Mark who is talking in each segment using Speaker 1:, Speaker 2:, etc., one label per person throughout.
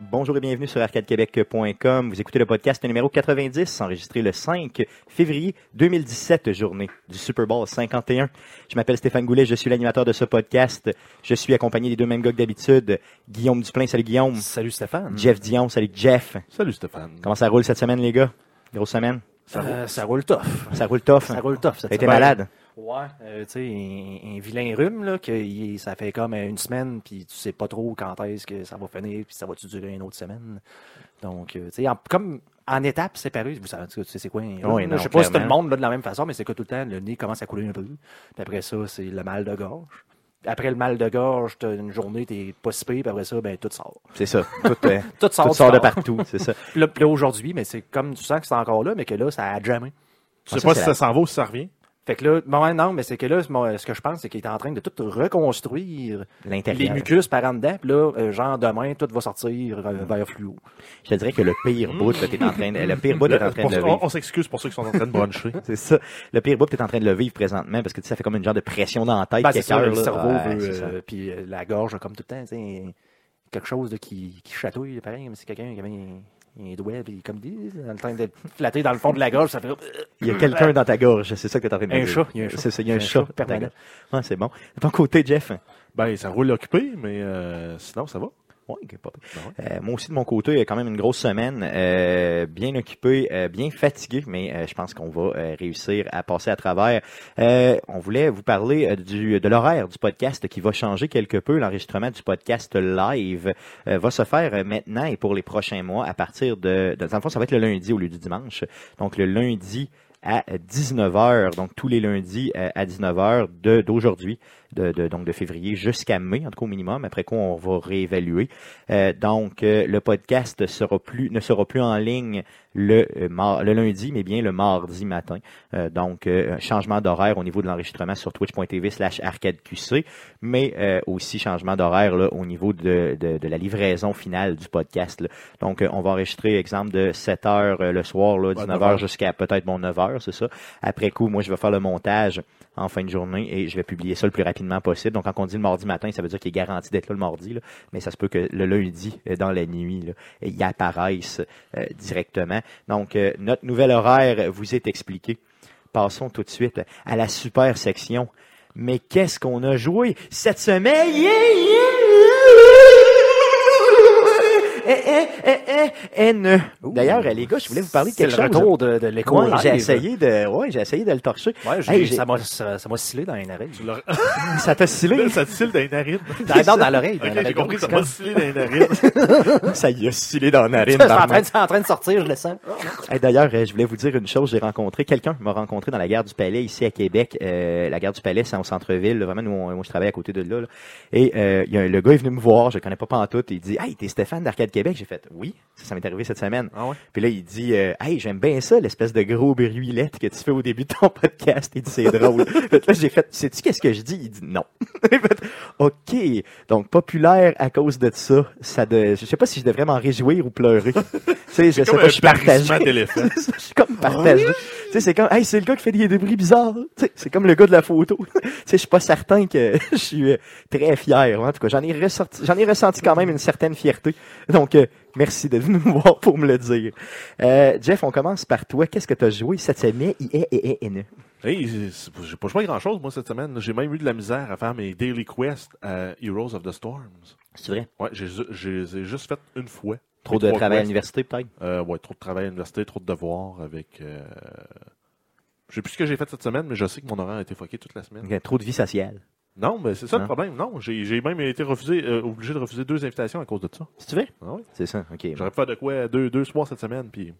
Speaker 1: Bonjour et bienvenue sur arcadequebec.com. Vous écoutez le podcast numéro 90, enregistré le 5 février 2017, journée du Super Bowl 51. Je m'appelle Stéphane Goulet, je suis l'animateur de ce podcast. Je suis accompagné des deux mêmes gars que d'habitude. Guillaume Duplain, salut Guillaume.
Speaker 2: Salut Stéphane.
Speaker 1: Mm. Jeff Dion, salut Jeff.
Speaker 2: Salut Stéphane.
Speaker 1: Comment ça roule cette semaine, les gars? Grosse semaine?
Speaker 2: Ça, roule- ça roule tough.
Speaker 1: Ça roule tough.
Speaker 2: Ça roule tough. cette
Speaker 1: T'as été
Speaker 2: semaine.
Speaker 1: malade?
Speaker 2: Ouais, euh, tu sais, un, un vilain rhume, là, que il est- ça fait comme euh, une semaine, puis tu sais pas trop quand est-ce que ça va finir, puis ça va-tu durer une autre semaine. Donc, euh, tu sais, en- comme en étapes séparées, vous savez, tu sais, c'est quoi un rhume,
Speaker 1: Oui,
Speaker 2: là?
Speaker 1: non,
Speaker 2: Je sais pas si tout le
Speaker 1: clairement.
Speaker 2: monde là, de la même façon, mais c'est que tout le temps, le nez commence à couler un peu. Puis après ça, c'est le mal de gorge. Après le mal de gorge, t'as une journée, t'es pas si pire, puis après ça, ben, tout sort.
Speaker 1: C'est ça. Tout, euh,
Speaker 2: Tout sort,
Speaker 1: tout
Speaker 2: tu
Speaker 1: sort de
Speaker 2: sors.
Speaker 1: partout, c'est ça.
Speaker 2: Puis là, puis là, aujourd'hui, mais c'est comme tu sens que c'est encore là, mais que là, ça a jamais.
Speaker 1: Ah,
Speaker 3: Tu sais
Speaker 1: ça,
Speaker 3: pas
Speaker 1: c'est
Speaker 3: si
Speaker 1: la-
Speaker 3: ça s'en va ou si ça revient.
Speaker 2: Fait que là, bon, non, mais c'est que là, mon- ce que je pense, c'est qu'il est en train de tout reconstruire les
Speaker 1: L'intérieur.
Speaker 2: mucus par en dedans. Puis là, euh, genre, demain, tout va sortir euh,
Speaker 1: Mm.
Speaker 2: vers fluo.
Speaker 1: Je te dirais que le pire bout, là, t'es en train de, le pire bout, t'es en train
Speaker 3: Euh, Pour-
Speaker 1: de le
Speaker 3: on
Speaker 1: vivre.
Speaker 3: on s'excuse pour ceux qui sont en train de bruncher.
Speaker 1: C'est ça. Le pire bout, t'es en train de le vivre présentement parce que tu sais, ça fait comme une genre de pression dans la tête.
Speaker 2: Ben, c'est
Speaker 1: quelque
Speaker 2: ça,
Speaker 1: heure,
Speaker 2: le
Speaker 1: là.
Speaker 2: cerveau
Speaker 1: Ouais,
Speaker 2: veut,
Speaker 1: c'est ça.
Speaker 2: euh, puis euh, la gorge, comme tout le temps, tu sais, quelque chose là, qui, qui chatouille, pareil, comme si quelqu'un qui avait un, un doigt, puis comme dit, en train d'être flatté dans le fond de la gorge, ça fait...
Speaker 1: Il y a quelqu'un dans ta gorge, c'est ça que t'es en train de
Speaker 2: Un
Speaker 1: dire.
Speaker 2: chat, il y a un chat.
Speaker 1: C'est ça, il y a un chat. dans ta
Speaker 2: permanent.
Speaker 1: gorge. Ouais, c'est bon. De ton côté, Jeff. hein?
Speaker 3: Ben, ça roule occupé, mais euh, sinon, ça va.
Speaker 1: Ouais, ok, pas pire.
Speaker 3: Ben
Speaker 1: Euh, moi aussi, de mon côté, il y a quand même une grosse semaine. euh, bien occupé, euh, bien fatigué, mais euh, je pense qu'on va euh, réussir à passer à travers. Euh, on voulait vous parler euh, du, de l'horaire du podcast qui va changer quelque peu. L'enregistrement du podcast live euh, va se faire euh, maintenant et pour les prochains mois à partir de... de dans le fond, ça va être le lundi au lieu du dimanche. Donc, le lundi à 19h, donc tous les lundis euh, à 19h de- d'aujourd'hui, de, de- donc de février jusqu'à mai, en tout cas au minimum, après quoi on va réévaluer. Euh, donc, euh, le podcast sera plus, ne sera plus en ligne le, euh, mar- le lundi, mais bien le mardi matin. Euh, donc, euh, changement d'horaire au niveau de l'enregistrement sur twitch.tv slash arcadeqc, mais euh, aussi changement d'horaire là, au niveau de, de, de la livraison finale du podcast. là. Donc, euh, on va enregistrer, exemple, de 7 heures euh, le soir, là,
Speaker 3: Ouais,
Speaker 1: 19
Speaker 3: neuf
Speaker 1: heures
Speaker 3: heures.
Speaker 1: jusqu'à peut-être mon 9 heures, c'est ça. Après coup, moi, je vais faire le montage en fin de journée et je vais publier ça le plus rapidement possible. Donc, quand on dit le mardi matin, ça veut dire qu'il est garanti d'être là le mardi, là, mais ça se peut que le lundi, euh, dans la nuit, là, y apparaissent euh, directement. Donc, euh, notre nouvel horaire vous est expliqué. Passons tout de suite à la super section. Mais qu'est-ce qu'on a joué cette semaine? Yeah, yeah. Eh, eh, eh, eh, eh, ne. D'ailleurs, les gars, je voulais vous parler de
Speaker 2: C'est
Speaker 1: quelque
Speaker 2: le
Speaker 1: chose.
Speaker 2: retour de, de l'écho
Speaker 1: Ouais, j'ai
Speaker 2: live.
Speaker 1: essayé de, ouais, j'ai essayé de le torcher.
Speaker 2: Ouais, j'ai-
Speaker 1: Hey, j'ai-
Speaker 2: ça m'a ça ça m'a scellé dans les oreilles.
Speaker 1: Ça t'a scellé?
Speaker 3: Là, ça te cile dans les narines.
Speaker 2: Dans, dans- dans l'oreille. dans
Speaker 3: Ok,
Speaker 2: l'oreille.
Speaker 3: j'ai compris, ça m'a scillé dans les narines.
Speaker 1: ça y a scellé dans la narine.
Speaker 2: C'est en,
Speaker 1: barman.
Speaker 2: train de- c'est en train de sortir, je le sens.
Speaker 1: Hey, D'ailleurs, euh, je voulais vous dire une chose. J'ai rencontré quelqu'un m'a rencontré dans la gare du Palais ici à Québec. Euh, la gare du Palais, c'est au centre-ville. là, Vraiment, nous, on- moi, je travaille à côté de là. là. Et euh, il y a un- le gars est venu me voir. Je le connais pas pantoute. Il dit, hey, t'es Stéphane d'Arcade Québec. J'ai fait, oui. Ça, ça m'est arrivé cette semaine.
Speaker 3: Ah ouais?
Speaker 1: Puis là, il dit, euh, hey, j'aime bien ça, l'espèce de gros bruilette que tu fais au début de ton podcast. Il dit, c'est drôle. Fait que là, j'ai fait, sais-tu qu'est-ce que je dis? Il dit, non. J'ai fait, OK. Donc, populaire à cause de ça. ça de, je sais pas si je devrais m'en réjouir ou pleurer. tu sais, je sais
Speaker 3: Comme
Speaker 1: pas, je suis
Speaker 3: un
Speaker 1: partagé.
Speaker 3: barrissement d'éléphant.
Speaker 1: C'est ça, je suis comme partagé. Tu sais, c'est comme, hey, c'est le gars qui fait des débris bizarres. Tu sais, c'est comme le gars de la photo. tu sais, je suis pas certain que je suis euh, très fier. En tout cas, j'en ai ressorti, j'en ai ressenti quand même une certaine fierté. Donc, euh, merci de venir me voir pour me le dire. Euh, Jeff, on commence par toi. Qu'est-ce que t'as joué cette semaine? I E, est et
Speaker 3: Hey, c'est- j'ai pas joué grand chose, moi, cette semaine. J'ai même eu de la misère à faire mes Daily Quest à Heroes of the Storms.
Speaker 1: C'est vrai.
Speaker 3: Ouais, j'ai ju- j'ai j'ai juste fait une fois.
Speaker 1: Trop
Speaker 3: Les
Speaker 1: de
Speaker 3: trois
Speaker 1: travail à
Speaker 3: quests.
Speaker 1: l'université, peut-être?
Speaker 3: Euh, ouais, trop de travail à l'université, trop de devoirs avec. Euh... Je sais plus ce que j'ai fait cette semaine, mais je sais que mon horaire a été foqué toute la semaine.
Speaker 1: Ok, Trop de vie sociale.
Speaker 3: Non, mais c'est ça
Speaker 1: Non.
Speaker 3: le problème. Non, j'ai j'ai même été refusé, euh, obligé de refuser deux invitations à cause de ça.
Speaker 1: Si tu veux?
Speaker 3: Ah oui.
Speaker 1: C'est ça, ok.
Speaker 3: J'aurais pu faire de quoi deux, deux soirs cette semaine, puis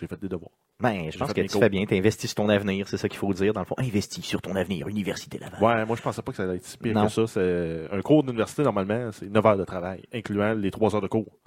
Speaker 3: j'ai fait des devoirs.
Speaker 1: Ben, je pense
Speaker 3: fait
Speaker 1: que
Speaker 3: mes
Speaker 1: tu
Speaker 3: cours.
Speaker 1: fais bien, t'investis sur ton avenir, c'est ça qu'il faut dire, dans le fond. Investis sur ton avenir, Université Laval.
Speaker 3: Ouais, moi je pensais pas que ça allait être si pire
Speaker 1: Non.
Speaker 3: que ça. C'est un cours d'université normalement, c'est 9 heures de travail, incluant les 3 heures de cours.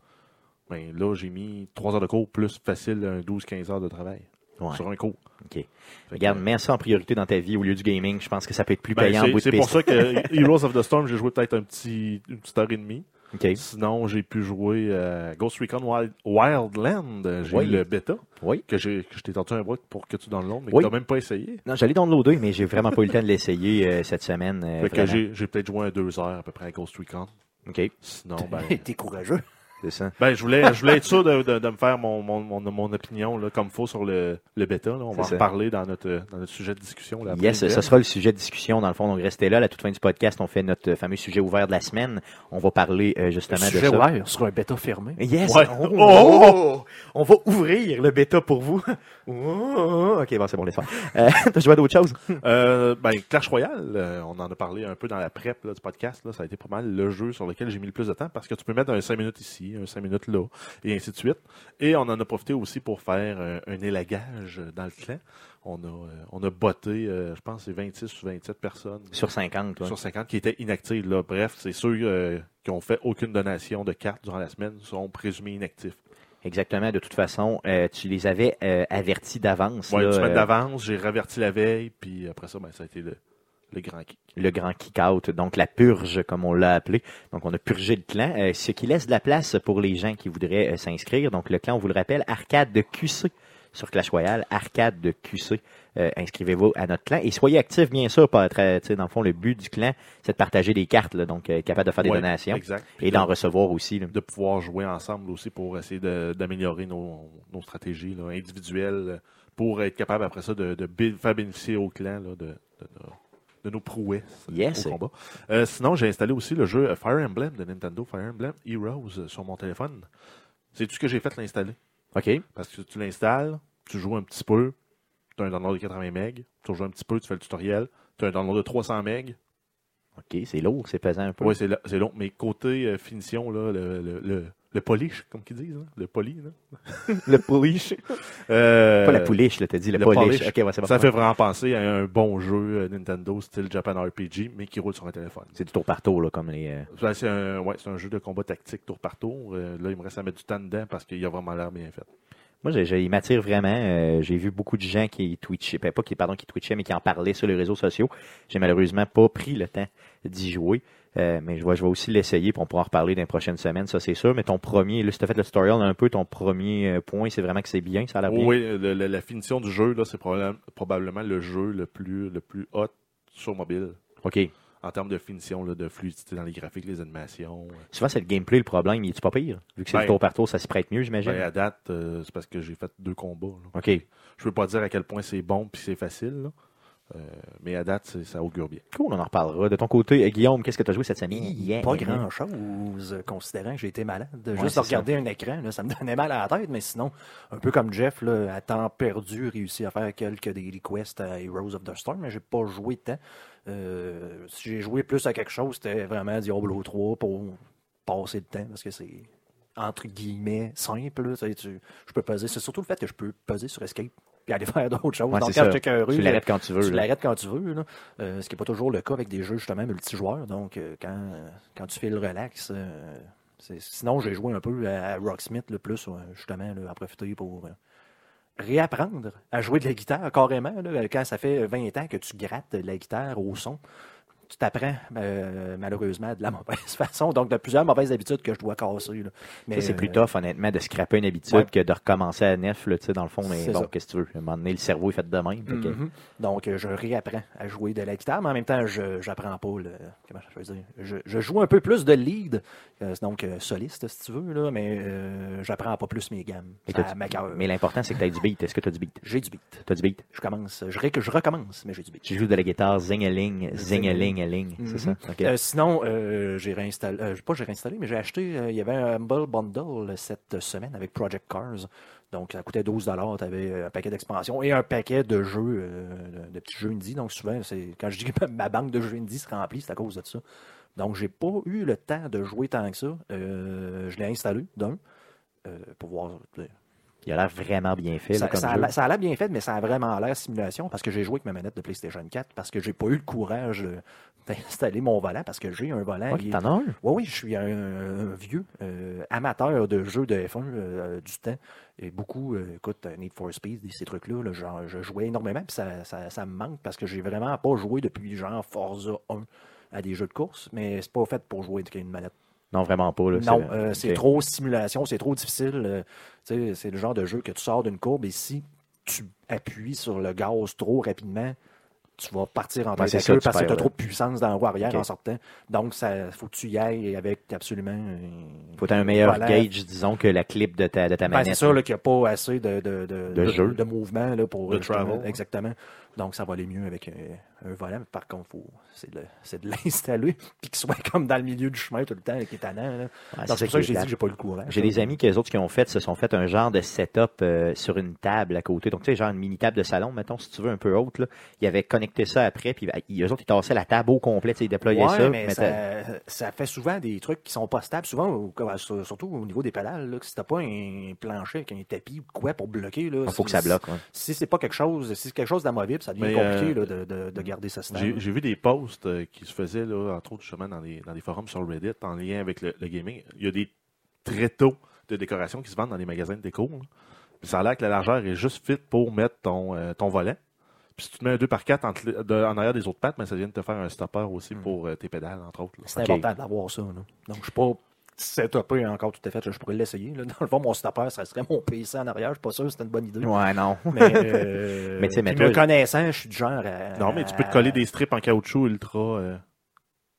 Speaker 3: Mais là, j'ai mis 3 heures de cours plus facile un 12-15 heures de travail
Speaker 1: Ouais.
Speaker 3: sur un cours.
Speaker 1: OK.
Speaker 3: Fait que,
Speaker 1: Regarde, mets ça en priorité dans ta vie au lieu du gaming. Je pense que ça peut être plus
Speaker 3: ben,
Speaker 1: payant au
Speaker 3: c'est-
Speaker 1: bout de
Speaker 3: c'est pour
Speaker 1: piste.
Speaker 3: ça que Heroes of the Storm, j'ai joué peut-être un petit une petite heure et demie.
Speaker 1: OK.
Speaker 3: Sinon, j'ai pu jouer euh, Ghost Recon Wild- Wildland. J'ai
Speaker 1: Oui.
Speaker 3: eu le bêta.
Speaker 1: Oui.
Speaker 3: Que, j'ai- que je t'ai tendu un bras pour que tu downloades, mais
Speaker 1: Oui.
Speaker 3: que t'as même pas essayé.
Speaker 1: Non, j'allais downloader, mais j'ai vraiment pas eu le temps de l'essayer euh, cette semaine. euh,
Speaker 3: Fait que
Speaker 1: vraiment.
Speaker 3: j'ai j'ai peut-être joué un deux heures à peu près à Ghost Recon.
Speaker 1: OK.
Speaker 3: Sinon, ben.
Speaker 2: T'es courageux.
Speaker 1: C'est ça.
Speaker 3: Ben, je voulais, je voulais être sûr de, de- de me faire mon, mon, mon, mon opinion là, comme faut sur le, le bêta. là. On va en
Speaker 1: C'est ça.
Speaker 3: reparler dans notre, euh, dans notre sujet de discussion. Là, après
Speaker 1: Yes,
Speaker 3: le
Speaker 1: ce
Speaker 3: bêta.
Speaker 1: sera le sujet de discussion dans le fond. Donc restez là, à la toute fin du podcast, on fait notre euh, fameux sujet ouvert de la semaine. On va parler euh, justement de
Speaker 2: Sujet
Speaker 1: ça.
Speaker 2: ouvert sur un bêta fermé.
Speaker 1: Yes.
Speaker 3: Ouais.
Speaker 1: Oh,
Speaker 3: Oh!
Speaker 1: oh! On va ouvrir le bêta pour vous. Oh! ok, bon, c'est bon, laisse faire. Euh, T'as joué à d'autres choses?
Speaker 3: Euh, ben, Clash Royale, euh, on en a parlé un peu dans la prep là, du podcast. Là, ça a été pas mal le jeu sur lequel j'ai mis le plus de temps parce que tu peux mettre un 5 minutes ici, un 5 minutes là, et ainsi de suite. Et on en a profité aussi pour faire euh, un élagage dans le clan. On a, euh, on a botté, euh, je pense, c'est 26 ou 27 personnes
Speaker 1: Sur 50, toi.
Speaker 3: sur 50 qui étaient inactives. Là. Bref, c'est ceux euh, qui ont fait aucune donation de cartes durant la semaine sont présumés inactifs.
Speaker 1: Exactement. De toute façon, euh, tu les avais euh, avertis d'avance.
Speaker 3: Ouais,
Speaker 1: là,
Speaker 3: une semaine
Speaker 1: euh,
Speaker 3: d'avance, j'ai averti la veille, puis après ça, ben, ça a été le, le grand kick.
Speaker 1: le grand kick-out, donc la purge, comme on l'a appelé. Donc, on a purgé le clan, euh, ce qui laisse de la place pour les gens qui voudraient euh, s'inscrire. Donc, le clan, on vous le rappelle, arcade de QC sur Clash Royale, arcade de QC. Euh, Inscrivez-vous à notre clan et soyez actifs, bien sûr, pour être, euh, tu sais, dans le fond, le but du clan, c'est de partager des cartes, là, donc euh, capable de faire des
Speaker 3: Ouais,
Speaker 1: donations
Speaker 3: Exact.
Speaker 1: et d'en recevoir aussi. là.
Speaker 3: de pouvoir jouer ensemble aussi pour essayer de- d'améliorer nos, nos stratégies là, individuelles euh, pour être capable après ça de, de bé- faire bénéficier au clan là, de, de, nos- de nos prouesses
Speaker 1: Yes.
Speaker 3: au combat. Euh, sinon, j'ai installé aussi le jeu Fire Emblem de Nintendo, Fire Emblem Heroes euh, sur mon téléphone. C'est tout ce que j'ai fait l'installer.
Speaker 1: OK.
Speaker 3: Parce que tu l'installes, tu joues un petit peu, tu as un download de 80 MB, tu joues un petit peu, tu fais le tutoriel, tu as un download de 300 MB,
Speaker 1: OK, c'est lourd, c'est pesant un peu.
Speaker 3: oui, c'est lo- c'est long. Mais côté euh, finition, là, le, le, le, le polish, comme qu'ils disent, là, le poli, là.
Speaker 1: le polish.
Speaker 3: Euh,
Speaker 1: Pas la pouliche, là, t'as dit, le,
Speaker 3: le
Speaker 1: polish.
Speaker 3: polish.
Speaker 1: OK, ouais, c'est bon.
Speaker 3: Ça fait vraiment penser à un bon jeu euh, Nintendo style Japan RPG, mais qui roule sur un téléphone.
Speaker 1: C'est du tour par tour, là, comme les... euh,
Speaker 3: Ben, C'est un, ouais, c'est un jeu de combat tactique tour par tour. Euh, là, il me reste à mettre du temps dedans parce qu'il a vraiment l'air bien fait.
Speaker 1: Moi, j'ai- j'ai- il m'attire vraiment. Euh, j'ai vu beaucoup de gens qui twitchaient, ben, pas qui, pardon, qui twitchaient, mais qui en parlaient sur les réseaux sociaux. J'ai malheureusement pas pris le temps d'y jouer. Euh, mais je vais, je vais aussi l'essayer, puis on pourra en reparler dans les prochaines semaines, ça c'est sûr. Mais ton premier, là, si t'as fait le tutorial un peu, ton premier euh, point, c'est vraiment que c'est bien, ça a l'air bien.
Speaker 3: Oui, le- le- la finition du jeu, là, c'est probable- probablement le jeu le plus, le plus hot sur mobile
Speaker 1: OK.
Speaker 3: en termes de finition, là, de fluidité dans les graphiques, les animations. euh,
Speaker 1: Souvent, c'est le gameplay le problème, il est pas pire? Vu que c'est le
Speaker 3: Ben-
Speaker 1: tour par tour, ça se prête mieux, j'imagine.
Speaker 3: Ben, à date, euh, c'est parce que j'ai fait deux combats. là.
Speaker 1: OK.
Speaker 3: Je peux pas dire à quel point c'est bon puis c'est facile, là. Euh, mais à date, c'est- ça augure bien.
Speaker 1: Cool, on en reparlera. De ton côté, euh, Guillaume, qu'est-ce que t'as joué cette semaine? Yeah,
Speaker 2: pas
Speaker 1: yeah.
Speaker 2: grand chose, euh, considérant que j'ai été malade.
Speaker 1: eh, c'est
Speaker 2: Juste
Speaker 1: ça.
Speaker 2: de regarder un écran, là, ça me donnait mal à la tête, mais sinon, un peu comme Jeff, là, à temps perdu, réussi à faire quelques daily quests à Heroes of the Storm, mais j'ai pas joué tant. Euh, si j'ai joué plus à quelque chose, c'était vraiment Diablo 3 pour passer le temps, parce que c'est entre guillemets simple. là, tu sais, tu- je peux peser. C'est surtout le fait que je peux peser sur Escape puis aller faire d'autres choses.
Speaker 1: Ouais,
Speaker 2: Donc,
Speaker 1: c'est
Speaker 2: quand
Speaker 1: ça.
Speaker 2: je check un
Speaker 1: Tu
Speaker 2: rue,
Speaker 1: l'arrêtes quand tu veux.
Speaker 2: tu
Speaker 1: là.
Speaker 2: l'arrêtes quand tu veux, là. Euh, ce qui n'est pas toujours le cas avec des jeux justement multijoueurs. Donc, euh, quand, euh, quand tu fais le relax, euh, c'est- sinon j'ai joué un peu à, à Rocksmith le plus, ouais, justement, là, à profiter pour euh, réapprendre à jouer de la guitare carrément. là. quand ça fait 20 ans que tu grattes la guitare au son, tu t'apprends euh, malheureusement de la mauvaise façon. Donc, de plusieurs mauvaises habitudes que je dois casser. là. Mais
Speaker 1: Ça, c'est
Speaker 2: euh,
Speaker 1: plus tough, honnêtement, de scraper une habitude
Speaker 2: ouais.
Speaker 1: que de recommencer à neuf, là, tu sais, dans le fond. Mais
Speaker 2: C'est
Speaker 1: bon,
Speaker 2: ça.
Speaker 1: qu'est-ce que tu veux? À un moment donné, le cerveau est fait de même. fait que-
Speaker 2: Mhm. Donc, euh, je réapprends à jouer de la guitare, mais en même temps, je j'apprends pas le. Comment je veux dire Je, je joue un peu plus de lead, euh, donc euh, soliste, si tu veux, là, mais euh, j'apprends pas plus mes gammes.
Speaker 1: Et
Speaker 2: Ça
Speaker 1: t'as-
Speaker 2: m'accorde.
Speaker 1: Mais l'important, c'est que tu du beat. Est-ce que tu as du beat?
Speaker 2: J'ai du beat.
Speaker 1: Tu as du beat?
Speaker 2: Je commence. Je, ré- je recommence, mais j'ai du beat.
Speaker 1: Tu joues de la guitare zing-a-ling, zing-a-ling-a-ling. C'est ça? OK.
Speaker 2: Euh, sinon, euh, j'ai réinstallé, euh, pas j'ai réinstallé, mais j'ai acheté, euh, il y avait un Humble Bundle cette semaine avec Project Cars. Donc, ça coûtait 12 tu avais euh, un paquet d'expansions et un paquet de jeux, euh, de- de petits jeux indie. Donc, souvent, c'est quand je dis que ma banque de jeux indie se remplit, c'est à cause de ça. Donc, j'ai pas eu le temps de jouer tant que ça. Euh, je l'ai installé d'un euh, pour voir.
Speaker 1: Il a l'air vraiment bien fait, là,
Speaker 2: Ça,
Speaker 1: comme
Speaker 2: ça a
Speaker 1: jeu.
Speaker 2: l'air- ça a l'air bien fait, mais ça a vraiment l'air simulation parce que j'ai joué avec ma manette de PlayStation 4 parce que j'ai pas eu le courage euh, d'installer mon volant parce que j'ai un volant.
Speaker 1: Ouais,
Speaker 2: qui est-
Speaker 1: T'en as un?
Speaker 2: oui, oui, je suis un, un vieux euh, amateur de jeux de F1 euh, du temps. Et beaucoup, euh, écoute, Need for Speed, et ces trucs-là, là, genre, je jouais énormément, puis ça, ça- ça me manque parce que j'ai vraiment pas joué depuis genre Forza 1 à des jeux de course, mais c'est pas fait pour jouer avec une manette.
Speaker 1: Non, vraiment pas. Là,
Speaker 2: Non, euh, c'est
Speaker 1: OK.
Speaker 2: trop simulation, c'est trop difficile. euh, tu sais, c'est le genre de jeu que tu sors d'une courbe et si tu appuies sur le gaz trop rapidement, tu vas partir en
Speaker 1: Ouais,
Speaker 2: tête
Speaker 1: c'est
Speaker 2: avec
Speaker 1: ça,
Speaker 2: eux
Speaker 1: tu
Speaker 2: parce que
Speaker 1: perds,
Speaker 2: tu as trop
Speaker 1: ouais.
Speaker 2: de puissance dans la roue arrière
Speaker 1: Ok.
Speaker 2: en sortant. Donc, ça faut que tu y ailles avec absolument. euh,
Speaker 1: Faut un meilleur
Speaker 2: voilà.
Speaker 1: gauge, disons, que la clip de ta, de ta
Speaker 2: Ben,
Speaker 1: manette.
Speaker 2: c'est sûr là, qu'il n'y a pas assez de, de, de,
Speaker 1: De jeu.
Speaker 2: de mouvement là, pour.
Speaker 3: De
Speaker 2: justement-
Speaker 3: travel.
Speaker 2: Exactement. Donc, ça va aller mieux avec euh, un, un volant. Par contre, faut, c'est, de, le- c'est de l'installer puis qu'il soit comme dans le milieu du chemin tout le temps, qui est tannant. là.
Speaker 1: Ouais,
Speaker 2: Donc,
Speaker 1: Ah, c'est
Speaker 2: Ah, c'est
Speaker 1: ça
Speaker 2: pour ça que
Speaker 1: qui est
Speaker 2: j'ai dit
Speaker 1: plate.
Speaker 2: que j'ai pas eu le courage.
Speaker 1: J'ai des amis qui, eux autres, qui ont fait, se sont fait un genre de setup euh, sur une table à côté. Donc, tu sais, genre une mini-table de salon, mettons, si tu veux, un peu haute. Là. Ils avaient connecté ça après, puis bah, ils- eux autres, ils tassaient la table au complet, tu sais, ils déployaient
Speaker 2: Ouais,
Speaker 1: ça.
Speaker 2: mais
Speaker 1: mettaient-
Speaker 2: ça, ça fait souvent des trucs qui sont pas stables, souvent, au- comme- euh, surtout au niveau des pédales. Là, que si t'as pas un plancher avec un tapis ou quoi pour bloquer, là,
Speaker 1: Il faut
Speaker 2: si-
Speaker 1: que ça bloque. ouais.
Speaker 2: Si c'est pas quelque chose, si c'est quelque chose d'amovible, ça devient
Speaker 3: Mais,
Speaker 2: compliqué
Speaker 3: euh,
Speaker 2: là, de, de- de garder ça stable.
Speaker 3: J'ai j'ai vu des posts euh, qui se faisaient, là, entre autres, justement, dans les, dans les forums sur Reddit, en lien avec le, le gaming. Il y a des tréteaux de décoration qui se vendent dans les magasins de déco. là. Puis ça a l'air que la largeur est juste fit pour mettre ton, euh, ton volant. Puis si tu te mets un 2x4 entre les- de- en arrière des autres pattes, mais ça vient de te faire un stopper aussi
Speaker 2: Mm.
Speaker 3: pour euh, tes pédales, entre autres. là.
Speaker 2: C'est
Speaker 1: ok.
Speaker 2: important d'avoir ça. là. Donc, je suis pas setupé encore tout à fait. là, Je pourrais l'essayer. là. Dans le fond, mon stopper, ça serait mon PC en arrière. Je suis pas sûr que c'était une bonne idée.
Speaker 1: Ouais, non.
Speaker 2: Mais, euh,
Speaker 1: Mais tu sais, mais
Speaker 2: puis
Speaker 1: toi-
Speaker 2: me connaissant, je suis du genre à-
Speaker 3: Non, mais tu peux te coller des strips en caoutchouc ultra, euh,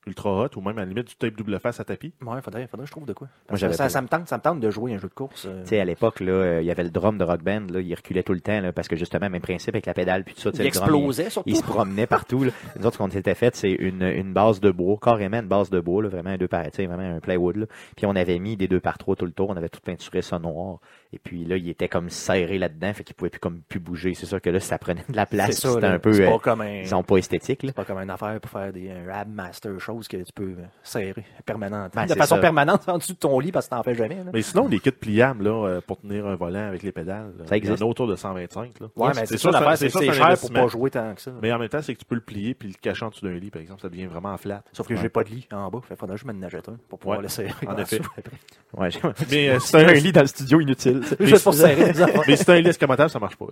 Speaker 3: ultra hot ou même à la limite du tape double face à tapis.
Speaker 2: Ouais, faudrait, faudrait que je trouve de quoi.
Speaker 1: Moi,
Speaker 2: ça,
Speaker 1: j'avais
Speaker 2: ça-
Speaker 1: pas-
Speaker 2: ça me tente, ça me tente de jouer à un jeu de course. euh,
Speaker 1: Tu sais, à l'époque, là, euh, il y avait le drum de Rock Band, là, il reculait tout le temps, là, parce que justement, même principe avec la pédale, puis tout ça, tu sais,
Speaker 2: Il
Speaker 1: le drum, il-
Speaker 2: explosait surtout.
Speaker 1: Il se promenait partout. Là. Nous autres, ce qu'on s'était fait, c'est une, une base de bois, carrément une base de bois, là, vraiment un deux par, tu sais, vraiment un plywood. là. Puis on avait mis des deux par trois tout le tour, on avait tout peinturé ça noir. Et puis là, il était comme serré là-dedans, fait qu'il pouvait plus comme plus bouger. C'est sûr que là, ça prenait de la place.
Speaker 2: C'est ça,
Speaker 1: C'était
Speaker 2: là.
Speaker 1: un peu,
Speaker 2: C'est
Speaker 1: euh,
Speaker 2: pas comme un.
Speaker 1: ils sont pas esthétiques. Là.
Speaker 2: C'est pas comme une affaire pour faire des un rab master chose que tu peux euh, serrer permanente.
Speaker 1: Ben,
Speaker 2: de
Speaker 1: c'est
Speaker 2: façon
Speaker 1: ça.
Speaker 2: permanente en dessous de ton lit parce que t'en fais jamais. là.
Speaker 3: Mais sinon, les kits pliables là, euh, pour tenir un volant avec les pédales, là,
Speaker 1: Ça
Speaker 3: il y en
Speaker 1: existe.
Speaker 3: a autour de 125. Là.
Speaker 2: ouais, mais c'est ça l'affaire, c'est que
Speaker 3: un
Speaker 2: c'est cher pour
Speaker 3: investissement.
Speaker 2: pas jouer tant que ça.
Speaker 3: Mais en même temps, c'est que tu peux le plier puis le cacher en dessous d'un lit, par exemple. Ça devient vraiment flat.
Speaker 2: Sauf que
Speaker 1: Ouais.
Speaker 2: j'ai pas de lit en bas. Fait faudrait que je m'en achète un pour pouvoir
Speaker 3: Ouais,
Speaker 2: le serrer.
Speaker 3: en
Speaker 2: en
Speaker 3: effet.
Speaker 2: dessous après.
Speaker 1: Ouais, j'ai-
Speaker 3: Mais euh, si
Speaker 1: c'est
Speaker 3: t'as
Speaker 1: un
Speaker 3: un
Speaker 1: lit dans le studio inutile. ça.
Speaker 2: Juste pour serrer des affaires.
Speaker 3: mais si t'as un lit escamotable, ça marche pas.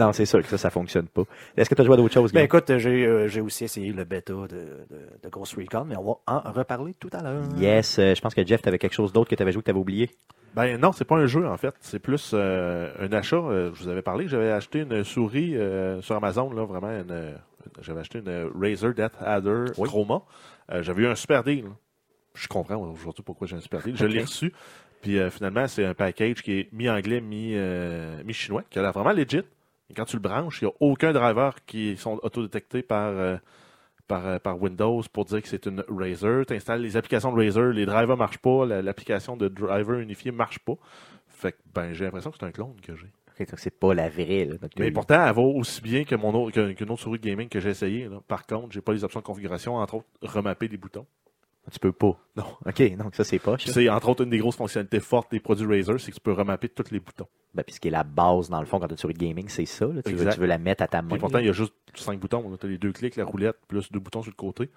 Speaker 1: Non, c'est sûr que ça, ça fonctionne pas. Est-ce que tu as joué à d'autres choses?
Speaker 2: Ben
Speaker 1: Guillaume?
Speaker 2: écoute, euh, j'ai euh, j'ai aussi essayé le bêta de, de, de Ghost Recon, mais on va en reparler tout à l'heure.
Speaker 1: Yes, euh, je pense que Jeff, t'avais quelque chose d'autre que t'avais joué que t'avais oublié.
Speaker 3: Ben non, c'est pas un jeu en fait. C'est plus euh, un achat. Euh, je vous avais parlé, j'avais acheté une souris euh, sur Amazon, là, vraiment une, euh, j'avais acheté une euh, Razer Death Adder Chroma. Euh, j'avais eu un super deal. Je comprends aujourd'hui pourquoi j'ai un super deal. Je l'ai
Speaker 1: Ok.
Speaker 3: reçu. Puis euh, finalement, c'est un package qui est mi-anglais, mi, euh, mi-chinois, qui a l'air vraiment legit. Et quand tu le branches, il n'y a aucun driver qui sont autodétectés par, euh, par, euh, par Windows pour dire que c'est une Razer. Tu installes les applications de Razer, les drivers ne marchent pas, la- l'application de driver unifié ne marche pas. Fait que ben, j'ai l'impression que c'est un clone que j'ai.
Speaker 1: Ok, donc c'est pas la vraie. Là. Donc,
Speaker 3: Mais pourtant, elle va aussi bien que mon autre, que- qu'une autre souris de gaming que j'ai essayé. là. Par contre, j'ai pas les options de configuration, entre autres, remapper les boutons.
Speaker 1: Tu peux pas.
Speaker 3: Non.
Speaker 1: OK, donc ça, c'est poche.
Speaker 3: Puis
Speaker 1: là.
Speaker 3: c'est entre autres une des grosses fonctionnalités fortes des produits Razer, c'est que tu peux remapper tous les boutons.
Speaker 1: Ben, puis ce qui est la base, dans le fond, quand tu as une souris de gaming, c'est ça. là. Tu, veux,
Speaker 3: Exact.
Speaker 1: tu veux la mettre à ta main.
Speaker 3: Puis pourtant,
Speaker 1: là.
Speaker 3: il y a juste cinq boutons. Tu as les deux clics, la roulette, plus deux boutons sur le côté.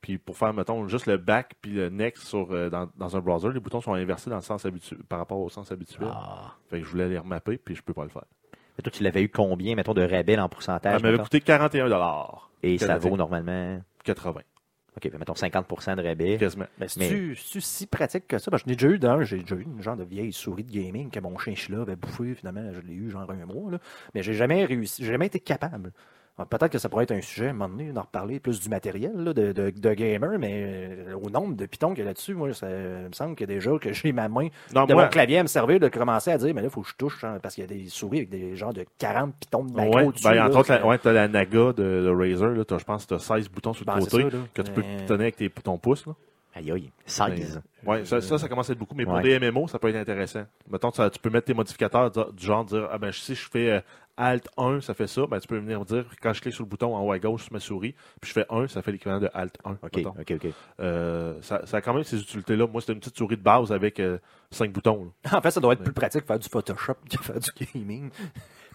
Speaker 3: Puis pour faire, mettons, juste le back puis le next sur, euh, dans, dans un browser, les boutons sont inversés dans le sens habitu- par rapport au sens habituel.
Speaker 1: Ah.
Speaker 3: Fait que je voulais les remapper, puis je peux pas le faire.
Speaker 1: Mais toi, tu l'avais eu combien, mettons, de rabais en pourcentage?
Speaker 2: Ben,
Speaker 3: Elle m'avait
Speaker 1: mettons?
Speaker 3: coûté 41
Speaker 1: Et ça
Speaker 3: Canadien.
Speaker 1: vaut normalement,
Speaker 3: 80
Speaker 1: OK, ben, mettons 50 de rabais.
Speaker 3: quasiment.
Speaker 2: Mais c'est-tu
Speaker 1: Mais-
Speaker 2: c'est-tu si pratique que ça? Parce que je n'ai déjà eu d'un, j'ai déjà eu une genre de vieille souris de gaming que mon chien là avait bouffé, finalement, je l'ai eu genre un mois, là. mais j'ai jamais réussi, j'ai jamais été capable. Alors, Peut-être que ça pourrait être un sujet à un moment donné d'en reparler plus du matériel là, de, de, de gamer, mais euh, au nombre de pitons qu'il y a là-dessus, moi, ça il me semble que déjà que j'ai ma main
Speaker 3: Non,
Speaker 2: de
Speaker 3: Ah, moi,
Speaker 2: mon clavier à me servir de commencer à dire, mais là, il faut que je touche, hein, parce qu'il y a des souris avec des genres de 40 pitons de macro
Speaker 3: ouais,
Speaker 2: dessus.
Speaker 3: ben,
Speaker 2: là,
Speaker 3: entre autres,
Speaker 2: ça-
Speaker 3: la- ouais, t'as la Naga de, de Razer, là, t'as- je pense que t'as 16 boutons sur le
Speaker 2: Ben, c'est
Speaker 3: côté
Speaker 2: ça, là.
Speaker 3: que tu peux
Speaker 2: Mais- Ah,
Speaker 3: pitonner avec tes, ton pouce. Là. Ben,
Speaker 1: Aïe, aïe, 16.
Speaker 3: Ouais, ça, ça, ça commence à être beaucoup, mais pour
Speaker 1: Ouais.
Speaker 3: des MMO, ça peut être intéressant. Mettons, ça- tu peux mettre tes modificateurs du- du genre dire Ah ben si je fais euh, Alt 1, ça fait ça, ben tu peux venir me dire quand je clique sur le bouton en haut à gauche sur ma souris, puis je fais 1, ça fait l'équivalent de Alt 1.
Speaker 1: OK,
Speaker 3: mettons.
Speaker 1: OK, OK.
Speaker 3: Euh, ça, ça a quand même ces utilités-là. Moi, c'était une petite souris de base avec 5 boutons. là.
Speaker 2: En fait, ça doit être plus pratique de faire du Photoshop que de faire du gaming.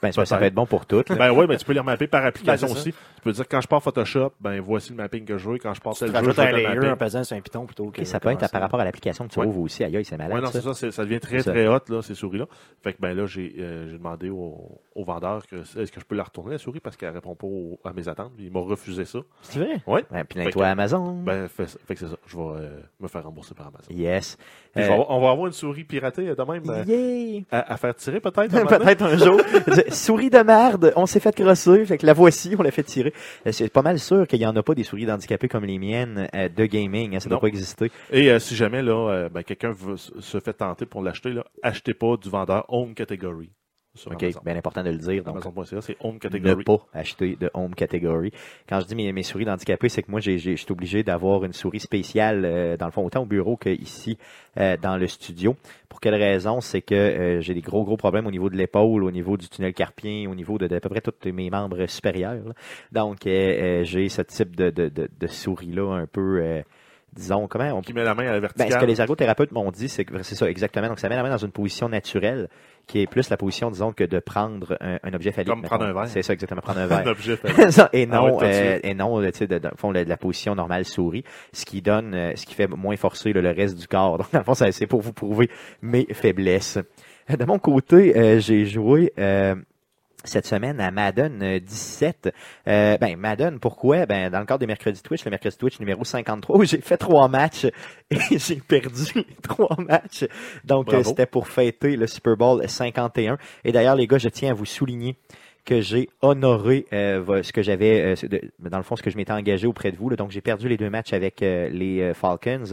Speaker 1: Ben, ça, ça va être bon pour toutes. là.
Speaker 3: Ben oui, ben tu peux les remapper par application
Speaker 2: Ben, c'est ça.
Speaker 3: aussi. Tu peux dire quand je pars Photoshop, ben voici le mapping que je veux, quand je pars
Speaker 2: Tu
Speaker 3: tel
Speaker 2: te
Speaker 3: jeu,
Speaker 2: rajoutes
Speaker 3: je veux
Speaker 2: un
Speaker 3: tel
Speaker 2: layer en
Speaker 3: mapping.
Speaker 2: pesant sur un piton plutôt que.
Speaker 1: OK, ça peut être à- par rapport à l'application que tu
Speaker 3: Ouais.
Speaker 1: ouvres aussi. Aïe, aïe, c'est
Speaker 3: Ouais,
Speaker 1: malade,
Speaker 3: non,
Speaker 1: ça.
Speaker 3: c'est ça, c'est- ça devient très,
Speaker 1: C'est ça.
Speaker 3: très hot, là, ces souris-là. Fait que, ben là, j'ai euh, j'ai demandé au, au vendeur que est-ce que je peux la retourner, la souris, parce qu'elle répond pas au- à mes attentes. Il m'a refusé ça.
Speaker 2: Mm.
Speaker 1: C'est vrai?
Speaker 3: Ouais.
Speaker 1: Ben, puis toi
Speaker 3: que-
Speaker 1: Amazon.
Speaker 3: Ben, fait, fait que c'est ça. Je vais euh, me faire rembourser par Amazon.
Speaker 1: yes.
Speaker 3: Puis je
Speaker 1: Euh,
Speaker 3: vais avoir- on va avoir une souris piratée euh, de même euh,
Speaker 1: yeah!
Speaker 3: à, à faire tirer, peut-être. à un moment donné.
Speaker 1: Peut-être un jour. souris de merde, on s'est fait crosser, fait que la voici, on l'a fait tirer. Euh, C'est pas mal sûr qu'il y en a pas des souris handicapées comme les miennes euh, de gaming, hein, ça doit
Speaker 3: Non.
Speaker 1: pas exister.
Speaker 3: Et euh, si jamais là, euh, ben, quelqu'un veut- se fait tenter pour l'acheter, là, achetez pas du vendeur Home Category. Sur
Speaker 1: Ok,
Speaker 3: Amazon.
Speaker 1: bien important de le dire. Donc,
Speaker 3: Amazon.ca, c'est Home
Speaker 1: ne
Speaker 3: Category.
Speaker 1: pas acheter de home category. Quand je dis mes, mes souris d'handicapés, c'est que moi, j'ai- j'ai- je suis obligé d'avoir une souris spéciale, euh, dans le fond, autant au bureau qu'ici, euh, dans le studio. Pour quelle raison? C'est que euh, j'ai des gros, gros problèmes au niveau de l'épaule, au niveau du tunnel carpien, au niveau de, d'à peu près tous mes membres supérieurs. là. Donc, euh, euh, j'ai ce type de, de, de, de souris-là un peu, euh, disons, comment on
Speaker 3: Qui met la main à la
Speaker 1: ben,
Speaker 3: verticale.
Speaker 1: ce que les ergothérapeutes m'ont dit, c'est que c'est ça, exactement. Donc, ça met la main dans une position naturelle, qui est plus la position, disons, que de prendre un, un objet phallique.
Speaker 3: Comme prendre
Speaker 1: mettons.
Speaker 3: un verre.
Speaker 1: C'est ça, exactement, prendre un
Speaker 3: un
Speaker 1: verre.
Speaker 3: objet. fait.
Speaker 1: Ça, et
Speaker 3: Ah ouais,
Speaker 1: non,
Speaker 3: tout de
Speaker 1: euh,
Speaker 3: suite.
Speaker 1: et non, tu sais, de, dans le fond, de, de la position normale souris, ce qui donne, euh, ce qui fait moins forcer là, le reste du corps. Donc, dans le fond, ça, c'est pour vous prouver mes faiblesses. De mon côté, euh, j'ai joué. euh, cette semaine à Madden euh, 17. Euh, ben Madden, pourquoi? Ben dans le cadre des mercredis Twitch, le mercredi Twitch numéro 53, où j'ai fait trois matchs et j'ai perdu les trois matchs. Donc
Speaker 3: Bravo.
Speaker 1: euh, c'était pour fêter le Super Bowl 51. Et d'ailleurs les gars, je tiens à vous souligner que j'ai honoré euh, vo- ce que j'avais, euh, ce- de- dans le fond, ce que je m'étais engagé auprès de vous. là. Donc, j'ai perdu les deux matchs avec euh, les euh, Falcons.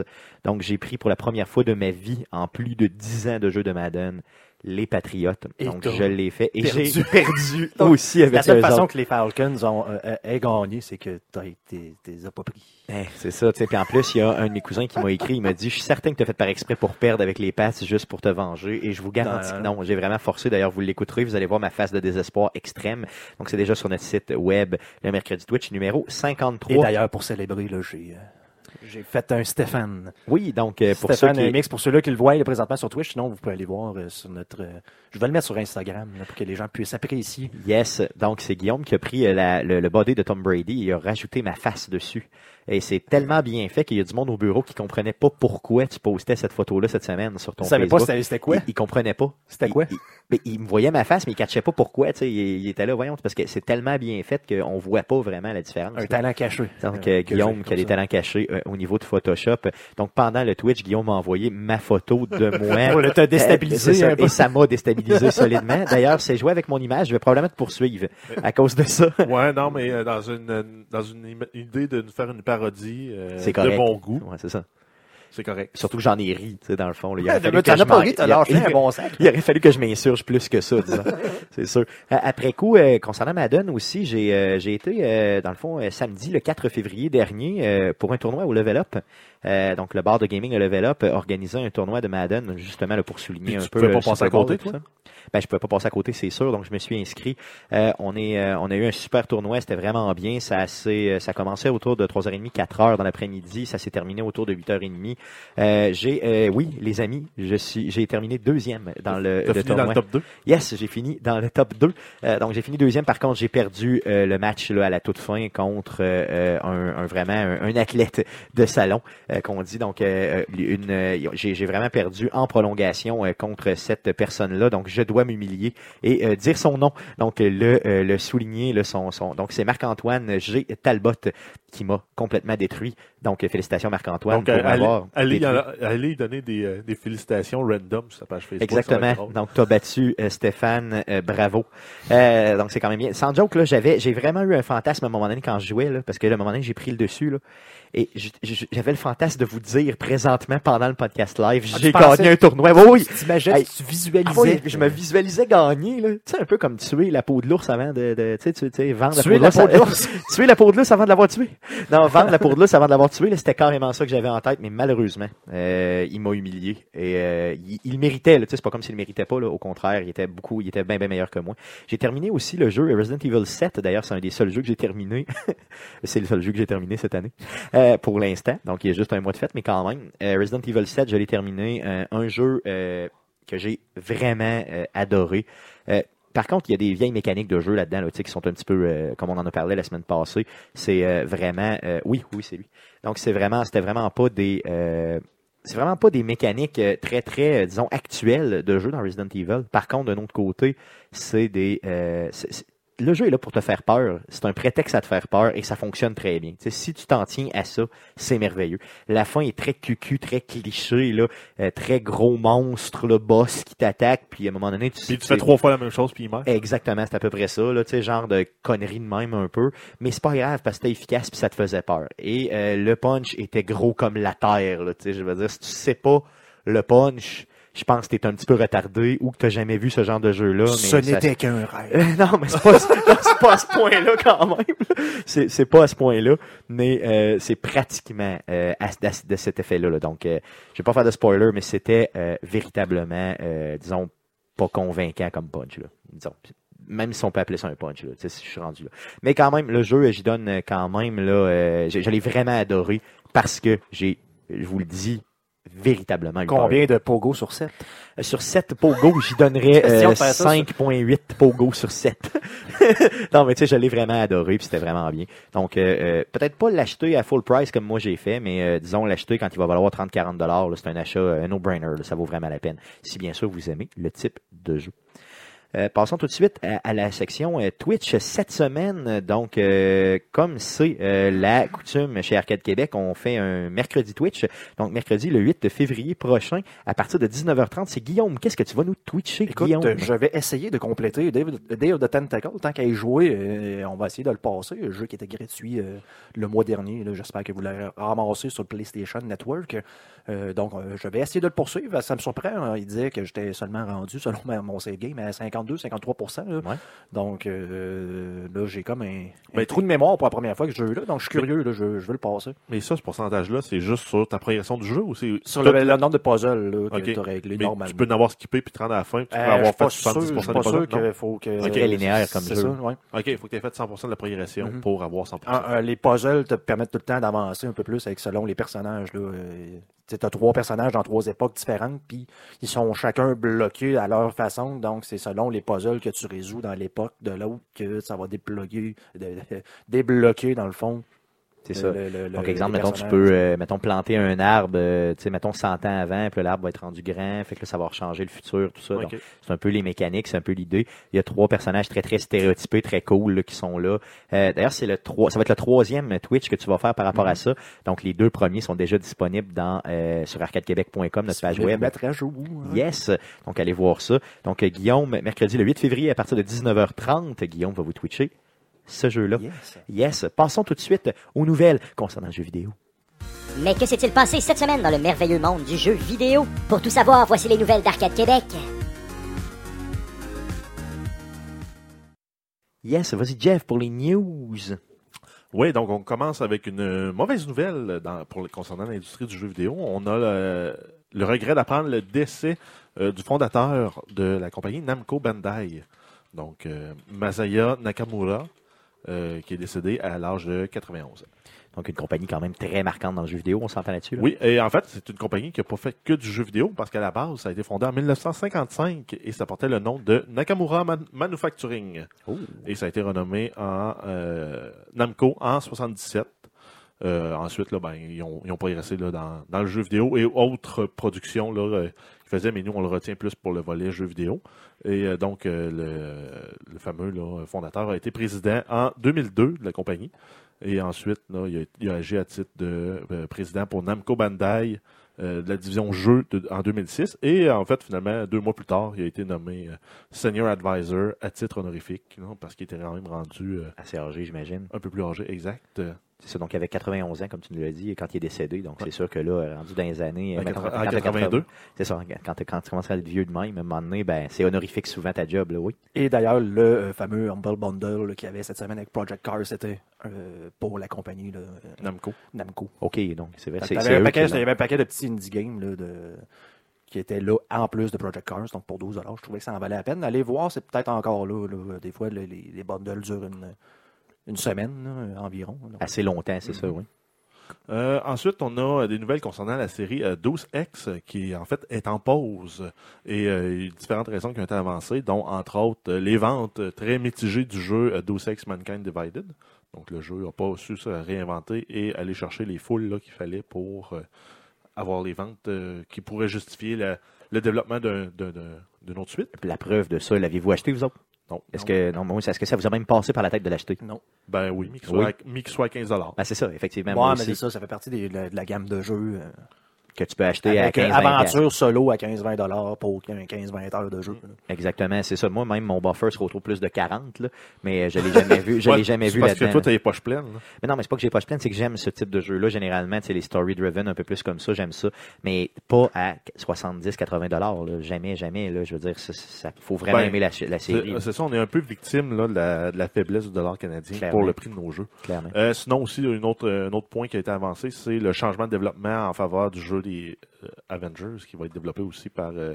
Speaker 1: Donc, j'ai pris pour la première fois de ma vie, en plus de 10 ans de jeu de Madden, les Patriotes.
Speaker 2: Et
Speaker 1: Donc,
Speaker 2: t'as
Speaker 1: je l'ai fait. Et
Speaker 2: perdu.
Speaker 1: j'ai perdu
Speaker 2: Donc,
Speaker 1: aussi
Speaker 2: La
Speaker 1: avec
Speaker 2: seule
Speaker 1: eux
Speaker 2: façon
Speaker 1: autres.
Speaker 2: que les Falcons ont euh, euh, aient gagné, c'est que tu les as pas pris.
Speaker 1: Eh, c'est ça, tu sais. Puis en plus, il y a un de mes cousins qui m'a écrit, il m'a dit, je suis certain que tu as fait par exprès pour perdre avec les Pats juste pour te venger. Et je vous garantis
Speaker 2: Non,
Speaker 1: que non, j'ai vraiment forcé. D'ailleurs, vous l'écouterez, vous allez voir ma face de désespoir extrême. Donc, c'est déjà sur notre site web, le mercredi Twitch numéro
Speaker 2: Et
Speaker 1: 53.
Speaker 2: d'ailleurs, pour célébrer, là, j'ai, euh, j'ai fait un Stéphane.
Speaker 1: Oui, donc euh, pour
Speaker 2: Stéphane
Speaker 1: ceux qui...
Speaker 2: MX, pour ceux-là qui le voient là, présentement sur Twitch, sinon vous pouvez aller voir euh, sur notre. euh, je vais le mettre sur Instagram là, pour que les gens puissent apprécier.
Speaker 1: Yes, donc c'est Guillaume qui a pris euh, la- le, le body de Tom Brady et il a rajouté ma face dessus. Et c'est tellement bien fait qu'il y a du monde au bureau qui comprenait pas pourquoi tu postais cette photo-là cette semaine sur ton
Speaker 2: Tu savais pas
Speaker 1: Facebook.
Speaker 2: c'était c'était quoi?
Speaker 1: Il, il comprenait pas.
Speaker 2: C'était quoi?
Speaker 1: Il, il- mais il me voyait ma face, mais il catchait pas pourquoi. tu sais, Il, il était là, voyons, parce que c'est tellement bien fait qu'on voit pas vraiment la différence.
Speaker 2: Un talent caché.
Speaker 1: Donc,
Speaker 2: Euh,
Speaker 1: euh,
Speaker 2: que j'ai
Speaker 1: Guillaume, qui a
Speaker 2: comme
Speaker 1: des
Speaker 2: ça.
Speaker 1: talents cachés euh, au niveau de Photoshop. Donc, pendant le Twitch, Guillaume m'a envoyé ma photo de moi. Euh,
Speaker 2: Pour le te déstabiliser
Speaker 1: C'est ça,
Speaker 2: un peu.
Speaker 1: Et ça m'a déstabilisé solidement. D'ailleurs, c'est joué avec mon image. Je vais probablement te poursuivre à cause de ça.
Speaker 3: Ouais, non, mais euh, dans une euh, dans une im- idée de nous faire une parodie euh,
Speaker 1: C'est
Speaker 3: de
Speaker 1: correct.
Speaker 3: bon goût,
Speaker 1: Ouais, c'est ça.
Speaker 3: c'est correct.
Speaker 1: Surtout que j'en ai ri, tu sais, dans le fond. là. Il aurait fallu
Speaker 2: Mais
Speaker 1: que
Speaker 2: T'en
Speaker 1: je
Speaker 2: as pas
Speaker 1: m'en-
Speaker 2: ri, t'as
Speaker 1: il aurait-
Speaker 2: lâché un bon sac.
Speaker 1: Il aurait fallu que je m'insurge plus que ça, disons. c'est sûr. Euh, Après coup, euh, concernant Madden aussi, j'ai euh, j'ai été, euh, dans le fond, euh, samedi, le 4 février dernier, euh, pour un tournoi au Level Up. Euh, donc, le bar de gaming au Level Up euh, organisait un tournoi de Madden, justement, là, pour souligner
Speaker 3: Puis
Speaker 1: un
Speaker 3: tu
Speaker 1: peu euh,
Speaker 3: pouvais
Speaker 1: le
Speaker 3: pas passer
Speaker 1: Super
Speaker 3: à côté,
Speaker 1: Bowl et tout
Speaker 3: toi?
Speaker 1: ça. Ben, je pouvais pas passer à côté, c'est sûr. Donc, je me suis inscrit. Euh, on, est, euh, on a eu un super tournoi. C'était vraiment bien. Ça, s'est- euh, ça commençait autour de 3h30, 4h dans l'après-midi. Ça s'est terminé autour de 8h30. Euh, j'ai, euh, oui, les amis, je suis, j'ai terminé deuxième dans le,
Speaker 3: T'as
Speaker 1: le
Speaker 3: fini dans
Speaker 1: tournoi.
Speaker 3: le top 2.
Speaker 1: Yes, j'ai fini dans le top 2. Euh, donc j'ai fini deuxième. Par contre, j'ai perdu euh, le match là, à la toute fin contre euh, euh, un, un- vraiment un, un athlète de salon euh, qu'on dit. Donc euh, euh, une, euh, j'ai, j'ai vraiment perdu en prolongation euh, contre cette personne-là. Donc je dois m'humilier et euh, dire son nom. Donc euh, le, euh, le souligner, le son, son. Donc c'est Marc-Antoine G. Talbot qui m'a complètement détruit. Donc euh, félicitations Marc-Antoine
Speaker 3: Donc,
Speaker 1: pour
Speaker 3: euh, allez,
Speaker 1: m'avoir
Speaker 3: allez, y
Speaker 1: détruit.
Speaker 3: en- allez y donner des, euh, des félicitations random sur sa page Facebook. ça va être
Speaker 1: Exactement.
Speaker 3: drôle.
Speaker 1: Donc, t'as battu euh, Stéphane, euh, bravo. Euh, donc, c'est quand même bien. Sans joke, là, j'avais, j'ai vraiment eu un fantasme à un moment donné quand je jouais, là, parce que là, à un moment donné, j'ai pris le dessus, là, et j- j- j'avais le fantasme de vous dire présentement pendant le podcast live,
Speaker 2: Ah, tu
Speaker 1: j'ai
Speaker 2: pensais-
Speaker 1: gagné un tournoi. Oui, oui.
Speaker 2: Tu t'imagines,
Speaker 1: Hey.
Speaker 2: tu
Speaker 1: Ah
Speaker 2: visualisais.
Speaker 1: oui, je me visualisais gagner, là. Tu sais, un peu comme tuer la peau de l'ours avant de, de- tu sais, tu tu sais, vendre
Speaker 2: Tuer
Speaker 1: la peau de l'ours.
Speaker 2: l'ours.
Speaker 1: tuer la peau de l'ours avant de l'avoir tué. Non, vendre la peau de l'ours avant de l'avoir tué, là, c'était carrément ça que j'avais en tête, mais malheureusement, euh, il m'a humilié. Et euh, il, il le méritait, là, tu sais, c'est pas comme s'il le méritait pas, là, au contraire, il était beaucoup, il était bien, bien meilleur que moi. J'ai terminé aussi le jeu Resident Evil 7, d'ailleurs, c'est un des seuls jeux que j'ai terminé. c'est le seul jeu que j'ai terminé cette année, euh, pour l'instant. Donc, il y a juste un mois de fête, mais quand même, euh, Resident Evil 7, je l'ai terminé. euh, un jeu euh, que j'ai vraiment euh, adoré. Euh, par contre, il y a des vieilles mécaniques de jeu là-dedans, là, tu sais, qui sont un petit peu, euh, comme on en a parlé la semaine passée, c'est euh, vraiment, euh, oui, oui, c'est lui. Donc, c'est vraiment, c'était vraiment pas des, euh, c'est vraiment pas des mécaniques euh, très, très, euh, disons, actuelles de jeu dans Resident Evil. Par contre, d'un autre côté, c'est des, euh, c'est- c'est- le jeu est là pour te faire peur. C'est un prétexte à te faire peur et ça fonctionne très bien. Tu sais, si tu t'en tiens à ça, c'est merveilleux. La fin est très cucu, très cliché, là, euh, très gros monstre, le boss qui t'attaque, puis à un moment donné, tu sais
Speaker 3: Puis
Speaker 1: que
Speaker 3: tu fais
Speaker 1: c'est-
Speaker 3: trois fois la même chose, puis il meurt.
Speaker 1: Exactement, c'est à peu près ça, là, tu sais, genre de conneries de même un peu. Mais c'est pas grave parce que c'était efficace puis ça te faisait peur. Et euh, le punch était gros comme la terre, là, tu sais, je veux dire, si tu sais pas le punch, je pense que t'es un petit peu retardé ou que t'as jamais vu ce genre de jeu-là. mais
Speaker 2: Ce
Speaker 1: ça-
Speaker 2: n'était qu'un rêve.
Speaker 1: euh, non, mais c'est pas, non, c'est pas à ce point-là quand même. C'est, c'est pas à ce point-là, mais euh, c'est pratiquement euh, à, ce- à ce- de cet effet-là. là. Donc, euh, je vais pas faire de spoiler, mais c'était euh, véritablement, euh, disons, pas convaincant comme punch. Là, disons. Même si on peut appeler ça un punch, là, tu sais, si je suis rendu là. Mais quand même, le jeu, j'y donne euh, quand même, là, euh, je, je l'ai vraiment adoré parce que j'ai, je vous le dis, véritablement eu peur.
Speaker 2: Combien de pogo sur 7
Speaker 1: Euh, Sur 7 pogo, j'y donnerais
Speaker 2: Question
Speaker 1: euh,
Speaker 2: de faire ça,
Speaker 1: 5.8 pogo sur 7. non, mais tu sais, je l'ai vraiment adoré, puis c'était vraiment bien. Donc, euh, euh, peut-être pas l'acheter à full price comme moi j'ai fait, mais euh, disons l'acheter quand il va valoir 30-40 dollars. C'est un achat, euh, un no-brainer, là, ça vaut vraiment la peine. Si bien sûr vous aimez le type de jeu. Euh, passons tout de suite à, à la section euh, Twitch cette semaine. euh, Donc, euh, comme c'est euh, la coutume chez Arcade Québec, on fait un mercredi Twitch. Donc, mercredi le 8 février prochain, à partir de 19h30, c'est Guillaume. Qu'est-ce que tu vas nous twitcher,
Speaker 2: Écoute,
Speaker 1: Guillaume?
Speaker 2: euh, je vais essayer de compléter Day of, Day of the Tentacle. Tant qu'à y jouer, euh, on va essayer de le passer. Un jeu qui était gratuit euh, le mois dernier. là. J'espère que vous l'avez ramassé sur le PlayStation Network. Euh, donc, euh, je vais essayer de le poursuivre. Ça me surprend. hein. Il disait que j'étais seulement rendu, selon ma- mon save game, à 52-53 là.
Speaker 1: Ouais.
Speaker 2: Donc, euh, là, j'ai comme un, un
Speaker 3: Mais-
Speaker 2: trou de mémoire pour la première fois que je joue là. Donc, je suis curieux. Là, je, je veux le passer.
Speaker 3: Mais ça, ce pourcentage-là, c'est juste sur ta progression du jeu ou c'est
Speaker 2: Sur le, le nombre de puzzles là, que
Speaker 3: Ok.
Speaker 2: tu as réglé
Speaker 3: Mais
Speaker 2: normalement.
Speaker 3: tu peux en avoir skippé puis te rendre à la fin, puis tu peux
Speaker 2: Euh,
Speaker 3: avoir fait
Speaker 2: je suis pas sûr,
Speaker 3: 70%
Speaker 2: je suis
Speaker 3: des
Speaker 2: pas sûr
Speaker 3: puzzles, non?
Speaker 2: que faut que
Speaker 1: C'est très linéaire comme
Speaker 2: C'est
Speaker 1: jeu.
Speaker 2: ça, ouais.
Speaker 3: Ok, il faut que tu aies fait 100% de la progression
Speaker 2: Mhm.
Speaker 3: pour avoir 100%.
Speaker 2: Un- un- les puzzles te permettent tout le temps d'avancer un peu plus avec selon les personnages. Là. Euh, Tu as trois personnages dans trois époques différentes, puis ils sont chacun bloqués à leur façon. Donc, c'est selon les puzzles que tu résous dans l'époque de l'autre que ça va débloquer, de- débloquer dans le fond.
Speaker 1: c'est
Speaker 2: le-
Speaker 1: ça.
Speaker 2: le- le-
Speaker 1: Donc,
Speaker 2: le-
Speaker 1: exemple,
Speaker 2: les
Speaker 1: mettons, tu
Speaker 2: personnages.
Speaker 1: peux, euh, mettons, planter un arbre, euh, tu sais, mettons, 100 ans avant, puis là, l'arbre va être rendu grand, fait que là, ça va changer le futur, tout ça. Donc,
Speaker 3: Ok.
Speaker 1: c'est un peu les mécaniques, c'est un peu l'idée. Il y a trois personnages très, très stéréotypés, très cool, là, qui sont là. Euh, D'ailleurs, c'est le trois, ça va être le troisième Twitch que tu vas faire par rapport
Speaker 2: Mhm.
Speaker 1: à ça. Donc, les deux premiers sont déjà disponibles dans, euh, sur arcadequebec.com, notre
Speaker 2: Si
Speaker 1: page
Speaker 2: vous voulez
Speaker 1: web.
Speaker 2: mettre à jour, hein.
Speaker 1: Yes. Donc, allez voir ça. Donc, euh, Guillaume, mercredi le 8 février à partir de 19h30, Guillaume va vous twitcher ce jeu-là.
Speaker 2: Yes.
Speaker 1: Yes. Passons tout de suite aux nouvelles concernant le jeu vidéo.
Speaker 4: Mais que s'est-il passé cette semaine dans le merveilleux monde du jeu vidéo Pour tout savoir, voici les nouvelles d'Arcade Québec.
Speaker 1: Yes. Vas-y, Jeff, pour les news.
Speaker 3: Oui, donc on commence avec une euh, mauvaise nouvelle dans- pour, le- concernant l'industrie du jeu vidéo. On a le, le regret d'apprendre le décès euh, du fondateur de la compagnie Namco Bandai, donc euh, Masaya Nakamura, euh, qui est décédé à l'âge de 91 ans.
Speaker 1: Donc, une compagnie quand même très marquante dans le jeu vidéo. On s'entend là-dessus. là?
Speaker 3: Oui, et en fait, c'est une compagnie qui n'a pas fait que du jeu vidéo, parce qu'à la base, ça a été fondé en 1955 et ça portait le nom de Nakamura Man- Manufacturing.
Speaker 1: Oh.
Speaker 3: Et ça a été renommé en euh, Namco en 77. Euh, ensuite, là, ben, ils, ont, ils ont progressé là, dans, dans le jeu vidéo et autres productions là, euh, qu'ils faisaient, mais nous, on le retient plus pour le volet jeu vidéo. Et euh, donc, euh, le, le fameux là, fondateur a été président en 2002 de la compagnie. Et ensuite, là, il, a, il a agi à titre de euh, président pour Namco Bandai euh, de la division jeux de- en 2006. Et en fait, finalement, deux mois plus tard, il a été nommé euh, Senior Advisor à titre honorifique, là, parce qu'il était quand même rendu euh,
Speaker 1: Assez âgé, j'imagine.
Speaker 3: un peu plus âgé, exact. euh,
Speaker 1: C'est ça, donc avec 91 ans, comme tu nous l'as dit, quand il est décédé, donc c'est sûr que là, euh, rendu dans les années...
Speaker 3: En
Speaker 1: mettons,
Speaker 3: quatre- en
Speaker 1: quand t'as
Speaker 3: 82.
Speaker 1: 80, C'est ça, quand, t'as- quand tu commences à être vieux de même, à un moment donné, ben, c'est honorifique souvent ta job, là, oui.
Speaker 2: Et d'ailleurs, le euh, fameux Humble Bundle là, qu'il y avait cette semaine avec Project Cars, c'était euh, pour la compagnie là, euh,
Speaker 3: Namco.
Speaker 2: Namco.
Speaker 1: OK, donc c'est vrai,
Speaker 2: Fait que
Speaker 1: c'est
Speaker 2: t'avais
Speaker 1: c'est
Speaker 2: un
Speaker 1: eux
Speaker 2: paquet-
Speaker 1: qui
Speaker 2: Il y
Speaker 1: l'ont-
Speaker 2: avait un paquet de petits indie games là, de- qui étaient là en plus de Project Cars, donc pour 12 Je trouvais que ça en valait la peine. Allez voir, c'est peut-être encore là. là. Des fois, les, les- les bundles durent une, une semaine là, environ. Donc,
Speaker 1: assez longtemps, c'est
Speaker 2: Mm-hmm.
Speaker 1: ça, oui.
Speaker 3: Euh, ensuite, on a euh, des nouvelles concernant la série euh, 12X euh, qui, en fait, est en pause. Et euh, il y a eu différentes raisons qui ont été avancées, dont, entre autres, euh, les ventes euh, très mitigées du jeu euh, 12X Mankind Divided. Donc, le jeu n'a pas su se réinventer et aller chercher les foules là, qu'il fallait pour euh, avoir les ventes euh, qui pourraient justifier la- le développement d'un- d'un- d'un- d'une autre suite.
Speaker 1: La preuve de ça, l'aviez-vous acheté, vous autres?
Speaker 3: Non.
Speaker 1: Est-ce que, non, mais oui, est-ce que ça vous a même passé par la tête de l'acheter?
Speaker 2: Non.
Speaker 3: Ben oui, mais qu'il
Speaker 1: Oui.
Speaker 3: soit, à- mais qu'il soit à 15
Speaker 1: Ben, c'est ça, effectivement.
Speaker 2: Ouais,
Speaker 1: moi
Speaker 2: mais
Speaker 1: aussi,
Speaker 2: c'est ça, ça fait partie des- de la, de la gamme de jeux. euh,
Speaker 1: que tu peux acheter
Speaker 2: Avec
Speaker 1: à
Speaker 2: euh,
Speaker 1: 15
Speaker 2: aventure solo à 15-20$ pour 15-20 heures de jeu. là.
Speaker 1: Exactement, c'est ça. Moi, même, mon buffer se retrouve plus de 40, là, mais euh, je l'ai jamais vu, je l'ai jamais vu
Speaker 3: Parce que
Speaker 1: là-dedans.
Speaker 3: toi, t'as les poches pleines. là.
Speaker 1: Mais non, mais c'est pas que j'ai pas plein, c'est que j'aime ce type de jeu-là. Généralement, c'est les story-driven, un peu plus comme ça, j'aime ça. Mais pas à 70, 80 dollars, Jamais, jamais, là. Je veux dire, ça, ça- faut vraiment
Speaker 3: Ben,
Speaker 1: aimer la, la série,
Speaker 3: C'est c'est ça, on est un peu victime là, de, la, de la faiblesse du dollar canadien
Speaker 1: Clairement.
Speaker 3: pour le prix de nos jeux.
Speaker 1: clairement.
Speaker 3: Euh, sinon aussi, une autre, euh, un autre point qui a été avancé, c'est le changement de développement en faveur du jeu des euh, Avengers, qui va être développé aussi par euh,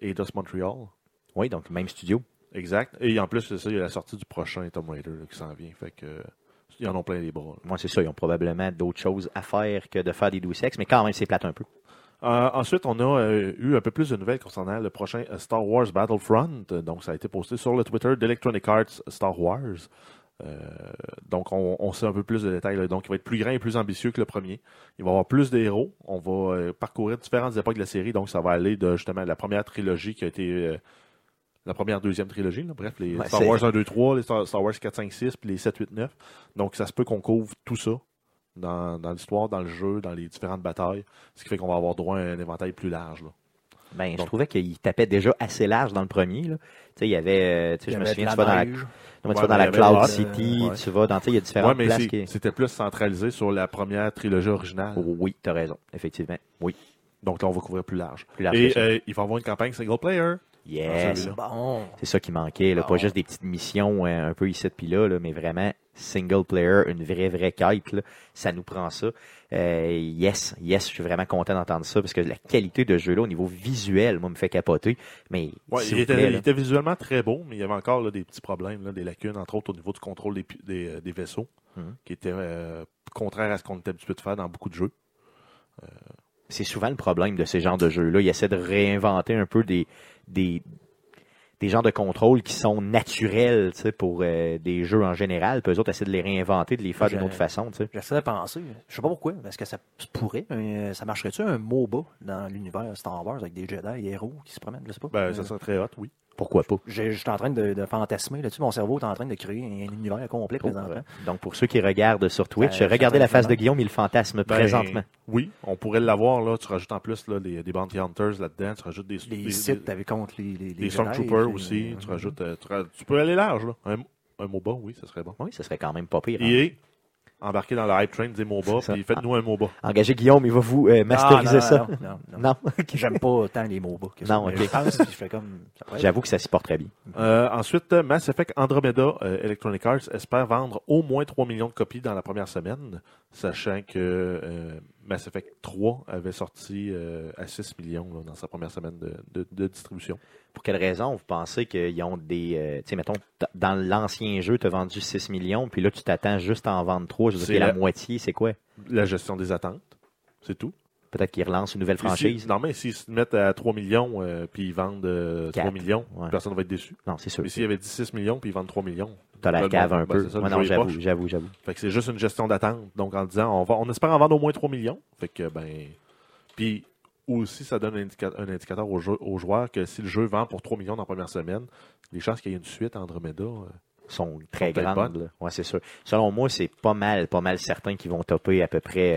Speaker 3: Eidos Montreal.
Speaker 1: Oui, donc, même studio.
Speaker 3: Exact. Et en plus, c'est ça, il y a la sortie du prochain Tom Raider là, qui s'en vient. Fait que, euh, ils en ont plein les bras. là.
Speaker 1: Moi, c'est ça. Ils ont probablement d'autres choses à faire que de faire des doux sexes, mais quand même, c'est plate un peu.
Speaker 3: Euh, ensuite, on a euh, eu un peu plus de nouvelles concernant le prochain euh, Star Wars Battlefront. Donc, ça a été posté sur le Twitter d'Electronic Arts Star Wars. Euh, donc, on, on sait un peu plus de détails. là. Donc, il va être plus grand et plus ambitieux que le premier. Il va y avoir plus de héros. On va euh, parcourir différentes époques de la série. Donc, ça va aller de justement la première trilogie qui a été. euh, la première, deuxième trilogie, là. bref, les
Speaker 1: Ouais,
Speaker 3: Star
Speaker 1: c'est-
Speaker 3: Wars 1, 2, 3, les Star, Star Wars 4, 5, 6, puis les 7, 8, 9. Donc, ça se peut qu'on couvre tout ça dans, dans l'histoire, dans le jeu, dans les différentes batailles, ce qui fait qu'on va avoir droit à un éventail plus large. là.
Speaker 1: Ben, je
Speaker 3: Donc.
Speaker 1: trouvais qu'ils tapaient déjà assez large dans le premier, là. Tu sais, il y avait, euh, tu sais,
Speaker 2: Il y
Speaker 1: je me
Speaker 2: avait de
Speaker 1: souviens,
Speaker 2: la
Speaker 1: tu vas dans la,
Speaker 2: neige.
Speaker 1: non, mais tu
Speaker 3: Ouais,
Speaker 1: vas dans
Speaker 3: mais
Speaker 1: la
Speaker 3: il y avait
Speaker 1: Cloud
Speaker 3: l'autre,
Speaker 1: City,
Speaker 3: euh, ouais.
Speaker 1: tu vas dans, tu sais, il y a différentes
Speaker 3: Ouais, mais
Speaker 1: places
Speaker 3: c'est-
Speaker 1: qui... Oh,
Speaker 3: c'était plus centralisé sur la première trilogie originale.
Speaker 1: Oui, t'as raison. Effectivement. Oui.
Speaker 3: Donc là, on va couvrir plus large.
Speaker 1: Plus large
Speaker 3: Et
Speaker 1: que ça.
Speaker 3: euh, il va y avoir une campagne single player.
Speaker 1: Yes.
Speaker 3: celui-là.
Speaker 2: Bon.
Speaker 1: C'est ça qui manquait, là, pas
Speaker 2: Bon.
Speaker 1: juste des petites missions euh, un peu ici puis là, là, mais vraiment single player, une vraie, vraie quête. là. ça nous prend ça. Euh, yes, yes, je suis vraiment content d'entendre ça parce que la qualité de jeu là au niveau visuel, moi, me fait capoter. Mais
Speaker 3: Ouais,
Speaker 1: s'il
Speaker 3: il,
Speaker 1: vous
Speaker 3: était,
Speaker 1: plaît,
Speaker 3: il
Speaker 1: là,
Speaker 3: était visuellement très beau, mais il y avait encore là, des petits problèmes, là, des lacunes, entre autres au niveau du contrôle des, pi- des, euh, des vaisseaux,
Speaker 1: Mhm.
Speaker 3: qui était euh, contraire à ce qu'on était habitué de faire dans beaucoup de jeux.
Speaker 1: c'est souvent le problème de ces genres de jeux-là. Ils essaient de réinventer un peu des des des genres de contrôle qui sont naturels tu sais, pour euh, des jeux en général. Puis eux autres essaient de les réinventer, de les faire d'une
Speaker 2: J'ai-
Speaker 1: autre façon. tu sais.
Speaker 2: J'essaie de penser. Je sais pas pourquoi. Est-ce que ça se pourrait? un- ça marcherait-tu un MOBA dans l'univers Star Wars avec des Jedi et héros qui se promènent? Je sais pas.
Speaker 3: Ben,
Speaker 2: Euh,
Speaker 3: ça serait très hot, oui.
Speaker 1: Pourquoi pas?
Speaker 2: j'ai- Je suis en train de, de fantasmer là-dessus. Mon cerveau est en train de créer un univers complet
Speaker 3: Oh,
Speaker 2: présentement.
Speaker 1: Donc, pour ceux qui regardent sur Twitch,
Speaker 2: Euh,
Speaker 1: regardez la face de
Speaker 2: certainement.
Speaker 1: Guillaume, il fantasme
Speaker 3: Ben,
Speaker 1: présentement.
Speaker 3: Oui, on pourrait l'avoir. là. Tu rajoutes en plus là, des, des Bounty Hunters là-dedans. Tu rajoutes des,
Speaker 2: Les
Speaker 3: des-
Speaker 2: sites avec contre les, les, les
Speaker 3: des
Speaker 2: Jedi,
Speaker 3: Stormtroopers
Speaker 2: puis-
Speaker 3: aussi. Tu rajoutes. euh, tu, ra- tu peux aller large, là. Un, un MOBA, oui, ça serait bon.
Speaker 1: Oui, ce serait quand même pas pire. hein.
Speaker 3: Et embarqué dans le hype train des
Speaker 1: C'est
Speaker 3: MOBA,
Speaker 1: ça.
Speaker 3: puis faites-nous un MOBA.
Speaker 1: Engagez Guillaume, il va vous euh, masteriser
Speaker 2: Ah, non,
Speaker 1: ça.
Speaker 2: non, non, non, non.
Speaker 1: Non,
Speaker 2: J'aime pas tant les MOBA. Que ça.
Speaker 1: Non,
Speaker 2: Mais
Speaker 1: ok.
Speaker 2: Je pense puis je fais comme. ça pourrait être-
Speaker 1: j'avoue que ça s'y porte très bien.
Speaker 3: Euh, ensuite, euh, Mass Effect Andromeda, euh, Electronic Arts espère vendre au moins 3 millions de copies dans la première semaine, sachant que euh, Mass Effect 3 avait sorti euh, à 6 millions là, dans sa première semaine de, de- de distribution.
Speaker 1: Pour quelle raison vous pensez qu'ils ont des. euh, tu sais, mettons, t- dans l'ancien jeu, tu as vendu 6 millions, puis là, tu t'attends juste à en vendre 3. Je veux
Speaker 3: C'est
Speaker 1: dire, la...
Speaker 3: la-
Speaker 1: moitié, c'est quoi
Speaker 3: La gestion des attentes, c'est tout.
Speaker 1: Peut-être qu'ils relancent une nouvelle
Speaker 3: Puis
Speaker 1: franchise.
Speaker 3: si- non, mais s'ils se mettent à 3 millions euh, puis ils vendent euh, 3
Speaker 1: Quatre.
Speaker 3: millions,
Speaker 1: Ouais.
Speaker 3: personne ne va être déçu.
Speaker 1: Non, c'est sûr.
Speaker 3: Mais s'il y avait 16 millions puis ils vendent 3 millions,
Speaker 1: T'as
Speaker 3: Ben,
Speaker 1: la
Speaker 3: le
Speaker 1: cave
Speaker 3: monde-
Speaker 1: un
Speaker 3: ben,
Speaker 1: peu.
Speaker 3: c'est ça, le
Speaker 1: Ouais,
Speaker 3: jeu
Speaker 1: non,
Speaker 3: est
Speaker 1: j'avoue,
Speaker 3: poche.
Speaker 1: j'avoue, j'avoue.
Speaker 3: Fait que c'est juste une gestion d'attente. Donc en disant on va on espère en vendre au moins 3 millions. Fait que ben puis aussi ça donne un, indica- un indicateur aux, jeu- aux joueurs que si le jeu vend pour 3 millions dans la première semaine, les chances qu'il y ait une suite à Andromeda. euh,
Speaker 1: sont très
Speaker 3: peut-être
Speaker 1: grandes. là. Ouais, c'est sûr. Selon moi, c'est pas mal, pas mal certains qui vont topper à peu près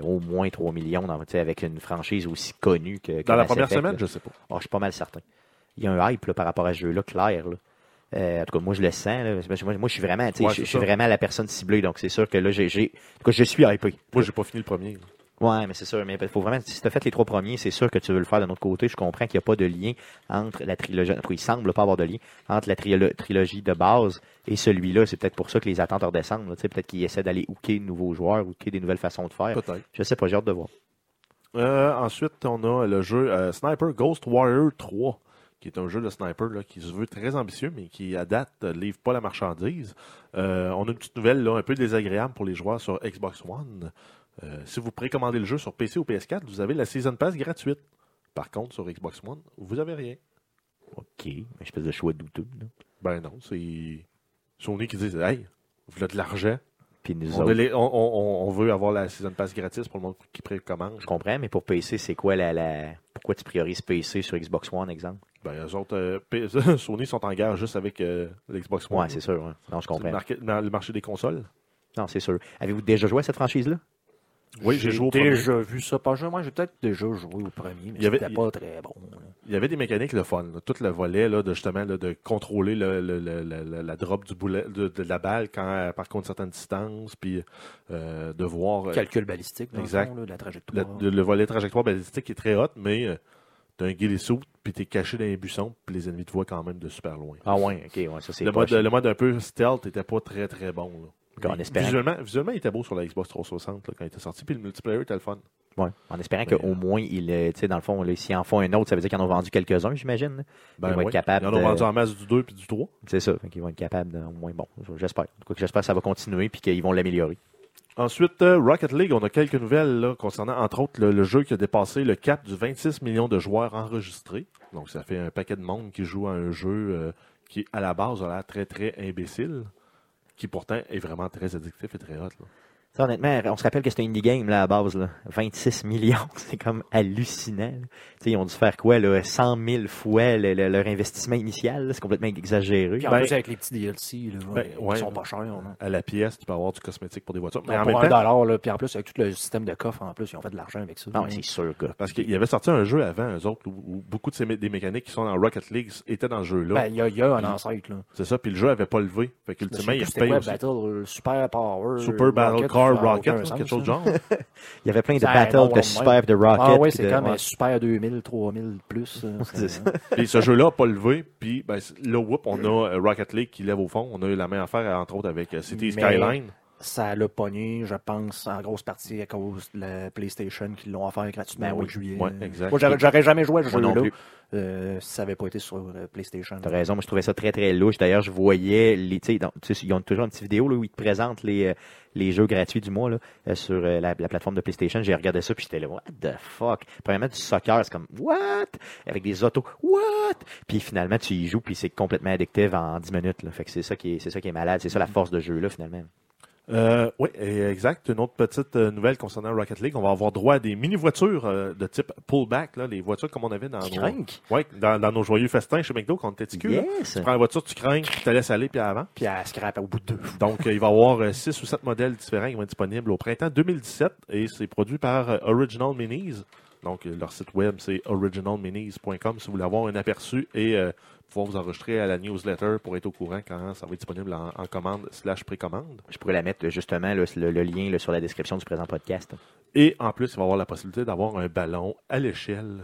Speaker 1: euh, au moins 3 millions dans, tu sais, avec une franchise aussi connue que. que
Speaker 3: dans la
Speaker 1: Mass
Speaker 3: première
Speaker 1: Effect,
Speaker 3: semaine,
Speaker 1: là.
Speaker 3: je sais pas.
Speaker 1: Ah, je suis pas mal certain. Il y a un hype là, par rapport à ce jeu-là, clair. là. Euh, en tout cas, moi, je le sens. là. Parce que Moi, moi, je suis vraiment, tu sais,
Speaker 3: Ouais,
Speaker 1: je,
Speaker 3: c'est
Speaker 1: je suis
Speaker 3: ça.
Speaker 1: vraiment la personne ciblée. Donc, c'est sûr que là, j'ai, j'ai- en tout cas, je suis hypé.
Speaker 3: Moi, j'ai pas fini le premier.
Speaker 1: Ouais, mais c'est sûr. Mais faut vraiment, si t'as fait les trois premiers, c'est sûr que tu veux le faire d'un autre côté. Je comprends qu'il n'y a pas de lien entre la trilogie, en tout cas, il semble pas avoir de lien entre la trilo- trilogie de base et celui-là. C'est peut-être pour ça que les attentes redescendent. là. Tu sais, peut-être qu'ils essaient d'aller hooker de nouveaux joueurs, hooker des nouvelles façons de faire.
Speaker 3: Peut-être.
Speaker 1: Je sais pas, j'ai hâte de voir.
Speaker 3: Euh, ensuite, on a le jeu euh, Sniper Ghost Warrior 3, qui est un jeu de sniper là, qui se veut très ambitieux, mais qui, à date, euh, livre pas la marchandise. Euh, on a une petite nouvelle là, un peu désagréable pour les joueurs sur Xbox One. Euh, si vous précommandez le jeu sur PC ou PS4, vous avez la Season Pass gratuite. Par contre, sur Xbox One, vous avez rien.
Speaker 1: Ok, une espèce de choix douteux. là.
Speaker 3: Ben non, c'est Sony qui dit Hey, vous avez de l'argent.
Speaker 1: Puis nous
Speaker 3: On,
Speaker 1: autres,
Speaker 3: veut les- on- on- on veut avoir la Season Pass gratis pour le monde qui précommande.
Speaker 1: je comprends, mais pour PC, c'est quoi la, la- Pourquoi tu priorises PC sur Xbox One, exemple
Speaker 3: Ben, eux autres, euh, P- Sony sont en guerre juste avec euh, l'Xbox One.
Speaker 1: Ouais, c'est sûr. ouais. Non, je
Speaker 3: C'est le,
Speaker 1: comprends.
Speaker 3: marqué- dans le marché des consoles.
Speaker 1: Non, c'est sûr. Avez-vous déjà joué à cette franchise-là?
Speaker 3: Oui, j'ai joué au premier.
Speaker 2: déjà vu ça. Pas joué. Moi, j'ai peut-être déjà joué au premier, mais
Speaker 3: Il y avait-
Speaker 2: c'était pas très bon. là.
Speaker 3: Il y avait des mécaniques le fun. là. Tout le volet là, de justement là, de contrôler le- le- le- le- le- la drop du boulet de, de la balle quand elle part contre certaines distances, puis euh, de voir euh,
Speaker 2: Calcul balistique, dans le
Speaker 3: Exact.
Speaker 2: fond, là, de la trajectoire.
Speaker 3: le, de- le volet trajectoire balistique qui est très haute, mais euh, t'as un ghillie suit, puis t'es caché dans les buissons, puis les ennemis te voient quand même de super loin.
Speaker 1: Ah ouais, ok, ouais, ça c'est
Speaker 3: Le
Speaker 1: poche.
Speaker 3: mode, le mode un peu stealth était pas très très bon. là.
Speaker 1: Puis en
Speaker 3: Mais
Speaker 1: espérant-
Speaker 3: Visuellement, visuellement, il était beau sur la Xbox 360 là, quand il était sorti, puis le multiplayer était le fun.
Speaker 1: Ouais. En espérant
Speaker 3: Mais,
Speaker 1: qu'au moins, il, euh, tu sais, dans le fond, là, s'ils en font un autre, ça veut dire qu'ils en ont vendu quelques-uns, j'imagine. là. Ils vont être capables
Speaker 3: Ils en ont
Speaker 1: de-
Speaker 3: vendu en masse du 2 puis du 3.
Speaker 1: C'est ça. Ils vont être capables, de- au moins, bon, j'espère. En tout cas, J'espère que ça va continuer puis qu'ils vont l'améliorer.
Speaker 3: Ensuite, euh, Rocket League, on a quelques nouvelles là, concernant, entre autres, le, le jeu qui a dépassé le cap du 26 millions de joueurs enregistrés. Donc, ça fait un paquet de monde qui joue à un jeu euh, qui, à la base, a l'air très, très imbécile, qui pourtant est vraiment très addictif et très hot. là.
Speaker 1: Ça, honnêtement, on se rappelle que c'était un indie game là, à la base. Là. 26 millions, c'est comme hallucinant. là. Tu sais, Ils ont dû faire quoi là, 100 000 fois le- le- leur investissement initial. là. C'est complètement exagéré.
Speaker 2: Puis en
Speaker 3: Ben-
Speaker 2: plus, avec les petits DLC, là,
Speaker 3: Ben,
Speaker 2: ils
Speaker 3: ouais,
Speaker 2: sont
Speaker 3: là.
Speaker 2: pas chers. non?
Speaker 3: À la pièce, tu peux avoir du cosmétique pour des voitures. Mais
Speaker 2: Pour
Speaker 3: en même
Speaker 2: un
Speaker 3: temps,
Speaker 2: dollar, là, puis en plus, avec tout le système de coffre, en plus, ils ont fait de l'argent avec ça. Ben,
Speaker 1: Non, mais Ah c'est sûr. Quoi.
Speaker 3: parce qu'il y avait sorti un jeu avant, eux autres, où, où beaucoup de ces mé- des mécaniques qui sont dans Rocket League étaient dans le jeu-là.
Speaker 2: Ben, il y, a- il y a un ancêtre, là.
Speaker 3: C'est ça, puis le jeu avait pas levé. Fait
Speaker 2: Je me
Speaker 3: qu'ultimement,
Speaker 2: souviens
Speaker 3: il
Speaker 2: plus c'était quoi,
Speaker 3: paye aussi.
Speaker 2: Battle, euh, Super Power.
Speaker 3: Super Battle
Speaker 2: Rocket,
Speaker 3: Car
Speaker 2: ça a
Speaker 3: Rocket,
Speaker 2: aucun
Speaker 3: là,
Speaker 2: sens,
Speaker 3: quelque chose de
Speaker 2: là.
Speaker 3: genre.
Speaker 1: Il y avait plein de
Speaker 2: Ben,
Speaker 1: battles
Speaker 2: non,
Speaker 1: de
Speaker 2: non,
Speaker 1: Super, de Rocket.
Speaker 2: Ah ouais,
Speaker 1: puis
Speaker 2: c'est
Speaker 1: de-
Speaker 2: comme
Speaker 1: ouais.
Speaker 2: euh, Super 2000, 3000 plus. euh,
Speaker 1: C'est
Speaker 2: c'est-
Speaker 3: Puis ce jeu-là n'a pas levé. Puis ben, c- là, whoop, on a euh, Rocket League qui lève au fond. On a eu la même affaire, entre autres, avec euh, City
Speaker 2: Mais-
Speaker 3: Skyline.
Speaker 2: Ça l'a pogné, je pense, en grosse partie à cause de la PlayStation qui l'ont offert gratuitement
Speaker 3: Ben
Speaker 2: au mois
Speaker 3: oui.
Speaker 2: de juillet.
Speaker 3: Ouais, exact.
Speaker 2: Moi, j'aurais, j'aurais jamais joué à ce
Speaker 1: Moi non
Speaker 2: jeu-là
Speaker 1: plus.
Speaker 2: euh, si ça n'avait pas été sur euh, PlayStation.
Speaker 1: T'as raison, moi je trouvais ça très très louche. D'ailleurs, je voyais les. tu sais, dans- tu sais, ils ont toujours une petite vidéo là, où ils te présentent les, euh, les jeux gratuits du mois là, euh, sur euh, la, la plateforme de PlayStation. J'ai regardé ça puis j'étais là, what the fuck? Premièrement, du soccer, c'est comme what? Avec des autos, what? Puis finalement, tu y joues puis c'est complètement addictif en 10 minutes. Là. Fait que c'est ça qui est c'est ça qui est malade, c'est ça la force de jeu là finalement.
Speaker 3: Euh, oui, et exact. Une autre petite euh, nouvelle concernant Rocket League. On va avoir droit à des mini-voitures euh, de type pullback. Là, les voitures comme on avait dans,
Speaker 2: Qui
Speaker 3: nos...
Speaker 2: crinquent.
Speaker 3: Ouais, dans, dans nos joyeux festins chez McDo quand on était petit cul, là.
Speaker 1: Yes!
Speaker 3: Tu prends la voiture, tu crains, tu te laisses aller, puis avant.
Speaker 2: Puis elle scrape au bout de deux fois.
Speaker 3: Donc, euh, il va y avoir euh, six ou sept modèles différents qui vont être disponibles au printemps 2017 et c'est produit par euh, Original Minis. Donc, euh, leur site web, c'est originalminis.com si vous voulez avoir un aperçu et euh, pouvoir vous enregistrer à la newsletter pour être au courant quand ça va être disponible en, en commande slash précommande.
Speaker 1: Je pourrais la mettre justement là, le, le lien là, sur la description du présent podcast.
Speaker 3: Et en plus, il va y avoir la possibilité d'avoir un ballon à l'échelle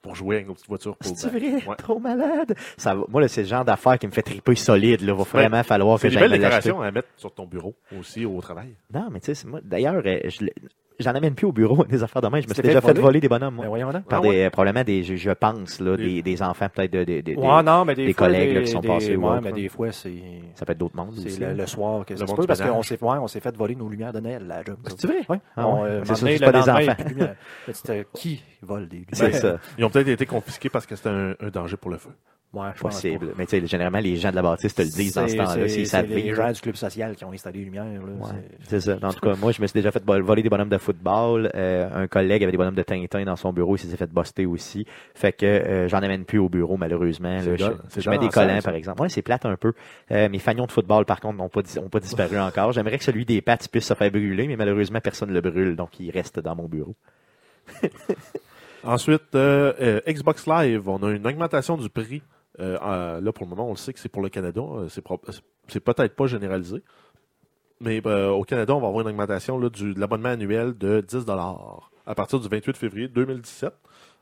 Speaker 3: pour jouer avec nos petites voitures. pour
Speaker 1: C'est
Speaker 3: back.
Speaker 1: vrai,
Speaker 3: Ouais.
Speaker 1: trop malade. Ça va- Moi, là, c'est le genre d'affaire qui me fait triper solide. Il va vraiment falloir
Speaker 3: C'est
Speaker 1: que
Speaker 3: des
Speaker 1: j'aille
Speaker 3: belles
Speaker 1: me l'acheter.
Speaker 3: décorations à mettre sur ton bureau aussi au travail.
Speaker 1: Non, mais tu sais, c'est moi, d'ailleurs, euh, je l'ai- j'en amène plus au bureau des affaires de main. Je me suis
Speaker 2: t'es
Speaker 1: déjà
Speaker 2: fait
Speaker 1: fait
Speaker 2: voler?
Speaker 1: voler des bonhommes, moi.
Speaker 2: Ben, voyons donc.
Speaker 1: Par
Speaker 3: Ah
Speaker 1: des,
Speaker 3: ouais?
Speaker 1: euh, probablement des, je, je pense, là,
Speaker 3: Des-
Speaker 1: des, des enfants, peut-être, de, de- de-
Speaker 2: Ouais,
Speaker 1: des-
Speaker 2: non, mais des,
Speaker 1: des
Speaker 2: fois,
Speaker 1: collègues,
Speaker 2: des,
Speaker 1: là, qui sont
Speaker 2: des-
Speaker 1: passés ou
Speaker 2: ouais,
Speaker 1: autre, hein.
Speaker 2: mais
Speaker 1: là.
Speaker 2: des fois, c'est.
Speaker 1: ça peut être d'autres mondes
Speaker 2: C'est
Speaker 1: aussi.
Speaker 2: le, le soir que
Speaker 3: Le
Speaker 2: ça se
Speaker 3: monde
Speaker 2: peut,
Speaker 3: du
Speaker 2: parce qu'on
Speaker 3: ménage.
Speaker 2: s'est ouais, on s'est fait voler nos lumières de Noël la job.
Speaker 1: C'est vrai?
Speaker 2: Ouais.
Speaker 1: Ah
Speaker 2: On,
Speaker 1: ouais.
Speaker 2: euh,
Speaker 1: C'est
Speaker 2: un
Speaker 1: sûr,
Speaker 2: moment
Speaker 1: c'est
Speaker 2: donné,
Speaker 1: pas
Speaker 2: le
Speaker 1: des
Speaker 2: lendemain, il y a
Speaker 1: enfants.
Speaker 2: plus de lumière. C'était, euh, qui vole des lumières?
Speaker 1: C'est ça,
Speaker 3: Ben, Ils ont peut-être été confisqués parce que c'était un- un danger pour le feu.
Speaker 2: Ouais, je pense
Speaker 1: possible. Mais tu sais, généralement, les gens de la bâtisse te
Speaker 2: pas.
Speaker 1: le disent dans ce
Speaker 2: C'est-
Speaker 1: temps-là,
Speaker 2: c'est-
Speaker 1: s'ils savent
Speaker 2: C'est les
Speaker 1: vivre.
Speaker 2: gens du club social qui ont installé les lumières. là.
Speaker 1: Ouais,
Speaker 2: C'est-
Speaker 1: c'est ça. En tout cas, moi, je me suis déjà fait bol- voler des bonhommes de football. Euh, un collègue avait des bonhommes de Tintin dans son bureau. Il s'est fait buster aussi. Fait que euh, j'en amène plus au bureau, malheureusement. là.
Speaker 3: C'est dol-
Speaker 1: je
Speaker 3: c'est
Speaker 1: je mets des
Speaker 3: dol- ça,
Speaker 1: collants,
Speaker 3: ça.
Speaker 1: par exemple. Ouais, c'est plate un peu. Euh, mes fagnons de football, par contre, n'ont pas, dis- ont pas disparu encore. J'aimerais que celui des pattes puisse se faire brûler, mais malheureusement, personne ne le brûle. Donc, il reste dans mon bureau.
Speaker 3: Ensuite, euh, euh, Xbox Live, on a une augmentation du prix. Euh, euh, là, pour le moment, on le sait que c'est pour le Canada. euh, c'est prob- c'est peut-être pas généralisé. Mais euh, au Canada, on va avoir une augmentation là, du, de l'abonnement annuel de 10 à partir du 28 février 2017.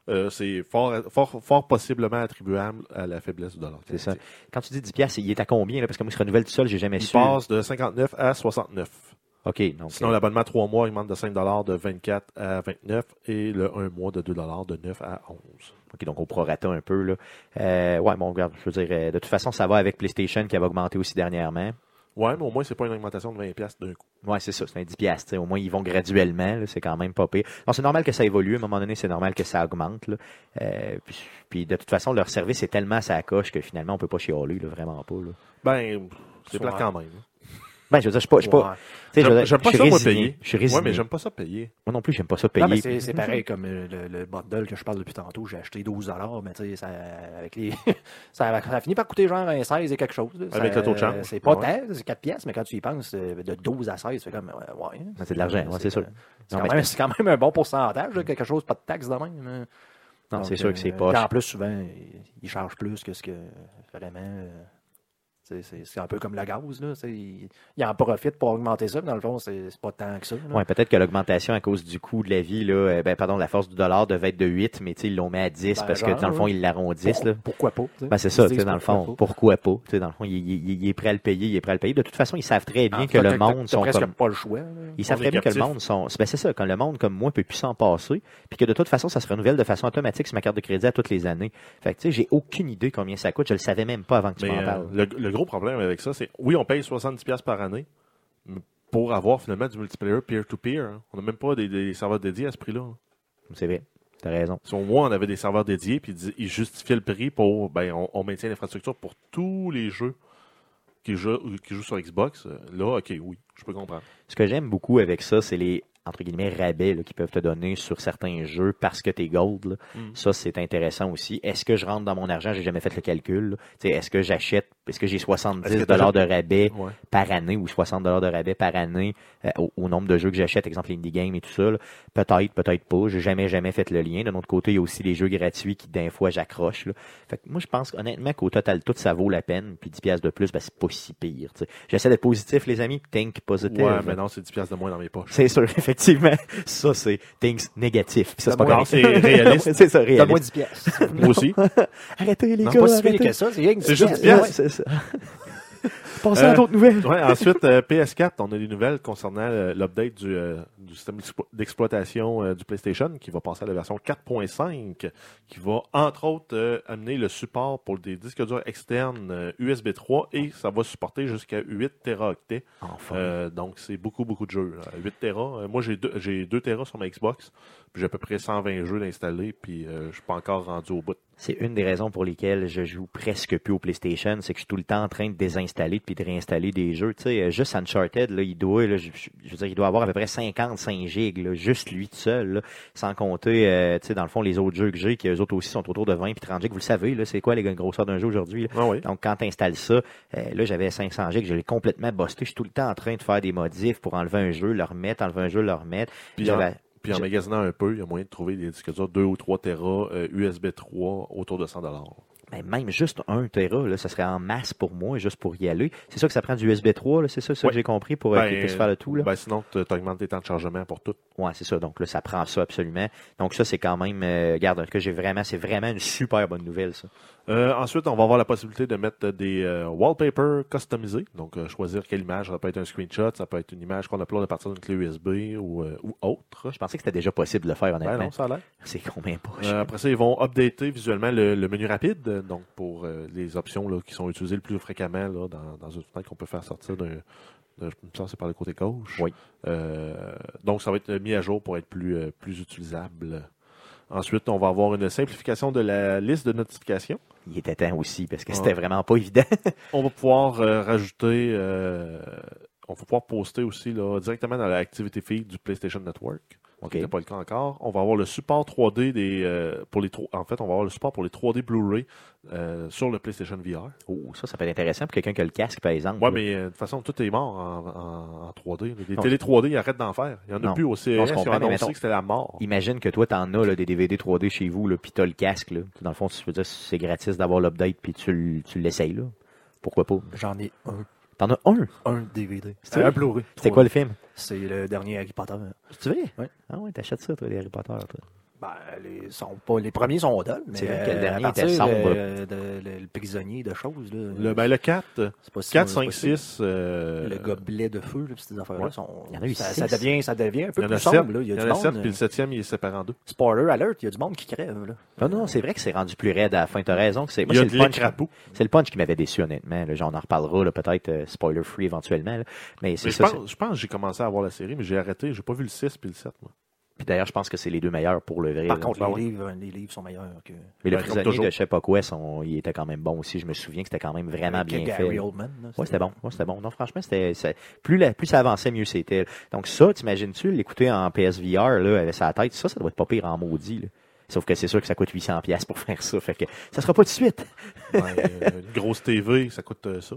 Speaker 3: Euh, c'est fort, fort, fort possiblement attribuable à la faiblesse du dollar.
Speaker 1: C'est
Speaker 3: canadien.
Speaker 1: ça. Quand tu dis 10 piastres, il est à combien? Là? Parce que moi, il se renouvelle tout seul, j'ai jamais
Speaker 3: Il
Speaker 1: su.
Speaker 3: passe de 59 à 69.
Speaker 1: OK. Donc, euh,
Speaker 3: Sinon, l'abonnement à 3 mois augmente de 5 de 24 à 29 et le 1 mois de 2 de 9 à 11.
Speaker 1: OK, donc au prorata un peu. Là. Euh, ouais, bon, regarde, je veux dire, euh, de toute façon, ça va avec PlayStation qui avait augmenté aussi dernièrement.
Speaker 3: Ouais, mais au moins, c'est pas une augmentation de 20$ piastres d'un coup.
Speaker 1: Ouais, c'est ça, c'est un 10 piastres, tu sais, Au moins, ils vont graduellement. là, C'est quand même pas pire. Non, c'est normal que ça évolue. À un moment donné, c'est normal que ça augmente. là. Euh, puis, puis de toute façon, leur service est tellement à sa coche que finalement, on peut pas chialer, là, vraiment pas. là.
Speaker 3: Ben, c'est
Speaker 2: Soit-
Speaker 3: plate quand même.
Speaker 1: Ben, je veux dire, je suis pas, je suis pas, tu
Speaker 2: Ouais.
Speaker 1: sais, je veux
Speaker 3: J'aime
Speaker 1: dire,
Speaker 3: j'aime
Speaker 1: je
Speaker 3: pas
Speaker 1: suis
Speaker 3: ça, moi,
Speaker 1: résigné.
Speaker 3: payer.
Speaker 1: Je suis
Speaker 3: Ouais,
Speaker 1: résigné.
Speaker 3: mais j'aime Mm-hmm. pas ça payer.
Speaker 1: Moi non plus, j'aime pas ça
Speaker 2: Non, mais
Speaker 1: payer.
Speaker 2: c'est- c'est pareil comme euh, le, le bundle que je parle depuis tantôt. J'ai acheté 12 mais tu sais, ça, avec les, ça, ça finit par coûter genre un 16 et quelque chose. là.
Speaker 3: Avec
Speaker 2: Ça,
Speaker 3: le taux de change.
Speaker 2: C'est pas
Speaker 3: Ouais.
Speaker 2: tant, c'est 4 pièces, mais quand tu y penses, euh, de 12 à 16, c'est comme, euh, ouais.
Speaker 1: Ben, c'est de l'argent, ouais, c'est sûr.
Speaker 2: C'est
Speaker 1: Non,
Speaker 2: quand,
Speaker 1: mais
Speaker 2: même- c'est quand même un bon pourcentage, là, quelque chose, pas de taxe de même. hein.
Speaker 1: Non,
Speaker 2: Donc,
Speaker 1: c'est sûr que c'est
Speaker 2: euh,
Speaker 1: poche.
Speaker 2: puis En plus, souvent, ils- ils chargent plus que ce que vraiment. euh, c'est- c'est c'est un peu comme le gaz, là. c'est- Ils, ils en profitent pour augmenter ça, mais dans le fond, c'est c'est pas tant que ça. là.
Speaker 1: Ouais, peut-être que l'augmentation à cause du coût de la vie, là, euh, ben, pardon, la force du dollar devait être de 8, mais tu sais, ils l'ont mis à 10
Speaker 2: Ben,
Speaker 1: parce que
Speaker 2: genre,
Speaker 1: dans le fond,
Speaker 2: ouais.
Speaker 1: ils l'arrondissent. là.
Speaker 2: Pour- Pourquoi pas? tu sais.
Speaker 1: Ben, c'est
Speaker 2: Ils
Speaker 1: ça,
Speaker 2: se
Speaker 1: tu
Speaker 2: disent
Speaker 1: sais, dans le fond. Pourquoi
Speaker 2: pourquoi pas.
Speaker 1: pas? Tu sais, dans le fond, il, il- il- il est prêt à le payer, il est prêt à le payer. De toute façon, ils savent très bien
Speaker 2: En
Speaker 1: que
Speaker 2: fait,
Speaker 1: le
Speaker 2: Ah, t'as-
Speaker 1: monde
Speaker 2: t'as
Speaker 1: sont
Speaker 2: presque
Speaker 1: comme.
Speaker 2: pas le choix. là.
Speaker 1: Ils savent
Speaker 3: on
Speaker 1: très
Speaker 3: est
Speaker 1: bien que le
Speaker 3: captif.
Speaker 1: monde sont. Ben, c'est ça, quand le monde comme moi peut plus s'en passer, puis que de toute façon, ça se renouvelle de façon automatique sur ma carte de crédit à toutes les années. Fait que tu sais, j'ai aucune idée combien ça coûte. Je le savais même pas avant que tu
Speaker 3: Mais
Speaker 1: m'en
Speaker 3: euh,
Speaker 1: parles.
Speaker 3: le, le gros problème avec ça, c'est oui, on paye 70$ par année mais pour avoir finalement du multiplayer peer-to-peer. hein. On n'a même pas des, des serveurs dédiés à ce prix-là. hein.
Speaker 1: C'est vrai. T'as raison.
Speaker 3: Si au moins on avait des serveurs dédiés, puis ils dis- ils justifiaient le prix pour ben, on, on maintient l'infrastructure pour tous les jeux qui jouent, qui jouent sur Xbox. euh, Là, ok, oui, je peux comprendre.
Speaker 1: Ce que j'aime beaucoup avec ça, c'est les entre guillemets rabais là, qu'ils peuvent te donner sur certains jeux parce que t'es gold. là.
Speaker 3: Mm.
Speaker 1: Ça, c'est intéressant aussi. Est-ce que je rentre dans mon argent? J'ai jamais fait le calcul. là. Tu sais, Est-ce que j'achète, est-ce que j'ai 70
Speaker 3: Est-ce que
Speaker 1: dollars de
Speaker 3: t'achètes-
Speaker 1: rabais
Speaker 3: Ouais.
Speaker 1: par année ou 60 dollars de rabais par année euh, au, au nombre de jeux que j'achète, exemple les indie games et tout ça. là. Peut-être, peut-être pas. J'ai jamais, jamais fait le lien. De notre côté, il y a aussi les jeux gratuits qui, d'un fois, j'accroche. là. Fait que moi, je pense honnêtement qu'au total, tout ça vaut la peine. Puis 10 piastres de plus, ben, c'est pas si pire. tu sais. J'essaie d'être positif, les amis. Think positive.
Speaker 3: Ouais, mais non, c'est 10$ de moins dans mes poches.
Speaker 1: C'est sûr, effectivement. Ça, c'est things négatif. Puis ça, c'est pas
Speaker 2: Donne-moi-
Speaker 1: grave.
Speaker 3: c'est réaliste.
Speaker 1: c'est ça,
Speaker 2: Donne-moi
Speaker 1: réaliste.
Speaker 2: 10 pièces.
Speaker 3: Moi aussi.
Speaker 1: Arrêtez, les
Speaker 2: Non,
Speaker 1: gars.
Speaker 2: pas si
Speaker 1: arrêtez.
Speaker 2: pire que ça, c'est rien que
Speaker 3: C'est
Speaker 2: 10 piastres.
Speaker 3: juste bien,
Speaker 1: Ouais,
Speaker 2: Ouais.
Speaker 1: c'est ça. Passez à
Speaker 3: Euh,
Speaker 1: d'autres nouvelles.
Speaker 3: Ouais, ensuite, euh, PS4, on a des nouvelles concernant euh, l'update du, euh, du système d'explo- d'exploitation euh, du PlayStation qui va passer à la version 4.5, qui va entre autres euh, amener le support pour des disques durs externes euh, USB 3 et ça va supporter jusqu'à 8 Teraoctets.
Speaker 1: Enfin.
Speaker 3: Euh, donc c'est beaucoup, beaucoup de jeux. là. 8 Tera, euh, moi j'ai deux- j'ai 2 Tera sur ma Xbox, puis j'ai à peu près 120 jeux d'installés, puis euh, je suis pas encore rendu au bout.
Speaker 1: C'est une des raisons pour lesquelles je joue presque plus au PlayStation, c'est que je suis tout le temps en train de désinstaller puis de réinstaller des jeux. Tu sais, euh, juste Uncharted, là, il doit, là, je, je- je veux dire, il doit avoir à peu près 55 gigs, là, juste lui tout seul, là, sans compter, euh, tu sais, dans le fond, les autres jeux que j'ai, qui eux autres aussi sont autour de 20 puis 30 gigs. Vous le savez, là, c'est quoi les grosseurs d'un jeu aujourd'hui? là?
Speaker 3: Ah oui.
Speaker 1: Donc, quand tu installes ça, euh, là, j'avais 500 gigs, je l'ai complètement busté. Je suis tout le temps en train de faire des modifs pour enlever un jeu, le remettre, enlever un jeu, le remettre.
Speaker 3: Puis
Speaker 1: J'avais-
Speaker 3: Puis en
Speaker 1: Je-
Speaker 3: magasinant un peu, il y a moyen de trouver des disques durs 2 ou 3 Tera euh, USB 3 autour de 100
Speaker 1: Ben, même juste un Tera, là, ça serait en masse pour moi, juste pour y aller. C'est sûr que ça prend du USB 3, là, c'est ça, ça que
Speaker 3: Ouais.
Speaker 1: j'ai compris pour euh,
Speaker 3: Ben,
Speaker 1: qu'il puisse faire le tout. Là.
Speaker 3: Ben, sinon, tu augmentes tes temps de chargement pour tout.
Speaker 1: Ouais, c'est ça. Donc là, ça prend ça absolument. Donc ça, c'est quand même, euh, regarde, en tout cas, j'ai vraiment, c'est vraiment une super bonne nouvelle, ça.
Speaker 3: Euh, ensuite, on va avoir la possibilité de mettre des euh, wallpapers customisés. Donc, euh, choisir quelle image. Ça peut être un screenshot, ça peut être une image qu'on upload à partir d'une clé USB ou, euh, ou autre.
Speaker 1: Je pensais que c'était déjà possible de le faire,
Speaker 3: Ben
Speaker 1: honnêtement.
Speaker 3: non, ça a l'air.
Speaker 1: c'est combien poche.
Speaker 3: Euh, après ça, ils vont updater visuellement le, le menu rapide, euh, donc pour euh, les options là, qui sont utilisées le plus fréquemment là, dans, dans une fenêtre qu'on peut faire sortir d'un. d'un- Je me sens c'est par le côté gauche.
Speaker 1: Oui.
Speaker 3: Euh, donc, ça va être mis à jour pour être plus, euh, plus utilisable. Ensuite, on va avoir une simplification de la liste de notifications.
Speaker 1: Il était temps aussi, parce que
Speaker 3: Ouais.
Speaker 1: c'était vraiment pas évident.
Speaker 3: On va pouvoir euh, rajouter, euh, on va pouvoir poster aussi là, directement dans l'activité feed du PlayStation Network.
Speaker 1: OK.
Speaker 3: Ce n'était pas le cas encore. On va avoir le support 3D des, euh, pour les tro- en fait, on va avoir le support pour les 3D Blu-ray euh, sur le PlayStation VR.
Speaker 1: Oh, ça, ça peut être intéressant pour quelqu'un qui a le casque, par exemple.
Speaker 3: Ouais,
Speaker 1: là.
Speaker 3: mais euh, de toute façon, tout est mort en, en- en 3D. Les
Speaker 1: Non.
Speaker 3: télé 3D, ils arrêtent d'en faire. Il n'y en a
Speaker 1: Non.
Speaker 3: plus au CES.
Speaker 1: Non,
Speaker 3: Ils
Speaker 1: je
Speaker 3: ont
Speaker 1: comprends, mais
Speaker 3: annoncé
Speaker 1: mettons-
Speaker 3: que c'était la mort.
Speaker 1: Imagine que toi, t'en as là, des DVD 3D chez vous, là, puis t'as le casque. Là. Dans le fond, tu veux dire, c'est gratis d'avoir l'update, puis tu, l- tu l'essayes. là. Pourquoi pas?
Speaker 2: J'en ai un,
Speaker 1: T'en as un.
Speaker 2: un DVD.
Speaker 1: C'est
Speaker 2: un
Speaker 1: vrai?
Speaker 2: Blu-ray.
Speaker 1: C'était quoi le film?
Speaker 2: C'est le dernier Harry Potter.
Speaker 1: C'est vrai?
Speaker 2: Ouais.
Speaker 1: Ah ouais, t'achètes ça, toi, les Harry Potter, toi.
Speaker 2: Ben, les, sont pas, les premiers sont dol, mais
Speaker 1: C'est vrai que le
Speaker 2: euh,
Speaker 1: dernier
Speaker 2: à partir,
Speaker 1: était sombre.
Speaker 2: euh, de- le, le prisonnier de choses. Là,
Speaker 3: Le, ben, le 4,
Speaker 2: c'est pas si-
Speaker 3: 4
Speaker 2: c'est
Speaker 3: 5,
Speaker 2: pas si-
Speaker 3: 6. euh,
Speaker 2: Le gobelet de feu, là, pis ces affaires-là,
Speaker 3: Ouais.
Speaker 2: sont,
Speaker 1: Il y en a eu
Speaker 2: ça, ça
Speaker 1: six.
Speaker 2: devient, ça devient un
Speaker 3: Il
Speaker 2: peu
Speaker 3: y en
Speaker 2: plus
Speaker 3: a
Speaker 2: sombre.
Speaker 3: 7,
Speaker 2: là. Il y a
Speaker 3: il y
Speaker 2: du
Speaker 3: en a
Speaker 2: monde.
Speaker 3: 7 puis le
Speaker 2: euh,
Speaker 3: 7e, il est séparé en deux.
Speaker 2: Spoiler alert, il y a du monde qui crève.
Speaker 1: Non,
Speaker 2: Là.
Speaker 1: Ah non, c'est vrai que c'est rendu plus raide à la fin, t'as raison. que C'est, moi,
Speaker 3: Il y a
Speaker 1: c'est
Speaker 3: de
Speaker 1: le punch.
Speaker 3: l'écrapou.
Speaker 1: C'est le punch qui m'avait déçu, honnêtement. Là, Genre, on en reparlera, là, peut-être, euh, spoiler free éventuellement. là. Mais c'est
Speaker 3: Mais je
Speaker 1: ça.
Speaker 3: pense, je pense que j'ai commencé à voir la série, mais j'ai arrêté. J'ai pas vu le 6 puis le 7,
Speaker 1: c'est-
Speaker 3: moi.
Speaker 1: Puis d'ailleurs, je pense que c'est les deux meilleurs pour le vrai.
Speaker 2: Par
Speaker 1: là.
Speaker 2: contre,
Speaker 3: ben
Speaker 2: les,
Speaker 3: ouais.
Speaker 2: livres, euh, les livres sont meilleurs que,
Speaker 1: Mais le
Speaker 3: Ben, comme
Speaker 1: prisonnier
Speaker 3: toujours.
Speaker 1: de je sais pas quoi, son- il était quand même bon aussi. Je me souviens que c'était quand même vraiment
Speaker 3: Euh,
Speaker 2: que
Speaker 1: bien fait.
Speaker 2: Gary Oldman. là.
Speaker 1: Ouais, c'était bon. Ouais, c'était bon. Non, franchement, c'était, c'est- plus, la- plus ça avançait, mieux c'était. Donc ça, t'imagines-tu l'écouter en PSVR, là, avec sa tête, ça, ça doit être pas pire en maudit, là. Sauf que c'est sûr que ça coûte 800 pièces pour faire ça. Fait que ça sera pas tout de suite.
Speaker 3: Ouais, Ben, euh, une grosse TV, ça coûte euh, ça.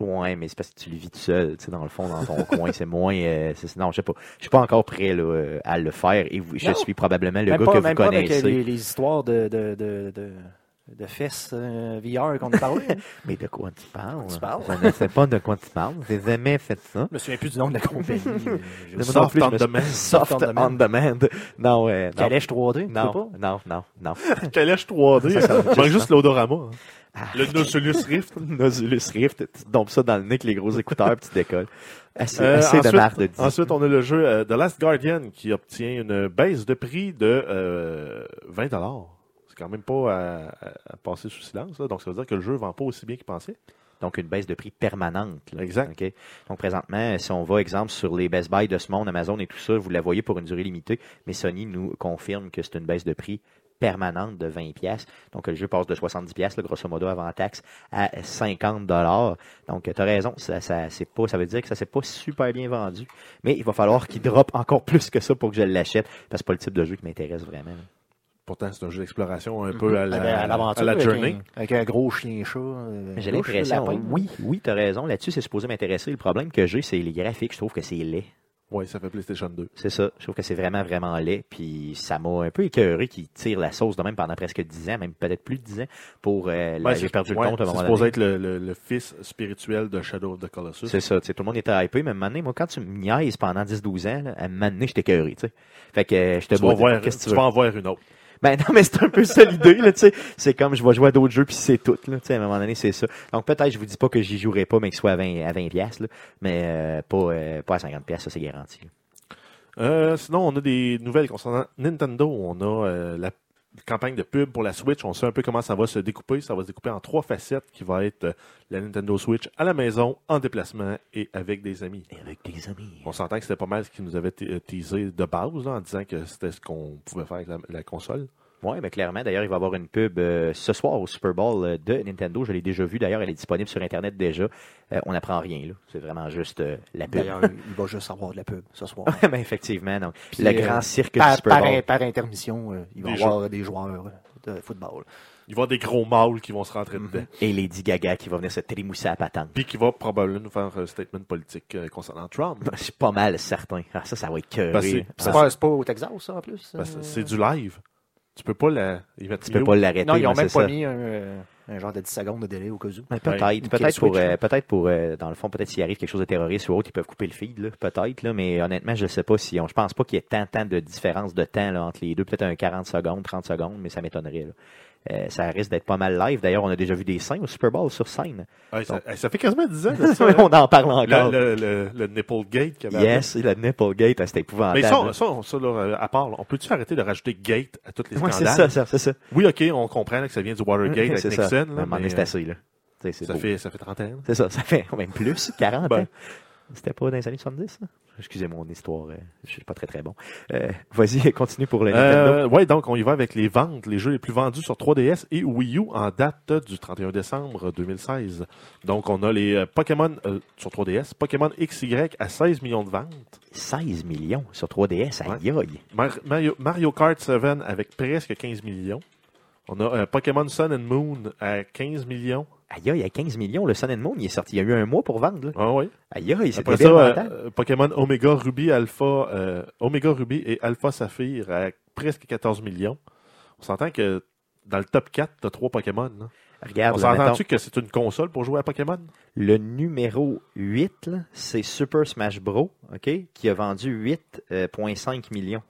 Speaker 1: Ouais, mais c'est parce que tu le vis tout seul, tu sais, dans le fond, dans ton coin. C'est moins, euh, c'est- non, je sais pas. Je suis pas encore prêt, là, euh, à le faire. Et vous- je
Speaker 2: Non.
Speaker 1: suis probablement le
Speaker 2: même
Speaker 1: gars
Speaker 2: pas,
Speaker 1: que vous
Speaker 2: même pas avec
Speaker 1: connaissez.
Speaker 2: les, les histoires de, de, de, de, de fesses euh, VR qu'on a parlé. hein.
Speaker 1: Mais de quoi tu parles?
Speaker 2: tu parles?
Speaker 1: Je ne sais pas de quoi tu parles. J'ai jamais fait ça.
Speaker 2: je me souviens plus du nom de la compagnie. mais je-
Speaker 1: Moi non
Speaker 3: Soft
Speaker 1: plus, je
Speaker 3: on
Speaker 1: me suis-
Speaker 3: demand.
Speaker 1: Soft
Speaker 2: Soft on
Speaker 1: on demand. Non, euh, non.
Speaker 2: Calèche 3D, tu sais
Speaker 1: Non,
Speaker 2: pas?
Speaker 1: non, non, non.
Speaker 3: Calèche 3D. Il manque juste l'odorama. hein.
Speaker 1: Ah.
Speaker 3: Le Nautilus Rift.
Speaker 1: Nozulus Rift, tu te dompes ça dans le nez avec les gros écouteurs puis tu décolles. Assez,
Speaker 3: Euh,
Speaker 1: assez de
Speaker 3: ensuite-
Speaker 1: marre de dire.
Speaker 3: Ensuite, on a le jeu euh, The Last Guardian qui obtient une baisse de prix de euh, 20 C'est quand même pas à, à- à passer sous silence. là. Donc, ça veut dire que le jeu vend pas aussi bien qu'il pensait.
Speaker 1: Donc, une baisse de prix permanente. là.
Speaker 3: Exact.
Speaker 1: OK? Donc, présentement, si on va, exemple, sur les Best Buy de ce monde, Amazon et tout ça, vous la voyez pour une durée limitée, mais Sony nous confirme que c'est une baisse de prix permanente de 20 pièces. Donc, le jeu passe de 70 pièces, grosso modo, avant taxe, à 50 dollars. Donc, tu as raison, ça, ça, c'est pas, ça veut dire que ça s'est pas super bien vendu, mais il va falloir qu'il drop encore plus que ça pour que je l'achète, parce que c'est pas le type de jeu qui m'intéresse vraiment. là.
Speaker 3: Pourtant, c'est un jeu d'exploration un peu à
Speaker 2: Ah, ben,
Speaker 3: la,
Speaker 2: à l'aventure.
Speaker 3: à la
Speaker 2: avec
Speaker 3: Journey.
Speaker 2: un- Avec un gros chien-chat. euh,
Speaker 1: J'ai
Speaker 2: louche,
Speaker 1: l'impression, hein.
Speaker 2: lapin.
Speaker 1: oui, oui, t'as raison. Là-dessus, c'est supposé m'intéresser. Le problème que j'ai, c'est les graphiques. Je trouve que c'est laid.
Speaker 3: Oui, ça fait PlayStation 2.
Speaker 1: C'est ça. Je trouve que c'est vraiment, vraiment laid. Puis ça m'a un peu écœuré qu'ils tirent la sauce de même pendant presque 10 ans, même peut-être plus de 10 ans, pour... euh, la-
Speaker 3: Ouais,
Speaker 1: J'ai
Speaker 3: c'est-
Speaker 1: perdu
Speaker 3: ouais,
Speaker 1: le compte à un
Speaker 3: C'est
Speaker 1: moment
Speaker 3: supposé
Speaker 1: donné.
Speaker 3: être le, le- le fils spirituel de Shadow of the Colossus.
Speaker 1: C'est ça, tu sais, tout le monde était hypé, mais à un moment donné, moi, quand tu me niaises pendant 10-12 ans, là, à un moment donné, j'étais écœuré, tu sais. Fait que euh, je te
Speaker 3: Tu vas,
Speaker 1: dois
Speaker 3: en voir,
Speaker 1: dire, qu'est-ce que tu
Speaker 3: tu
Speaker 1: veux.
Speaker 3: vas en voir une autre.
Speaker 1: Ben non, mais c'est un peu ça l'idée, là, tu sais. C'est comme, je vais jouer à d'autres jeux, puis c'est tout, là, tu sais, à un moment donné, c'est ça. Donc peut-être, je vous dis pas que j'y jouerai pas, mais que ce soit à 20, à 20 piastres, là, mais euh, pas, euh, pas à 50 piastres, ça, c'est garanti. là.
Speaker 3: Euh, sinon, on a des nouvelles concernant Nintendo. On a euh, la campagne de pub pour la Switch. On sait un peu comment ça va se découper. Ça va se découper en trois facettes qui va être euh, la Nintendo Switch à la maison, en déplacement et avec des amis.
Speaker 1: Et avec des amis.
Speaker 3: On s'entend que c'était pas mal ce qu'ils nous avaient te- euh, teasé de base là, en disant que c'était ce qu'on pouvait faire avec la, la console.
Speaker 1: Oui, mais ben, clairement, d'ailleurs, il va y avoir une pub euh, ce soir au Super Bowl euh, de Nintendo. Je l'ai déjà vue, d'ailleurs, elle est disponible sur Internet déjà. Euh, on n'apprend rien, là. C'est vraiment juste euh, la pub.
Speaker 2: D'ailleurs, il va juste avoir de la pub ce soir.
Speaker 1: Ouais, ben, effectivement, donc,
Speaker 2: Puis,
Speaker 1: le
Speaker 2: euh,
Speaker 1: grand cirque du
Speaker 2: par,
Speaker 1: Super
Speaker 2: par-
Speaker 1: Bowl.
Speaker 2: par intermission, euh, il va y
Speaker 3: Des
Speaker 2: avoir des joueurs euh, de football.
Speaker 3: Il va y avoir des gros mâles qui vont se rentrer dedans.
Speaker 1: Et Lady Gaga qui va venir se trémousser à la patente.
Speaker 3: Puis qui va probablement nous faire un statement politique euh, concernant Trump.
Speaker 1: Je suis pas mal certain. Ah, ça, ça va être
Speaker 3: Parce que
Speaker 1: curé.
Speaker 2: Ben, C'est pas, c'est pas au Texas, ça, en plus?
Speaker 3: Parce que
Speaker 2: euh?
Speaker 3: Ben, c'est du live. Tu peux pas la. ils mettent
Speaker 1: Tu peux
Speaker 3: mute.
Speaker 1: pas l'arrêter.
Speaker 2: Non, ils ont
Speaker 1: ouais,
Speaker 2: même
Speaker 1: c'est
Speaker 2: pas
Speaker 1: ça.
Speaker 2: mis un, euh, un genre de 10 secondes de délai au cas où.
Speaker 1: Mais
Speaker 3: Ouais.
Speaker 1: peut-être,
Speaker 2: Une
Speaker 1: peut-être
Speaker 2: kill
Speaker 1: pour,
Speaker 2: switch,
Speaker 1: euh,
Speaker 2: là.
Speaker 1: peut-être pour, euh, dans le fond, peut-être s'il arrive quelque chose de terroriste ou autre, ils peuvent couper le feed, là, peut-être, là, mais honnêtement, je ne sais pas si on, je pense pas qu'il y ait tant, tant de différence de temps, là, entre les deux, peut-être un 40 secondes, 30 secondes, mais ça m'étonnerait, là. Euh, ça risque d'être pas mal live. D'ailleurs, on a déjà vu des scènes au Super Bowl sur scène.
Speaker 3: Ouais, Ah, ça, ça fait quasiment 10 ans. là, ça, hein.
Speaker 1: on en parle encore.
Speaker 3: Le, le, le, le nipple gate qu'il y avait
Speaker 1: yes, le Nipplegate, ah, c'était
Speaker 3: avant.
Speaker 1: épouvantable.
Speaker 3: Mais ça, on-
Speaker 1: là.
Speaker 3: ça, on- ça, là, à part, là, on peut-tu arrêter de rajouter gate à toutes les
Speaker 1: hein. Ouais,
Speaker 3: scandales?
Speaker 1: c'est ça, ça, c'est ça.
Speaker 3: Oui, OK, on comprend là, que ça vient du Watergate avec
Speaker 1: C'est
Speaker 3: Nixon.
Speaker 1: ça.
Speaker 3: là,
Speaker 1: À un moment donné,
Speaker 3: mais,
Speaker 1: c'est assez, là. Tu sais,
Speaker 3: euh,
Speaker 1: c'est
Speaker 3: ça,
Speaker 1: beau.
Speaker 3: fait, ça fait 30 ans. là.
Speaker 1: C'est ça, ça fait même plus, 40
Speaker 3: Ben.
Speaker 1: ans. C'était pas dans les années 70, ça? Excusez mon histoire, euh, je suis pas très très bon. Euh, Vas-y, continue pour le Nintendo.
Speaker 3: Euh, ouais, donc on y va avec les ventes, les jeux les plus vendus sur 3DS et Wii U en date du 31 décembre 2016. Donc on a les euh, Pokémon euh, sur 3DS, Pokémon XY à 16 millions de ventes,
Speaker 1: 16 millions sur 3DS, aïe aïe.
Speaker 3: Mar- Mario, Mario Kart 7 avec presque 15 millions. On a euh, Pokémon Sun and Moon à 15 millions.
Speaker 1: Aïe aïe, à 15 millions, le Sun and Moon, il est sorti il y a eu un mois pour vendre. Là.
Speaker 3: Ah oui.
Speaker 1: Aïe aïe, c'est
Speaker 3: Après ça, euh,
Speaker 1: développemental.
Speaker 3: euh, Pokémon Omega Ruby Alpha, euh, Omega Ruby et Alpha Saphir à presque 14 millions. On s'entend que dans le top 4, t'as trois Pokémon. là.
Speaker 1: Regarde,
Speaker 3: On
Speaker 1: là, mettons,
Speaker 3: s'entend-tu que c'est une console pour jouer à Pokémon?
Speaker 1: le numéro 8, là, c'est Super Smash Bros, ok, qui a vendu 8,5 millions.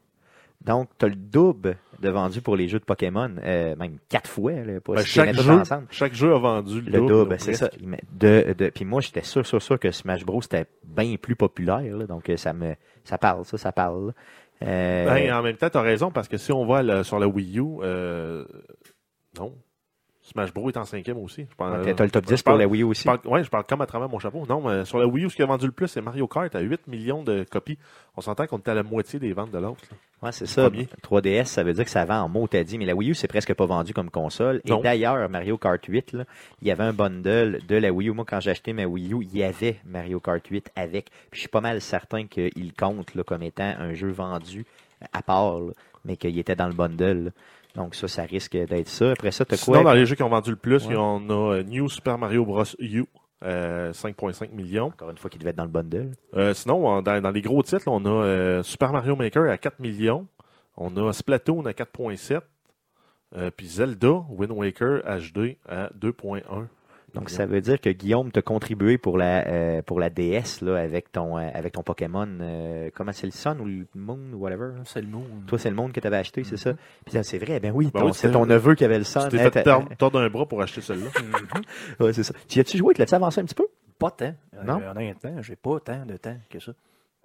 Speaker 1: Donc, tu as le double de vendu pour les jeux de Pokémon, euh, même quatre fois, là, pas
Speaker 3: Ben,
Speaker 1: si tu les
Speaker 3: chaque,
Speaker 1: mets tous
Speaker 3: jeu,
Speaker 1: ensemble.
Speaker 3: chaque jeu a vendu le,
Speaker 1: Le double,
Speaker 3: ou
Speaker 1: c'est
Speaker 3: presque.
Speaker 1: ça. Il met- De, de, puis moi, j'étais sûr, sûr, sûr que Smash Bros. c'était bien plus populaire, là, donc euh, ça me, ça parle, ça, ça parle. là. Euh,
Speaker 3: Ben, en même temps, t'as raison, parce que si on va le- sur la Wii U, euh, non. Smash Bros est en cinquième aussi. Je pense-
Speaker 1: T'as t'as le top
Speaker 3: je
Speaker 1: 10 pour
Speaker 3: parle-
Speaker 1: la Wii aussi.
Speaker 3: Je parle, ouais, je parle comme à travers mon chapeau. Non, mais sur la Wii U, ce qui a vendu le plus, c'est Mario Kart à 8 millions de copies. On s'entend qu'on était à la moitié des ventes de l'autre. là.
Speaker 1: Ouais, c'est ça.
Speaker 3: Premier.
Speaker 1: 3DS, ça veut dire que ça vend en mots, t'as dit, mais la Wii U, c'est presque pas vendu comme console.
Speaker 3: Non.
Speaker 1: Et d'ailleurs, Mario Kart 8, là, il y avait un bundle de la Wii U. Moi, quand j'ai acheté ma Wii U, il y avait Mario Kart 8 avec. Puis je suis pas mal certain qu'il compte là, comme étant un jeu vendu à part, là, mais qu'il était dans le bundle. là. Donc ça, ça risque d'être ça. Après ça, t'as quoi?
Speaker 3: Sinon, dans les jeux qui ont vendu le plus,
Speaker 1: Ouais.
Speaker 3: on a euh, New Super Mario Bros. U, euh, 5,5 millions.
Speaker 1: Encore une fois, qu'il devait être dans le bundle.
Speaker 3: Euh, sinon, en- dans, dans les gros titres, on a euh, Super Mario Maker à 4 millions. On a Splatoon à 4,7. euh, puis Zelda Wind Waker HD à 2,1.
Speaker 1: Donc ça veut dire que Guillaume t'a contribué pour la euh, pour la DS là, avec ton euh, avec ton Pokémon euh, comment c'est le Sun ou le Moon ou whatever. là?
Speaker 2: C'est le mot.
Speaker 1: Toi, c'est le monde que tu avais acheté, c'est
Speaker 2: Mhm.
Speaker 1: ça? Puis ça, c'est vrai, ben oui,
Speaker 3: Ben
Speaker 1: ton-
Speaker 3: oui,
Speaker 1: c'est
Speaker 3: c'est-
Speaker 1: ton neveu qui avait le sang.
Speaker 3: Tu t'es
Speaker 1: hein,
Speaker 3: fait
Speaker 1: t'as-
Speaker 3: tordre tordre un bras pour acheter celui-là.
Speaker 1: Ouais, c'est ça. Tu y as-tu joué? Tu l'as-tu avancé un petit peu?
Speaker 2: Pas tant.
Speaker 1: Non?
Speaker 2: Euh, honnêtement, j'ai pas tant de temps que ça.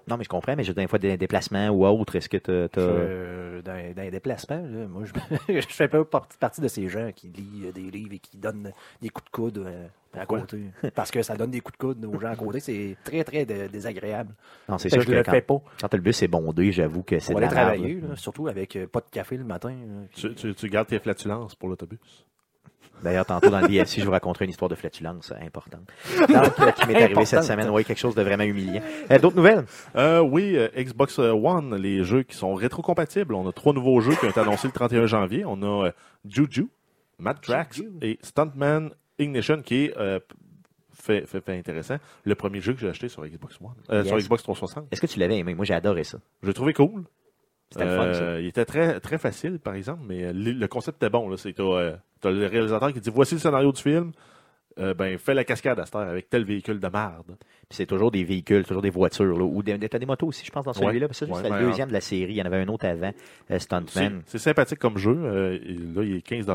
Speaker 1: Non, mais je comprends, mais j'ai des fois des déplacements ou autre. Est-ce que t'as. t'as-
Speaker 2: Euh, dans, dans les déplacements, là, moi, je, je fais pas partie, partie de ces gens qui lisent euh, des livres et qui donnent des coups de coude euh, à
Speaker 3: Pourquoi?
Speaker 2: côté. Parce que ça donne des coups de coude aux gens à côté. C'est très, très de- désagréable.
Speaker 1: Non, c'est
Speaker 2: Fait
Speaker 3: Ben,
Speaker 1: sûr
Speaker 2: que
Speaker 1: que
Speaker 2: je le
Speaker 1: quand,
Speaker 2: fais pas.
Speaker 1: quand le bus est bondé, j'avoue que c'est
Speaker 2: Pour
Speaker 1: de
Speaker 2: aller
Speaker 1: la merde,
Speaker 2: travailler,
Speaker 1: là.
Speaker 2: là, surtout avec euh, pas de café le matin. là, puis-
Speaker 3: tu, tu- tu gardes tes flatulences pour l'autobus.
Speaker 1: D'ailleurs, tantôt dans le DLC, je vous raconterai une histoire de flatulence importante. Donc, euh, qui m'est arrivé cette
Speaker 2: Importante.
Speaker 1: semaine, oui, quelque chose de vraiment humiliant. Euh, D'autres nouvelles?
Speaker 3: Euh, oui, euh, Xbox One, les jeux qui sont rétrocompatibles. On a trois nouveaux jeux qui ont été annoncés le 31 janvier. On a euh, Juju, Mad Tracks
Speaker 2: Juju.
Speaker 3: et Stuntman Ignition qui est euh, p- fait, fait- fait intéressant. Le premier jeu que j'ai acheté sur Xbox One, euh,
Speaker 1: Yes.
Speaker 3: sur Xbox 360.
Speaker 1: Est-ce que tu l'avais aimé? Moi, j'ai adoré ça.
Speaker 3: Je l'ai trouvé cool.
Speaker 1: C'était le fun, ça.
Speaker 3: Euh, il était très, très facile, par exemple, mais euh, le le concept était bon. là. C'est t'as, euh, t'as le réalisateur qui dit voici le scénario du film. Euh, ben, fais la cascade à cette heure avec tel véhicule de marde.
Speaker 1: Puis c'est toujours des véhicules, toujours des voitures, là, ou des, t'as des motos aussi, je pense, dans celui-là.
Speaker 3: Ouais.
Speaker 1: Puis ça,
Speaker 3: Ouais,
Speaker 1: c'était le
Speaker 3: ben,
Speaker 1: deuxième de la série. Il y en avait un autre avant, euh,
Speaker 3: C'est
Speaker 1: Stuntman.
Speaker 3: c'est sympathique comme jeu. Euh, et là, il est 15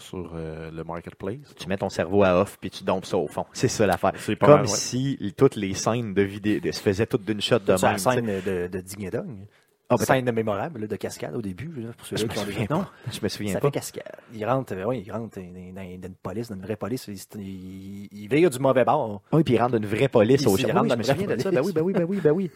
Speaker 3: sur euh, le marketplace.
Speaker 1: tu mets ton cerveau à off puis tu dompes ça au fond. C'est ça l'affaire.
Speaker 3: C'est pas
Speaker 1: Comme
Speaker 3: mal, ouais.
Speaker 1: si l- toutes les scènes de vidéo de- se faisaient toutes d'une shot de
Speaker 2: Sur
Speaker 1: même.
Speaker 2: la scène de, de Ding et Dong.
Speaker 1: Ah, peut-être.
Speaker 2: scène mémorable là, de cascade au début. là, pour
Speaker 1: Je
Speaker 2: ceux
Speaker 1: me
Speaker 2: qui ont déjà...
Speaker 1: souviens
Speaker 2: Non,
Speaker 1: tu sais. Je me souviens
Speaker 2: ça
Speaker 1: pas.
Speaker 2: fait cascade. Ils rentrent, euh, ouais, ils rentrent dans, dans- dans une police, dans une vraie police. Ils, ils, ils virent du mauvais bord.
Speaker 1: Oui, puis ils rendent une vraie police
Speaker 2: Ils-
Speaker 1: au
Speaker 2: ils
Speaker 1: Oui,
Speaker 2: rendent
Speaker 1: oui, je
Speaker 2: une
Speaker 1: me
Speaker 2: vraie
Speaker 1: souviens de ça.
Speaker 2: police.
Speaker 1: Ben oui, ben oui, ben oui, ben oui.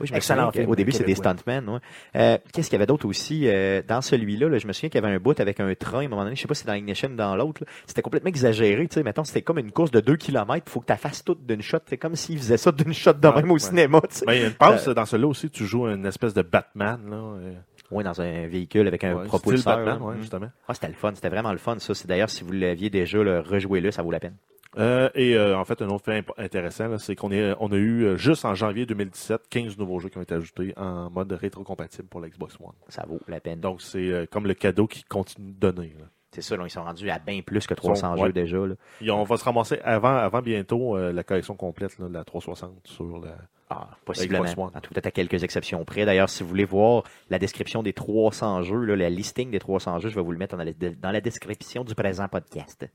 Speaker 1: Oui, je me
Speaker 2: Excellent
Speaker 1: souviens que-
Speaker 2: film,
Speaker 1: Au début, c'est des
Speaker 2: québécois.
Speaker 1: stuntmen. ouais. Euh, Qu'est-ce qu'il y avait d'autre aussi euh, dans celui-là là, Je me souviens qu'il y avait un bout avec un train. À un moment donné, je sais pas si c'est dans Ignition ou dans l'autre. là. C'était complètement exagéré. Tu sais, mettons, c'était comme une course de 2 km. Faut que tu fasses toute d'une shot. C'est comme s'ils faisaient ça d'une shot de
Speaker 3: Ouais,
Speaker 1: même au
Speaker 3: ouais.
Speaker 1: cinéma. tu sais.
Speaker 3: Ben, il y a une passe dans celui-là aussi. Tu joues une espèce de Batman. Là, euh,
Speaker 1: Oui, dans un véhicule avec un
Speaker 3: ouais, style
Speaker 1: propulseur.
Speaker 3: Batman,
Speaker 1: là.
Speaker 2: Mm.
Speaker 3: ouais,
Speaker 1: Mhm.
Speaker 3: justement.
Speaker 1: Ah, c'était le fun, c'était vraiment le fun, ça. C'est d'ailleurs, si vous l'aviez déjà, là, rejouez-le, ça vaut la peine.
Speaker 3: Euh, et euh, en fait, un autre fait imp- intéressant, là, c'est qu'on est, on a eu euh, juste en janvier 2017 15 nouveaux jeux qui ont été ajoutés en mode rétrocompatible pour la Xbox One.
Speaker 1: Ça vaut la peine. Donc,
Speaker 3: Donc, c'est euh, comme le cadeau qui continue de donner. là.
Speaker 1: c'est ça, là, ils sont rendus à bien plus que 300
Speaker 3: Ils
Speaker 1: jeux
Speaker 3: sont- ouais.
Speaker 1: déjà. là.
Speaker 3: Et on va se ramasser avant, avant bientôt euh, la collection complète là, de la 360 sur la.
Speaker 1: Ah, possiblement.
Speaker 3: Xbox One.
Speaker 1: En tout peut-être à quelques exceptions près. D'ailleurs, si vous voulez voir la description des 300 jeux, là, la listing des 300 jeux, je vais vous le mettre dans la, dans la description du présent podcast.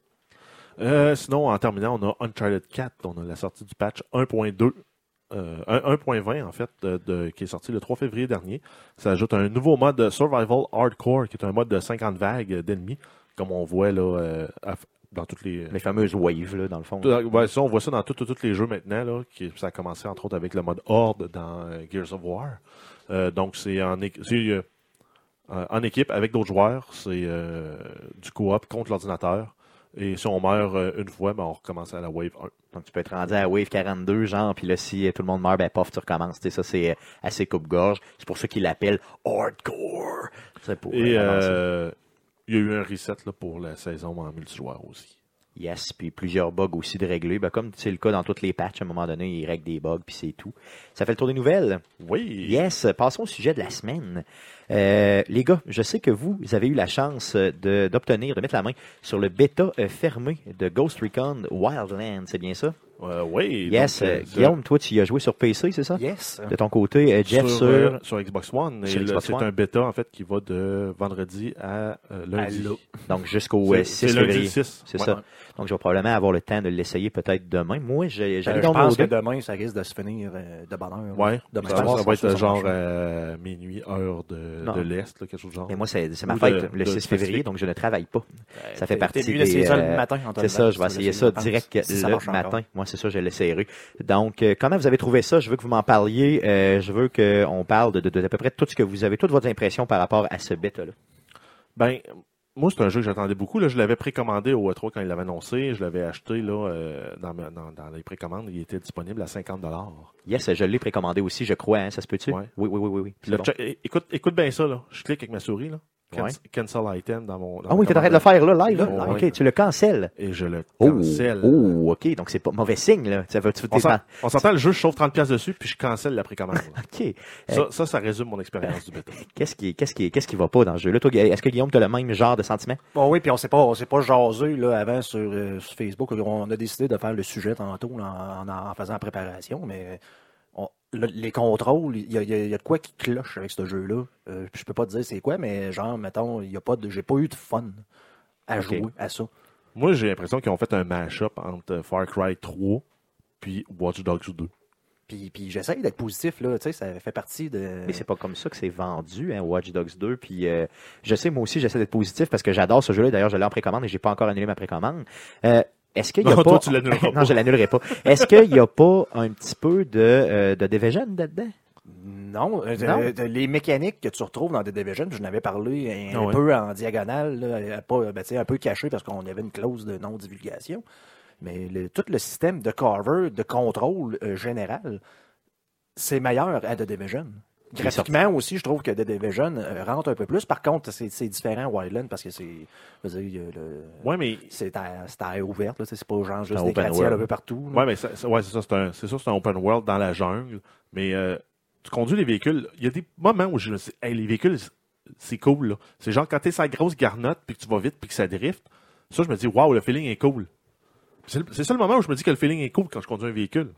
Speaker 3: Euh, sinon, en terminant, on a Uncharted 4. On a la sortie du patch 1.2. euh, un- 1.20 en fait, de- de- qui est sorti le 3 février dernier. Ça ajoute un nouveau mode Survival Hardcore, qui est un mode de 50 vagues d'ennemis, comme on voit là euh, à- dans toutes les.
Speaker 1: Les fameuses waves, là, dans le fond.
Speaker 3: Tout- euh, ouais, ça, on voit ça dans tous tout, tous les jeux maintenant. Là, qui, ça a commencé entre autres avec le mode Horde dans euh, Gears of War. Euh, donc, c'est en, équ- c'est, euh, euh, en équipe avec d'autres joueurs. C'est euh, du co-op contre l'ordinateur. Et si on meurt euh, une fois, ben, on recommence à la wave 1.
Speaker 1: Donc, tu peux être rendu à Wave 42, genre, puis là, si euh, tout le monde meurt, ben, pof, tu recommences. Tu sais, ça, c'est euh, assez coupe-gorge. C'est pour ça qu'ils l'appellent hardcore. C'est pour
Speaker 3: Et
Speaker 1: euh, avancer.
Speaker 3: euh, il y a eu un reset là, pour la saison en multijoueur aussi.
Speaker 1: Yes, puis plusieurs bugs aussi de régler. Ben, comme c'est le cas dans toutes les patchs, à un moment donné, ils règlent des bugs, puis c'est tout. Ça fait le tour des nouvelles.
Speaker 3: Oui!
Speaker 1: Yes, passons au sujet de la semaine. Euh, les gars, je sais que vous avez eu la chance de- d'obtenir, de, mettre la main sur le bêta euh, fermé de Ghost Recon Wildlands, c'est bien ça?
Speaker 3: Euh, oui.
Speaker 1: Yes,
Speaker 3: donc,
Speaker 1: euh,
Speaker 3: euh,
Speaker 1: Guillaume, toi, tu y as joué sur PC, c'est ça?
Speaker 2: Yes.
Speaker 1: De ton côté, euh, Jeff,
Speaker 3: sur,
Speaker 1: sur,
Speaker 3: euh, sur Xbox One. Et
Speaker 1: sur
Speaker 3: là,
Speaker 1: Xbox
Speaker 3: c'est
Speaker 1: One.
Speaker 3: un bêta, en fait, qui va de vendredi à euh, lundi.
Speaker 2: Allô.
Speaker 1: Ah, donc jusqu'au euh,
Speaker 3: C'est-
Speaker 1: 6
Speaker 3: c'est lundi le
Speaker 1: février.
Speaker 3: 6.
Speaker 1: C'est
Speaker 3: Ouais.
Speaker 1: ça. Donc, je vais probablement avoir le temps de l'essayer peut-être demain. Moi, j'ai- j'avais
Speaker 3: Ben,
Speaker 2: je pense que
Speaker 1: downloadé.
Speaker 2: demain, ça risque de se finir euh, de bonne heure.
Speaker 3: Ouais.
Speaker 2: Demain
Speaker 3: Ça,
Speaker 2: soir, ça
Speaker 3: ça va
Speaker 2: se
Speaker 3: être
Speaker 2: passe
Speaker 3: genre
Speaker 2: en
Speaker 3: euh, minuit, heure de,
Speaker 1: Non.
Speaker 3: de l'Est, là, quelque chose du genre.
Speaker 1: Mais moi, c'est c'est ma
Speaker 3: Ou de-
Speaker 1: fête le
Speaker 3: de
Speaker 1: 6
Speaker 3: Pacifique.
Speaker 1: février, donc je ne travaille pas. ça fait
Speaker 2: T'es-
Speaker 1: partie
Speaker 2: t'es mieux
Speaker 1: des,
Speaker 2: d'essayer ça
Speaker 1: euh,
Speaker 2: le matin, en te
Speaker 1: C'est ça,
Speaker 2: levant,
Speaker 1: je vais
Speaker 2: si tu
Speaker 1: essayer
Speaker 2: veux
Speaker 1: ça
Speaker 2: l'essayer,
Speaker 1: direct
Speaker 3: Ah,
Speaker 2: pense. Si ça
Speaker 1: le
Speaker 2: marche encore.
Speaker 1: matin. Moi, c'est ça, je l'essayerai. Donc, euh, comment vous avez trouvé ça? Je veux que vous m'en parliez. Euh, je veux qu'on parle de, de, de à peu près tout ce que vous avez, toute votre impression par rapport à ce bêta-là.
Speaker 3: Ben, moi, c'est un jeu que j'attendais beaucoup. Là, je l'avais précommandé au E3 quand il l'avait annoncé. Je l'avais acheté là, euh, dans, ma- dans- dans les précommandes. Il était disponible à 50
Speaker 1: Yes, je l'ai précommandé aussi, je crois. Hein, ça se peut-tu?
Speaker 3: Ouais.
Speaker 1: Oui, oui, oui, oui. oui.
Speaker 3: Le
Speaker 1: C'est bon.
Speaker 3: check- é- écoute, écoute bien ça. Là. Je clique avec ma souris. Là. Can-
Speaker 1: Ouais.
Speaker 3: Cancel item dans mon. dans
Speaker 1: Ah
Speaker 3: mon
Speaker 1: oui, tu arrêté de le
Speaker 3: commentaire.
Speaker 1: faire là, live. Là.
Speaker 3: Là,
Speaker 1: Ah,
Speaker 3: ouais.
Speaker 1: OK, tu le cancelles.
Speaker 3: Et je le
Speaker 1: Oh,
Speaker 3: cancel.
Speaker 1: oh, OK, donc c'est pas mauvais signe. Là. Ça veut, tu,
Speaker 3: On
Speaker 1: t'es
Speaker 3: s'en-
Speaker 1: pas-
Speaker 3: on s'entend, le jeu, je sauve 30$ piastres dessus, puis je cancelle la précommande. là.
Speaker 1: OK.
Speaker 3: ça, ça, ça résume mon expérience du bêta.
Speaker 1: Qu'est-ce qui, qu'est-ce qui, qu'est-ce qui va pas dans le jeu? Là, toi, est-ce que Guillaume, tu le même genre de sentiment?
Speaker 2: Bon, oui, puis on s'est pas, on s'est pas jasé là, avant sur, euh, sur Facebook. On a décidé de faire le sujet tantôt là, en, en- en faisant la préparation, mais on- le- les contrôles, il y a, il y a- il y a de quoi qui cloche avec ce jeu-là. Euh, puis je peux pas te dire c'est quoi, mais genre, mettons, il y a pas de, j'ai pas eu de fun à
Speaker 1: Ok.
Speaker 2: jouer à ça.
Speaker 3: Moi, j'ai l'impression qu'ils ont fait un mash-up entre Far Cry 3 puis Watch Dogs 2.
Speaker 2: Puis, puis j'essaye d'être positif, là, tu sais, ça fait partie de...
Speaker 1: Mais c'est pas comme ça que c'est vendu, hein, Watch Dogs 2. Puis euh, je sais, moi aussi, j'essaie d'être positif parce que j'adore ce jeu-là. D'ailleurs, je l'ai en précommande et j'ai pas encore annulé ma précommande. Euh, est-ce qu'il y a
Speaker 3: Non,
Speaker 1: pas...
Speaker 3: toi, tu l'annuleras pas.
Speaker 1: non, je l'annulerai pas. Est-ce qu'il y a pas un petit peu de, euh, de Division là-dedans?
Speaker 2: Non, euh,
Speaker 1: Non.
Speaker 2: euh, de- les mécaniques que tu retrouves dans The Division, je n'avais parlé un,
Speaker 3: Ah ouais.
Speaker 2: peu en diagonale, là, à pas, ben, tu sais, un peu caché parce qu'on avait une clause de non-divulgation. Mais le- tout le système de cover, de contrôle euh, général, c'est meilleur à The Division.
Speaker 1: est sorti.
Speaker 2: Graphiquement aussi, je trouve que The Division euh, rentre un peu plus. Par contre, c'est c'est différent à Wildland parce que c'est. je veux dire, il y a le-
Speaker 3: Ouais, mais
Speaker 2: C'est à, c'est à air ouverte, là, tu sais, c'est pas genre juste
Speaker 1: un
Speaker 2: des
Speaker 1: open
Speaker 2: gratte-ciels un
Speaker 1: world.
Speaker 2: peu partout. là.
Speaker 3: Ouais, mais ça- ça- ouais, c'est ça, c'est un, c'est sûr, c'est un open world dans la jungle, mais euh, tu conduis les véhicules. Il y a des moments où je me dis, Hey, les véhicules, c'est- c'est cool. là. C'est genre quand t'es sa grosse garnotte, puis que tu vas vite, puis que ça drift, ça, je me dis, waouh, le feeling est cool. C'est le c'est ça le moment où je me dis que le feeling est cool quand je conduis un véhicule.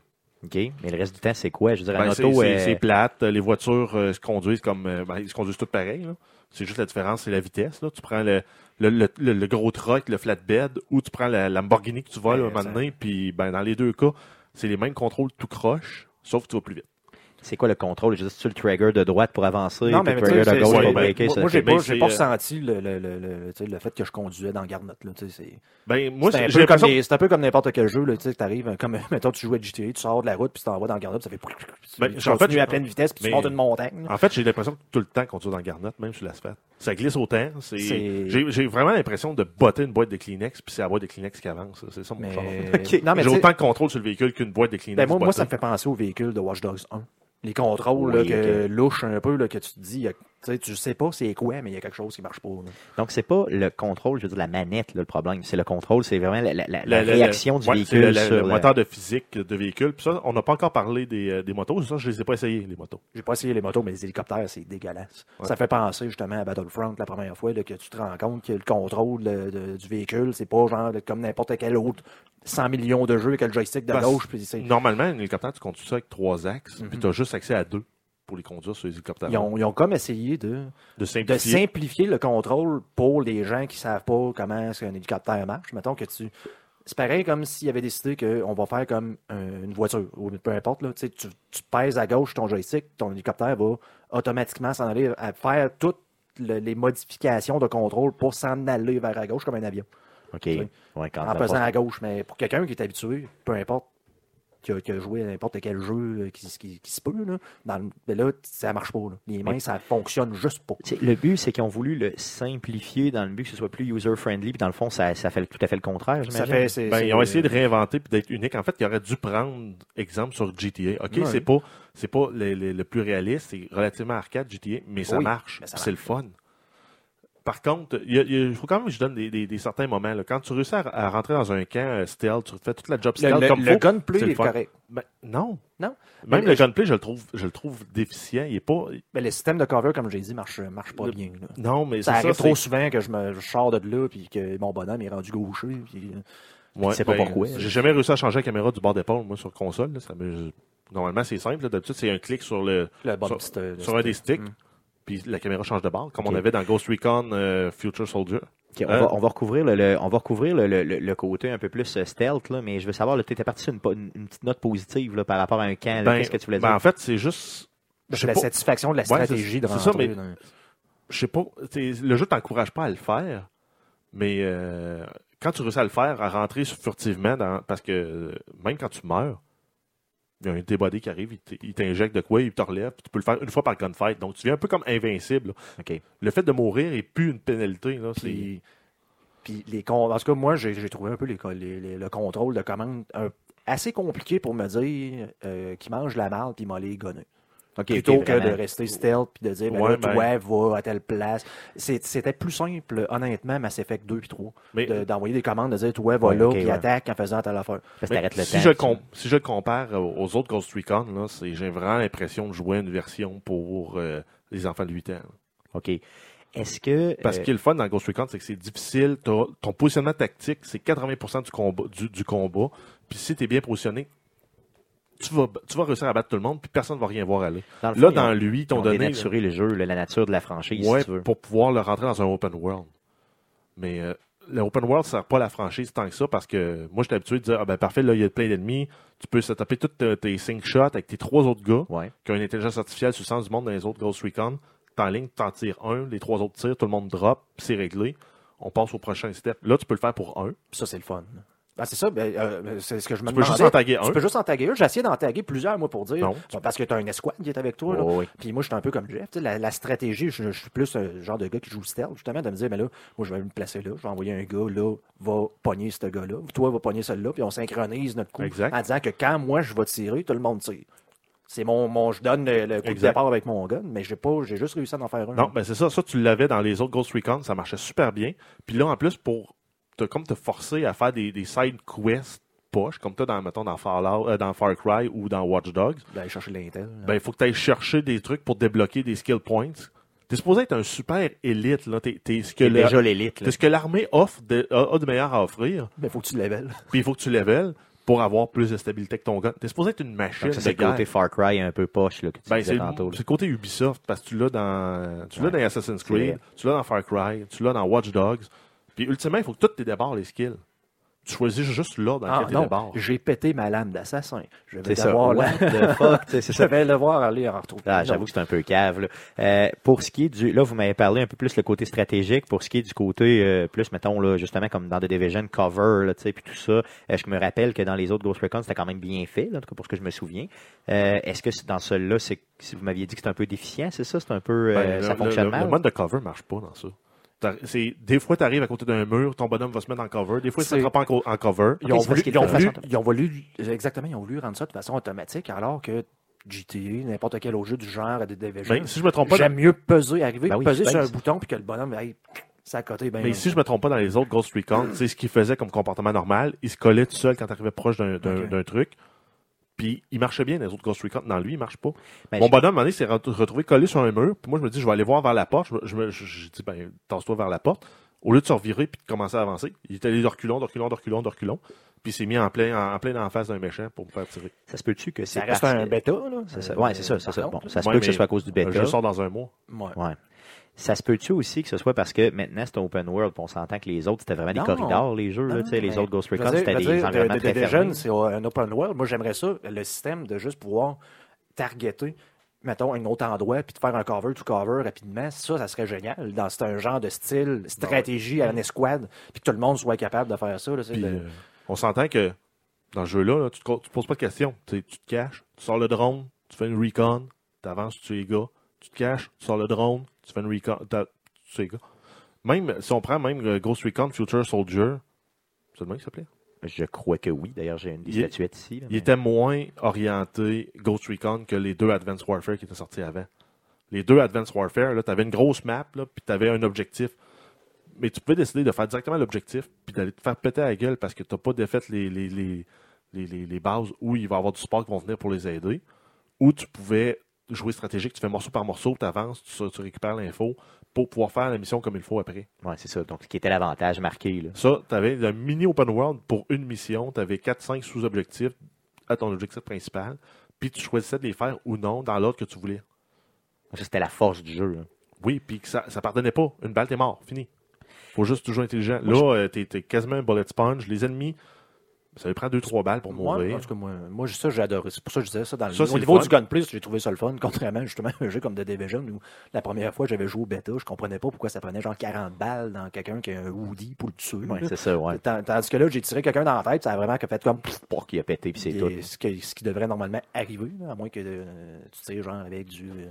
Speaker 1: OK. Mais le reste du temps, c'est quoi? Je veux dire, un
Speaker 3: Ben, c'est
Speaker 1: auto...
Speaker 3: c'est-
Speaker 1: euh,
Speaker 3: c'est plate, les voitures euh, se conduisent comme. euh, ben, ils se conduisent toutes pareilles. là. C'est juste la différence, c'est la vitesse. Là. Tu prends le, le, le, le- le gros truck, le flatbed, ou tu prends la Lamborghini que tu voles
Speaker 2: Ben,
Speaker 3: un moment
Speaker 2: ça-
Speaker 3: donné, puis ben, dans les deux cas, c'est les mêmes contrôles tout croche, sauf que tu vas plus vite.
Speaker 1: C'est quoi le contrôle? Je veux dire, c'est-tu le trigger de droite pour avancer?
Speaker 2: Non,
Speaker 1: puis le
Speaker 2: mais, mais tu sais,
Speaker 1: trigger de
Speaker 2: c'est-
Speaker 1: gauche
Speaker 3: ouais,
Speaker 1: pour
Speaker 3: ben,
Speaker 1: breaker?
Speaker 2: Moi,
Speaker 1: ça,
Speaker 2: moi, j'ai
Speaker 1: c'est-
Speaker 2: pas,
Speaker 3: mais
Speaker 2: j'ai
Speaker 3: c'est,
Speaker 2: pas
Speaker 3: euh,
Speaker 2: ressenti le, le, le, le- tu sais, le fait que je conduisais dans Garnotte. Là, tu sais, c'est
Speaker 3: Ben, moi,
Speaker 2: c'est
Speaker 3: j'ai
Speaker 2: un,
Speaker 3: j'ai
Speaker 2: peu comme
Speaker 3: l'impression.
Speaker 2: des- c'est un peu comme n'importe quel jeu. Là, tu sais, t'arrives, euh, comme, mettons, tu joues à GTA, tu sors de la route, puis tu t'en vas dans Garnotte, ça fait...
Speaker 3: Ben,
Speaker 2: tu
Speaker 3: en fait,
Speaker 2: continues
Speaker 3: je-
Speaker 2: à pleine vitesse, puis
Speaker 3: mais-
Speaker 2: tu montes une montagne.
Speaker 3: En fait, j'ai l'impression que tout le temps qu'on tire dans le Garnotte, même sur l'asphalte. Ça glisse autant. c'est-
Speaker 2: C'est-
Speaker 3: J'ai j'ai vraiment l'impression de botter une boîte de Kleenex, puis c'est la boîte de Kleenex qui avance. C'est ça mon
Speaker 2: Mais...
Speaker 3: genre.
Speaker 2: Non, mais
Speaker 3: Ah, J'ai
Speaker 2: tu sais,
Speaker 3: autant de contrôle sur le véhicule qu'une boîte de Kleenex.
Speaker 2: ben, moi, moi,
Speaker 3: bottée.
Speaker 2: ça me fait penser au véhicule de Watch Dogs 1. Les contrôles
Speaker 1: Oui,
Speaker 2: là, que louches un peu, là, que tu te dis, il y a- tu sais, tu sais pas c'est quoi, mais il y a quelque chose qui marche pas. là.
Speaker 1: Donc, c'est pas le contrôle, je veux dire, la manette, là, le problème. C'est le contrôle, c'est vraiment la, la- la- la
Speaker 3: La- la- la-
Speaker 1: réaction du
Speaker 3: ouais, c'est
Speaker 1: véhicule
Speaker 3: le- le,
Speaker 1: sur euh,
Speaker 3: le
Speaker 1: la-
Speaker 3: moteur de physique de véhicule. Puis ça, on n'a pas encore parlé des, euh, des motos. Ça, je les ai pas essayés, les motos.
Speaker 2: J'ai pas essayé les motos, mais les hélicoptères, c'est dégueulasse. Ça fait penser justement à Battlefront la première fois là, que tu te rends compte que le contrôle euh, de- du véhicule, c'est pas genre comme n'importe quel autre 100 millions de jeux avec le joystick de
Speaker 3: Parce-
Speaker 2: gauche. Puis c'est-
Speaker 3: Normalement, un hélicoptère, tu conduis ça avec trois axes,
Speaker 1: Mhm.
Speaker 3: puis tu as juste accès à deux pour les conduire sur les hélicoptères.
Speaker 2: ils, ont, ils ont comme essayé de,
Speaker 3: de
Speaker 2: de
Speaker 3: simplifier.
Speaker 2: simplifier le contrôle pour les gens qui savent pas comment est-ce qu'un hélicoptère marche. Mettons que tu. C'est pareil comme s'ils avaient décidé qu'on va faire comme euh, une voiture, ou peu importe. Là, tu, sais, tu tu pèses à gauche ton joystick, ton hélicoptère va automatiquement s'en aller à faire toutes le- les modifications de contrôle pour s'en aller vers la gauche comme un avion.
Speaker 1: OK.
Speaker 2: sais.
Speaker 1: Ouais, quand
Speaker 2: En
Speaker 1: même,
Speaker 2: pesant à gauche. Mais pour quelqu'un qui est habitué, peu importe, qui a, qui a joué à n'importe quel jeu euh, qui, qui- qui se peut, là, dans le- ben là, ça marche pas. là. Les mains, ça fonctionne juste pas.
Speaker 1: Tu sais, le but, c'est qu'ils ont voulu le simplifier dans le but que ce soit plus user-friendly, puis dans le fond, ça, ça fait tout à fait le contraire,
Speaker 2: Ça
Speaker 1: j'imagine.
Speaker 2: fait, c'est-
Speaker 3: Ben,
Speaker 2: c'est-
Speaker 3: ils ont essayé de réinventer puis d'être unique. En fait, ils auraient dû prendre exemple sur GTA. OK,
Speaker 2: Ouais.
Speaker 3: c'est pas c'est pas le, le- le plus réaliste, c'est relativement arcade GTA, mais ça
Speaker 2: Oui,
Speaker 3: marche,
Speaker 2: mais ça
Speaker 3: puis c'est le fun. Par contre, il y a- il y a- faut quand même que je donne des, des- des certains moments. là. Quand tu réussis à, à rentrer dans un camp euh, stealth, tu fais toute la job stealth
Speaker 2: Le,
Speaker 3: comme
Speaker 2: le, le
Speaker 3: faut.
Speaker 2: gunplay
Speaker 3: c'est le
Speaker 2: est
Speaker 3: fun.
Speaker 2: correct.
Speaker 3: Ben, non.
Speaker 2: Non. Mais
Speaker 3: Même le
Speaker 2: je-
Speaker 3: gunplay, je le trouve, je le trouve déficient. Il est pas.
Speaker 2: Mais Ben, le système de cover, comme je l'ai dit, marche, marche pas
Speaker 3: Le-
Speaker 2: bien. là.
Speaker 3: Non, mais
Speaker 2: Ça
Speaker 3: c'est
Speaker 2: arrive
Speaker 3: ça,
Speaker 2: trop
Speaker 3: c'est-
Speaker 2: souvent que je me je sors de là puis que mon bonhomme est rendu gaucher. Puis...
Speaker 1: Je sais pas pourquoi.
Speaker 3: ben, J'ai jamais réussi à changer la caméra du bord d'épaule, moi, sur console. là. Ça me- Normalement, c'est simple. là. D'habitude, c'est un clic sur le,
Speaker 2: Le bon
Speaker 3: sur,
Speaker 2: petit, euh,
Speaker 3: sur un des sticks.
Speaker 2: Mm.
Speaker 3: Puis la caméra change de barre, comme
Speaker 1: Ok.
Speaker 3: on avait dans Ghost Recon euh, Future Soldier.
Speaker 1: Ok, on,
Speaker 3: Euh.
Speaker 1: va, on va recouvrir, le, le- on va recouvrir le, le- le- le côté un peu plus euh, stealth, là, mais je veux savoir, tu étais parti sur une, po- une- une petite note positive là, par rapport à un camp. là.
Speaker 3: Ben,
Speaker 1: Qu'est-ce que tu voulais
Speaker 3: ben,
Speaker 1: dire?
Speaker 3: en fait, c'est juste. Je sais
Speaker 2: la
Speaker 3: pas.
Speaker 2: satisfaction de la
Speaker 3: Ouais,
Speaker 2: stratégie
Speaker 3: c'est-
Speaker 2: de
Speaker 3: c'est ça,
Speaker 2: rentrer
Speaker 3: mais-
Speaker 2: dans-
Speaker 3: je sais pas, t'sais, le jeu t'encourage pas à le faire, mais euh, quand tu réussis à le faire, à rentrer furtivement, dans, parce que euh, même quand tu meurs, il y a un débodé qui arrive, il t- il t'injecte de quoi, il te relève, puis tu peux le faire une fois par gunfight. Donc tu viens un peu comme invincible. là.
Speaker 1: Ok.
Speaker 3: Le fait de mourir n'est plus une pénalité. Là, c'est-
Speaker 2: Puis, puis les con... En tout cas, moi, j'ai j'ai trouvé un peu les, co- les- les- le contrôle de commande un- assez compliqué pour me dire euh, qu'il mange la marde puis m'a les gonner.
Speaker 1: Ok,
Speaker 2: Plutôt
Speaker 1: ok,
Speaker 2: que
Speaker 1: vraiment.
Speaker 2: de rester stealth puis de dire, ben
Speaker 3: Ouais,
Speaker 2: là,
Speaker 3: ben-
Speaker 2: toi, va à telle place. C'est- C'était plus simple, honnêtement, Mass Effect 2 puis 3,
Speaker 3: Mais-
Speaker 2: de- d'envoyer des commandes, de dire, toi, va
Speaker 1: Ouais,
Speaker 2: là,
Speaker 1: ok,
Speaker 2: puis
Speaker 1: ouais.
Speaker 2: attaque en faisant telle affaire.
Speaker 1: Parce que
Speaker 3: Mais
Speaker 1: t'arrêtes le
Speaker 3: si,
Speaker 1: temps,
Speaker 3: je le
Speaker 1: tu-
Speaker 3: com- si je le compare au- aux autres Ghost Recon, là, c'est- j'ai vraiment l'impression de jouer à une version pour euh, les enfants de 8 ans. là.
Speaker 1: OK. Est-ce que.
Speaker 3: Parce
Speaker 1: euh,
Speaker 3: que le fun dans Ghost Recon, c'est que c'est difficile. T'as- Ton positionnement tactique, c'est 80% du combat. Du, du combat. Puis si t'es bien positionné, tu vas, tu vas réussir à battre tout le monde, puis personne ne va rien voir aller.
Speaker 1: dans le
Speaker 3: là,
Speaker 1: fond, ils
Speaker 3: dans
Speaker 1: ont-
Speaker 3: lui, ils
Speaker 1: ils ont
Speaker 3: t'ont donné
Speaker 1: dénaturé le jeu, là, la nature de la franchise,
Speaker 3: ouais,
Speaker 1: si tu veux.
Speaker 3: pour pouvoir le rentrer dans un open world. Mais euh, le open world ne sert pas à la franchise tant que ça, parce que moi, j'étais habitué de dire, ah ben parfait, là, il y a plein d'ennemis, tu peux se taper toutes tes- tes 5 shots avec tes trois autres gars
Speaker 1: Ouais.
Speaker 3: qui ont une intelligence artificielle sur le sens du monde dans les autres Ghost Recon. T'en ligne, t'en tires un, les trois autres tirent, tout le monde drop, puis c'est réglé. On passe au prochain step. Là, tu peux le faire pour un.
Speaker 2: Puis ça, c'est le fun. Ah, c'est ça, ben, euh, c'est ce que je me
Speaker 3: Tu
Speaker 1: Ah,
Speaker 3: peux juste
Speaker 1: ben,
Speaker 2: demandais.
Speaker 3: en taguer un.
Speaker 2: Tu peux juste en taguer un. J'ai essayé d'en taguer plusieurs, moi, pour dire.
Speaker 3: Non.
Speaker 2: Bon, Parce que tu as une escouade qui est avec toi. là.
Speaker 3: Oh.
Speaker 1: Ouais, ouais.
Speaker 2: Puis moi, je suis un peu comme Jeff. tu sais, La, la stratégie, je, je suis plus un genre de gars qui joue stealth, justement, de me dire, mais là, moi, je vais me placer là, je vais envoyer un gars là, va pogner ce gars-là, toi, va pogner celui-là, puis on synchronise notre coup
Speaker 3: Exact.
Speaker 2: en disant que quand moi, je vais tirer, tout le monde tire. C'est mon, mon. Je donne le, le coup de
Speaker 3: Exact.
Speaker 2: départ avec mon gun, mais j'ai pas, j'ai juste réussi à en faire un.
Speaker 3: Non, ben c'est ça. Ça, tu l'avais dans les autres Ghost Recon, ça marchait super bien. Puis là, en plus, pour te, comme te forcer à faire des, des side quests poches, comme toi, dans, mettons, dans, Fallout, euh, dans Far Cry ou dans Watch Dogs,
Speaker 2: D'aller chercher de l'intel. là.
Speaker 3: ben, il faut que tu ailles chercher des trucs pour débloquer des skill points. T'es supposé être un super élite, là. T'es, t'es ce que
Speaker 1: C'est
Speaker 3: la-
Speaker 1: déjà l'élite. là.
Speaker 3: t'es ce que l'armée offre de, a- a de meilleur à offrir.
Speaker 2: Ben, faut que tu le level.
Speaker 3: Puis il faut que tu level pour avoir plus de stabilité que ton gun. T'es supposé être une machine.
Speaker 1: Donc, ça, c'est
Speaker 3: de
Speaker 1: le
Speaker 3: guerre.
Speaker 1: côté Far Cry un peu poche là, que tu
Speaker 3: Ben, c'est
Speaker 1: disais
Speaker 3: le,
Speaker 1: tantôt. là.
Speaker 3: c'est le côté Ubisoft parce que tu l'as dans tu l'as
Speaker 1: Ouais.
Speaker 3: dans Assassin's
Speaker 1: C'est
Speaker 3: Creed,
Speaker 1: vrai.
Speaker 3: tu l'as dans Far Cry, tu l'as dans Watch Dogs. Puis ultimement, il faut que tout tes débarres les skills. Tu choisis juste l'ordre dans
Speaker 2: Ah,
Speaker 3: lequel tu
Speaker 2: non,
Speaker 3: débarres.
Speaker 1: euh,
Speaker 2: j'ai pété ma lame d'assassin. Je vais
Speaker 1: C'est ça.
Speaker 2: devoir la-
Speaker 1: What the fuck? tu sais, C'est
Speaker 2: Je
Speaker 1: ça.
Speaker 2: vais devoir aller en retrouver.
Speaker 1: Ah,
Speaker 2: Non.
Speaker 1: j'avoue que c'est un peu cave. Là. Euh, pour ce qui est du, là, vous m'avez parlé un peu plus le côté stratégique. Pour ce qui est du côté euh, plus, mettons là, justement comme dans The Division, cover, là, tu sais, puis tout ça. euh, je me rappelle que dans les autres Ghost Recon, c'était quand même bien fait, là, en tout cas pour ce que je me souviens. Euh, Est-ce que c'est- dans celui-là, c'est, si vous m'aviez dit que c'est un peu déficient, c'est ça, c'est un peu, euh,
Speaker 3: Ben, le-
Speaker 1: ça
Speaker 3: le-
Speaker 1: fonctionne
Speaker 3: le,
Speaker 1: mal.
Speaker 3: Le mode de cover marche pas dans ça. T'as- c'est- Des fois, tu arrives à côté d'un mur, ton bonhomme va se mettre en cover. Des fois, il se
Speaker 2: C'est-
Speaker 3: mettra pas en, co- en cover.
Speaker 2: Ils ont,
Speaker 1: c'est parce
Speaker 2: voulu,
Speaker 1: qu'il
Speaker 2: ils ont
Speaker 1: fait de
Speaker 2: voulu- ils ont voulu- exactement, ils ont voulu rendre ça de façon automatique, alors que GTA, n'importe quel autre jeu du genre, à des Division,
Speaker 3: Ben, si je me trompe pas,
Speaker 2: j'aime mieux peser, arriver,
Speaker 1: Ben oui,
Speaker 2: peser
Speaker 1: c'est
Speaker 2: sur
Speaker 1: bien,
Speaker 2: un
Speaker 1: ça.
Speaker 2: bouton, puis que le bonhomme, ben, hey, ça à côté, ben,
Speaker 3: Mais si je me trompe pas dans les autres Ghost Recon, c'est ce qu'il faisait comme comportement normal. Il se collait tout seul quand t'arrivais proche d'un d'un-
Speaker 2: Ok.
Speaker 3: d'un truc. Puis il marchait bien dans les autres Ghost Recon. Dans lui, il marche pas.
Speaker 1: Ben,
Speaker 3: Mon
Speaker 1: je-
Speaker 3: bonhomme, à un moment donné, s'est re- retrouvé collé sur un mur. Puis moi, je me dis, je vais aller voir vers la porte. Je, me- je, me- je- je dis, ben, tasse-toi vers la porte. Au lieu de se revirer puis de commencer à avancer, il est allé de reculons, de reculons, de reculons, de reculons. Puis il s'est mis en plein en, en plein en face d'un méchant pour me faire tirer.
Speaker 1: Ça se peut-tu que c'est
Speaker 2: ça reste
Speaker 1: parce
Speaker 2: un
Speaker 1: que-
Speaker 2: bêta, là.
Speaker 1: C'est ça. Ouais, c'est ça, c'est
Speaker 2: Par
Speaker 1: ça.
Speaker 2: contre,
Speaker 1: Bon, ça se
Speaker 3: Ouais,
Speaker 1: peut que ce
Speaker 3: mais
Speaker 1: soit à cause du bêta.
Speaker 3: Je sors dans un mois.
Speaker 2: ouais.
Speaker 1: Ouais. Ça se peut-tu aussi que ce soit parce que maintenant c'est open world, puis on s'entend que les autres c'était vraiment
Speaker 2: Non.
Speaker 1: des corridors, les jeux, là,
Speaker 2: Non,
Speaker 1: tu sais, les
Speaker 2: mais-
Speaker 1: autres Ghost
Speaker 2: Ben, je veux
Speaker 1: Recon
Speaker 2: dire-
Speaker 1: c'était
Speaker 2: je veux
Speaker 1: des
Speaker 2: dire, de-
Speaker 1: environnements
Speaker 2: de-
Speaker 1: très
Speaker 2: de
Speaker 1: fermés.
Speaker 2: Division, c'est un open world. Moi, j'aimerais ça, le système de juste pouvoir targeter, mettons, un autre endroit, puis de faire un cover to cover rapidement. Ça, ça serait génial. Dans c'est un genre de style, stratégie à une escouade, puis que tout le monde soit capable de faire ça. là, c'est
Speaker 3: Puis,
Speaker 2: de-
Speaker 3: euh, on s'entend que dans ce jeu-là, là, tu te co- tu te poses pas de questions. Tu, sais, tu te caches, tu sors le drone, tu fais une recon, tu avances, tu es les gars. Tu te caches, tu sors le drone, tu fais une recon, t'as- tu es les gars. Même si on prend même euh, Ghost Recon Future Soldier, c'est le même qui s'appelait.
Speaker 1: Je crois que oui. D'ailleurs, j'ai une des
Speaker 3: Il est-
Speaker 1: statuettes ici. là,
Speaker 3: Il
Speaker 1: mais-
Speaker 3: était moins orienté Ghost Recon que les deux Advanced Warfare qui étaient sortis avant. Les deux Advanced Warfare, là, t'avais une grosse map, là, puis t'avais un objectif. Mais tu pouvais décider de faire directement l'objectif, puis d'aller te faire péter à la gueule parce que t'as pas défait les, les, les, les, les- les bases où il va y avoir du support qui vont venir pour les aider. Ou tu pouvais jouer stratégique, tu fais morceau par morceau, tu avances, tu, tu récupères l'info pour pouvoir faire la mission comme il faut après.
Speaker 1: Ouais, c'est ça. Donc, ce qui était l'avantage marqué, là.
Speaker 3: Ça, tu avais le mini open world pour une mission, tu avais 4-5 sous-objectifs à ton objectif principal, puis tu choisissais de les faire ou non dans l'ordre que tu voulais.
Speaker 1: Ça, c'était la force du jeu, là.
Speaker 3: Oui, puis que ça, ça pardonnait pas. Une balle, t'es mort, fini. Faut juste toujours intelligent. Là, euh, t'es t'es quasiment un bullet sponge. Les ennemis, ça lui prend 2-3 balles pour
Speaker 2: Moi,
Speaker 3: mourir.
Speaker 2: en tout cas, moi, moi, j'ai- ça, j'ai adoré. C'est pour ça que je disais ça dans le
Speaker 3: Ça, c'est
Speaker 2: Au
Speaker 3: le
Speaker 2: niveau
Speaker 3: fun.
Speaker 2: du gunplay, j'ai trouvé ça le fun. Contrairement, justement, à un jeu comme The Division où la première fois, j'avais joué au bêta, je comprenais pas pourquoi ça prenait genre 40 balles dans quelqu'un qui a un Woody pour Mm-hmm. le tuer.
Speaker 1: Ouais,
Speaker 2: là.
Speaker 1: c'est ça, ouais.
Speaker 2: Tant- Tandis que là, j'ai tiré quelqu'un dans la tête, ça a vraiment que fait comme. pff,
Speaker 1: Pour qu'il a pété, puis c'est
Speaker 2: et
Speaker 1: tout.
Speaker 2: ce, que- ce qui devrait normalement arriver, là, à moins que euh, tu tires genre avec du. euh,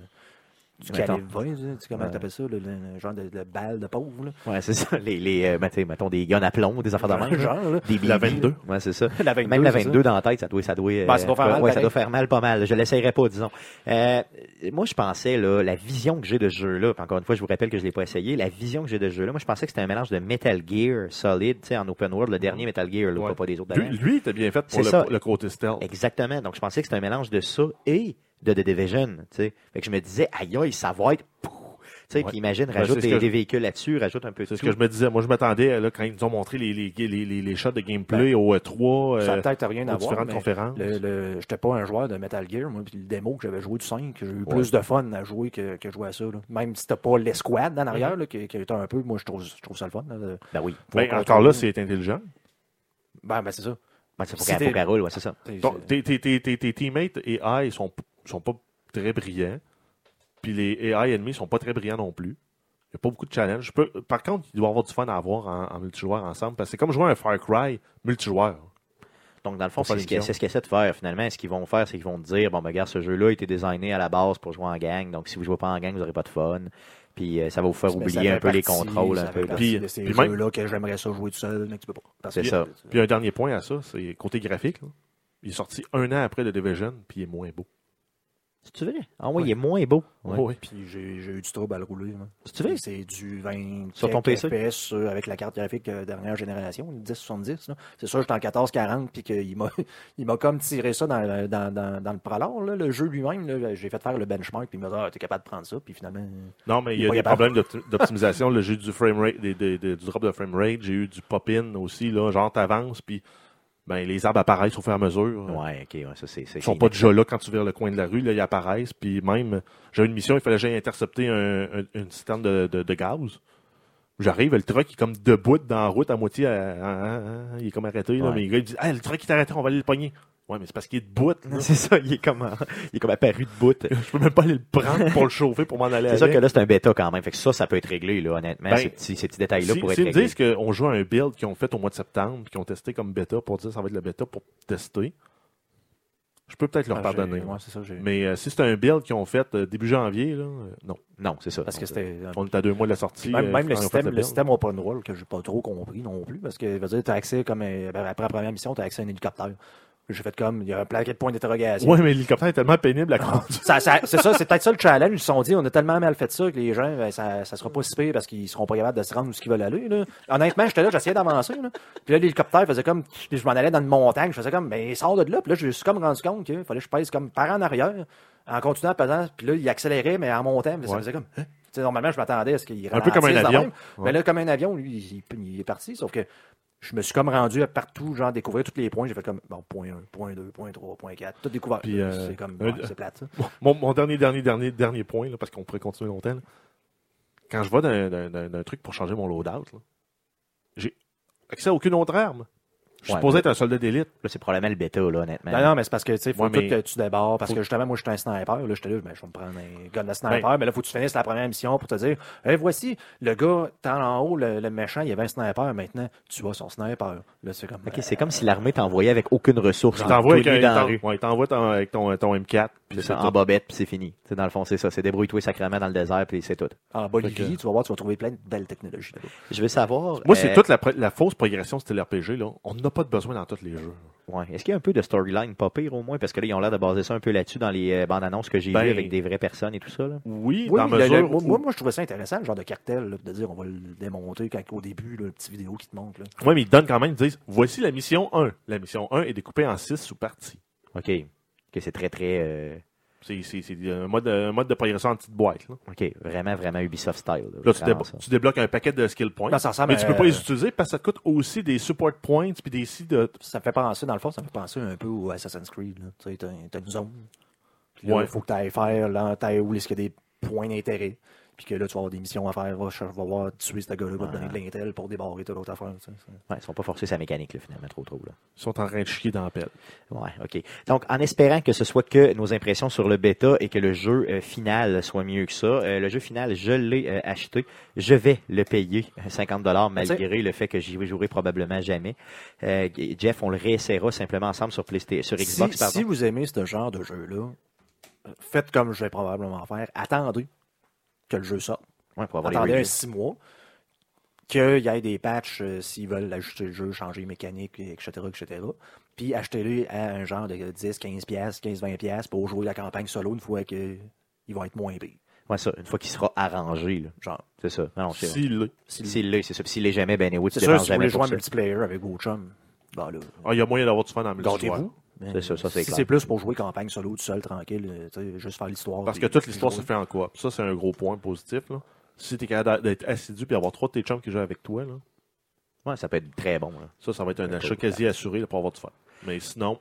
Speaker 2: du
Speaker 1: Mettons.
Speaker 2: calibre 20, là, tu sais comment
Speaker 1: Ouais.
Speaker 2: t'appelles ça, le, le- le genre de, de balle de pauvre. Là.
Speaker 1: Ouais, c'est ça. Les, les euh, ben, tu sais, mettons, des guns à plomb, des affaires de même. là.
Speaker 2: genre, là.
Speaker 1: Des
Speaker 3: La
Speaker 1: BB,
Speaker 3: 22.
Speaker 1: Ouais, c'est ça.
Speaker 2: La 22,
Speaker 1: Même la
Speaker 2: c'est ça.
Speaker 1: 22 dans la tête, ça doit, ça doit, euh,
Speaker 2: Ben, ça doit faire mal,
Speaker 1: ouais, ça
Speaker 2: pareil.
Speaker 1: doit faire mal pas mal. Je l'essayerai pas, disons. Euh, moi, je pensais, là, la vision que j'ai de ce jeu-là, puis encore une fois, je vous rappelle que je l'ai pas essayé, la vision que j'ai de ce jeu-là, moi, je pensais que c'était un mélange de Metal Gear solide, tu sais, en open world, le dernier Metal Gear, là,
Speaker 3: Ouais.
Speaker 1: pas, pas des autres
Speaker 3: Lui,
Speaker 2: ben,
Speaker 1: d'avant.
Speaker 3: lui, il était bien fait pour
Speaker 1: C'est ça.
Speaker 3: le, le côté stealth.
Speaker 1: Exactement. Donc, je pensais que c'était un mélange de ça et de The Division. tu sais. Fait que je me disais, aïe, aïe, ça va être. pouf. Tu sais,
Speaker 3: Ouais.
Speaker 1: Puis imagine,
Speaker 3: Ben,
Speaker 1: rajoute
Speaker 3: c'est ce
Speaker 1: des,
Speaker 3: que je-
Speaker 1: des véhicules là-dessus, rajoute un peu de
Speaker 3: C'est ce
Speaker 1: tout.
Speaker 3: que je me disais. Moi, je m'attendais, là, quand ils nous ont montré les, les, les, les- les shots de gameplay au euh, 3,
Speaker 2: Ben, Ça a peut-être rien à
Speaker 3: aux
Speaker 2: voir.
Speaker 3: différentes
Speaker 2: mais
Speaker 3: conférences.
Speaker 2: le- le- J'étais pas un joueur de Metal Gear, moi, puis le démo que j'avais joué du 5, j'ai eu plus de fun à jouer que, que jouer à ça. là. Même si t'as pas l'escouade en arrière, là, qui, qui est un peu, moi je trouve, je trouve ça le fun. là, de
Speaker 1: Ben oui.
Speaker 3: Ben,
Speaker 2: pouvoir
Speaker 3: encore là,
Speaker 2: contrôler.
Speaker 3: c'est intelligent.
Speaker 2: Ben, ben, c'est ça.
Speaker 1: Ouais, c'est pour
Speaker 2: Si
Speaker 1: qu'elle-
Speaker 2: t'es-
Speaker 1: pour qu'elle roule, ouais, c'est ça.
Speaker 2: C'est-
Speaker 3: Donc,
Speaker 2: c'est-
Speaker 3: tes, tes- tes- tes- tes teammates AI sont, p- sont pas très brillants. Puis les AI ennemis sont pas très brillants non plus. Il n'y a pas beaucoup de challenge. Je peux- par contre, il doit y avoir du fun à avoir en, en multijoueur ensemble. Parce que c'est comme jouer à un Far Cry multijoueur.
Speaker 1: Donc, dans le fond,
Speaker 3: Faut pas
Speaker 1: c'est ce qu'ils
Speaker 3: l'émission.
Speaker 1: c'est ce qu'ils essaient de faire finalement. Ce qu'ils vont faire, c'est qu'ils vont te dire bon, ben, regarde, ce jeu-là a été designé à la base pour jouer en gang. Donc, si vous jouez pas en gang, vous n'aurez pas de fun. Puis, euh, ça va vous faire
Speaker 2: mais ça
Speaker 1: oublier
Speaker 2: fait
Speaker 1: un peu les
Speaker 2: partie-
Speaker 1: contrôles.
Speaker 2: ça
Speaker 1: Un
Speaker 2: fait
Speaker 1: peu, là.
Speaker 2: partie
Speaker 3: Puis-
Speaker 2: de ces
Speaker 3: puis même-
Speaker 2: jeux-là que j'aimerais ça jouer tout seul, mais que tu peux pas. Parce
Speaker 1: C'est
Speaker 2: que-
Speaker 1: ça.
Speaker 3: Puis un dernier point à ça, c'est côté graphique. là. Il est sorti un an après The Division, puis il est moins beau.
Speaker 1: C'est-tu vrai? Ah oui, il est moins beau. Ouais.
Speaker 3: Ouais.
Speaker 2: Puis j'ai j'ai eu du trouble à le rouler. là.
Speaker 1: C'est-tu vrai?
Speaker 2: C'est du 20
Speaker 1: Sur ton
Speaker 2: quelques
Speaker 1: PC?
Speaker 2: FPS sur- avec la carte graphique euh, dernière génération, une 1070. là. C'est sûr, j'étais en 1440, puis qu'il m'a, il m'a comme tiré ça dans, le- dans, dans, dans le pralor, là, le jeu lui-même. là. j'ai fait faire le benchmark, puis il m'a dit, ah, t'es capable de prendre ça, puis finalement.
Speaker 3: Non, mais il
Speaker 2: Il est
Speaker 3: y a
Speaker 2: pas
Speaker 3: des
Speaker 2: capable.
Speaker 3: problèmes d'opti- d'optimisation. là. J'ai eu du frame rate, des- des- des- du drop de frame rate, j'ai eu du pop-in aussi, là, genre t'avances, puis ben, les arbres apparaissent au fur et à mesure.
Speaker 1: Ouais, ok, ouais, ça c'est. c'est-
Speaker 3: Ils sont pas déjà là quand tu vers le coin de la rue, là, ils apparaissent, puis même j'avais une mission, il fallait que j'aille intercepter un- un- une citerne de, de- de gaz. J'arrive, le truck il est comme debout dans la route à moitié, à- à- à- à- il est comme arrêté, là,
Speaker 1: Ouais.
Speaker 3: mais le gars il dit Hey, le truck il est arrêté, on va aller le pogner. Ouais, mais c'est parce qu'il est debout, là.
Speaker 1: C'est ça, il est comme, en- il est comme apparu de bout.
Speaker 3: je peux même pas aller le prendre pour le chauffer pour m'en aller
Speaker 1: C'est ça
Speaker 3: avec.
Speaker 1: que là, c'est un bêta quand même. Fait que ça, ça peut être réglé, là, honnêtement.
Speaker 3: Ben,
Speaker 1: ces petits, ces petits détails-là
Speaker 3: Si-
Speaker 1: pourraient
Speaker 3: S'ils
Speaker 1: être
Speaker 3: me
Speaker 1: réglés.
Speaker 3: disent qu'on joue à un build qu'ils ont fait au mois de septembre, qu'ils ont testé comme bêta pour dire ça va être le bêta pour tester, je peux peut-être leur
Speaker 2: Ah, j'ai-
Speaker 1: hein.
Speaker 3: pardonner.
Speaker 2: ouais, c'est ça, j'ai-
Speaker 3: Mais euh, si c'est un build qu'ils ont fait euh, début janvier, là, euh, non.
Speaker 1: Non, c'est ça.
Speaker 2: Parce que
Speaker 1: Donc,
Speaker 2: c'était.
Speaker 3: On est à deux mois de la sortie.
Speaker 2: Même,
Speaker 3: euh,
Speaker 2: même le,
Speaker 3: quand on fait
Speaker 2: système, le
Speaker 3: build.
Speaker 2: système open world que j'ai pas trop compris non plus, parce que veut dire, t'as accès comme euh, ben, après la première mission, t'as accès à un hélicoptère. J'ai fait comme il y a un plaquet de points d'interrogation.
Speaker 3: Ouais, mais l'hélicoptère est tellement pénible à conduire.
Speaker 2: Ça- ça- c'est ça, c'est peut-être ça le challenge. Ils se sont dit, on a tellement mal fait ça que les gens, ben, ça, ça sera pas si pire parce qu'ils seront pas capables de se rendre où ce qu'ils veulent aller. Là. Honnêtement, j'étais là, j'essayais d'avancer. là. Puis là, l'hélicoptère faisait comme, puis je m'en allais dans une montagne, je faisais comme, mais sors de là. Puis là, je me suis comme rendu compte qu'il fallait que je pèse comme par en arrière, en continuant à peser. Puis là, il accélérait, mais en montant, puis ça
Speaker 3: Ouais.
Speaker 2: faisait comme, hein? Tu sais, normalement, je m'attendais à ce qu'il
Speaker 3: Un peu comme un
Speaker 2: ralentisse de
Speaker 3: avion.
Speaker 2: même. Mais là, comme un avion, lui, il, il est parti, sauf que je me suis comme rendu à partout, genre découvrir tous les points. J'ai fait comme, bon, point 1, point 2, point 3, point 4, tout découvert.
Speaker 3: Puis, euh,
Speaker 2: c'est comme,
Speaker 3: un-
Speaker 2: ouais, c'est plate, ça.
Speaker 3: Mon, mon dernier, dernier, dernier, dernier point, là, parce qu'on pourrait continuer longtemps. là. Quand je vais d'un- d'un d'un- d'un truc pour changer mon loadout, là, j'ai accès à aucune autre arme. Je suis
Speaker 1: Ouais,
Speaker 3: supposé
Speaker 1: mais-
Speaker 3: être un soldat d'élite.
Speaker 1: là, c'est probablement le bêta, là, honnêtement.
Speaker 2: Non, non, mais c'est parce que, tu sais, faut
Speaker 3: Ben Ouais,
Speaker 2: tout
Speaker 3: mais-
Speaker 2: que tu débarres. Parce
Speaker 3: faut-
Speaker 2: que justement, moi, je suis un sniper. Là, j'étais là, ben, je vais me prendre un gun de sniper. Mais là, faut que tu finisses la première mission pour te dire, hey, voici, le gars, tant en haut, le, le méchant, il y avait un sniper. Maintenant, tu as son sniper. Là, c'est comme. euh,
Speaker 1: Ok, c'est comme si l'armée t'envoyait avec aucune ressource.
Speaker 3: Tu
Speaker 1: là,
Speaker 3: t'envoies
Speaker 1: tout
Speaker 3: avec,
Speaker 1: nu
Speaker 3: un-
Speaker 1: dans la
Speaker 3: t'en-
Speaker 1: rue.
Speaker 3: ouais, il t'envoie ton- avec ton, ton M4. puis
Speaker 1: C'est
Speaker 3: c'est
Speaker 1: ça,
Speaker 3: tout.
Speaker 1: en bobette, puis c'est fini. Tu sais, dans le fond, c'est ça. C'est débrouille-toi sacrément dans le désert, puis c'est tout.
Speaker 2: En Bolivie, tu vas voir, tu vas trouver plein de belles technologies. là-bas.
Speaker 1: Je veux savoir.
Speaker 3: Moi, c'est
Speaker 1: euh,
Speaker 3: toute la, pr- la fausse progression style RPG. Là. On n'a pas de besoin dans tous les jeux.
Speaker 1: ouais. Est-ce qu'il y a un peu de storyline pas pire au moins Parce que là, ils ont l'air de baser ça un peu là-dessus dans les euh, bandes annonces que j'ai
Speaker 3: Ben-
Speaker 1: vues avec des vraies personnes et tout ça. Là.
Speaker 3: Oui,
Speaker 2: Oui,
Speaker 3: dans
Speaker 2: oui, le-
Speaker 3: mesure
Speaker 2: le- moi,
Speaker 3: où-
Speaker 2: moi, moi, je trouvais ça intéressant, le genre de cartel, là, de dire, on va le démonter quand, au début, là, le petit vidéo qui te montre. Là.
Speaker 3: Ouais, mais ils donnent quand même, ils disent, voici la mission 1. La mission 1 est découpée en 6 sous-parties.
Speaker 1: Ok. Que c'est très, très. euh,
Speaker 3: C'est c'est- c'est un mode, euh, un mode de progression en petite boîte. Là,
Speaker 1: OK, vraiment, vraiment Ubisoft style. Là,
Speaker 3: Là, tu,
Speaker 1: Vraiment
Speaker 3: déblo-
Speaker 1: ça.
Speaker 3: tu débloques un paquet de skill points.
Speaker 2: Non, Ben, ça ressemble
Speaker 3: mais tu
Speaker 2: à-
Speaker 3: peux pas les utiliser parce que ça coûte aussi des support points puis des si de.
Speaker 2: Ça me fait penser, dans le fond, ça me fait penser un peu au Assassin's Creed. là. Tu sais, t'as t'as une zone. Puis là, il
Speaker 3: Ouais.
Speaker 2: faut que tu ailles faire, là, t'ailles où est-ce qu'il y a des points d'intérêt. Puis que là, tu vas avoir des missions à faire. Va, cher- va voir, tuer ce gars-là, va te donner de l'intel pour débarrer toute l'autre affaire. tu sais, ça.
Speaker 1: Ouais, ils sont pas forcés sa mécanique, là, finalement, trop trop. Là.
Speaker 3: Ils sont en train de chier dans la pelle.
Speaker 1: Ouais, OK. Donc, en espérant que ce soit que nos impressions sur le bêta et que le jeu euh, final soit mieux que ça, euh, le jeu final, je l'ai euh, acheté. Je vais le payer euh, 50 malgré le fait que j'y jouerai probablement jamais. Euh, G- Jeff, on le réessayera simplement ensemble sur, PlayStation, sur
Speaker 2: Si,
Speaker 1: Xbox. pardon.
Speaker 2: si vous aimez ce genre de jeu-là, euh, faites comme je vais probablement faire. Attendez que le jeu sorte.
Speaker 1: Ouais, pour avoir les
Speaker 2: Attendez un
Speaker 1: reviews.
Speaker 2: six mois. Qu'il y ait des patchs euh, s'ils veulent ajouter le jeu, changer les mécaniques, etc. etc. Puis achetez-le à un genre de 10, 15$, piastres, 15, 20$ piastres pour jouer la campagne solo une fois qu'ils vont être moins pires.
Speaker 1: Ouais, ça, une fois qu'il sera arrangé, là.
Speaker 2: Genre,
Speaker 1: c'est ça. Non, non, c'est
Speaker 3: Si là.
Speaker 1: s'il l'est, c'est ça. Puis S'il l'est jamais, ben, anyway, tu
Speaker 2: c'est sûr,
Speaker 1: dépenses
Speaker 2: si vous
Speaker 1: jamais
Speaker 2: voulez jouer
Speaker 1: pour
Speaker 2: en
Speaker 1: ça.
Speaker 2: multiplayer avec vos chums, ben là,
Speaker 3: Ah, il y a moyen d'avoir du fun en multijoueur.
Speaker 2: gâtez-vous.
Speaker 1: C'est ça, ça, c'est
Speaker 2: si
Speaker 1: clair.
Speaker 2: c'est plus pour jouer campagne solo tout seul, tranquille, euh, tu sais, juste faire l'histoire.
Speaker 3: Parce que
Speaker 2: puis-
Speaker 3: toute l'histoire se
Speaker 2: jouer.
Speaker 3: fait en coop. Ça, c'est un gros point positif. Là. Si t'es capable d'être assidu et avoir trois de tes chums qui jouent avec toi, là,
Speaker 1: Ouais, ça peut être très bon, là.
Speaker 3: ça, ça va être un
Speaker 1: Ouais,
Speaker 3: achat
Speaker 1: cool.
Speaker 3: quasi assuré là, pour avoir du fun. Mais sinon,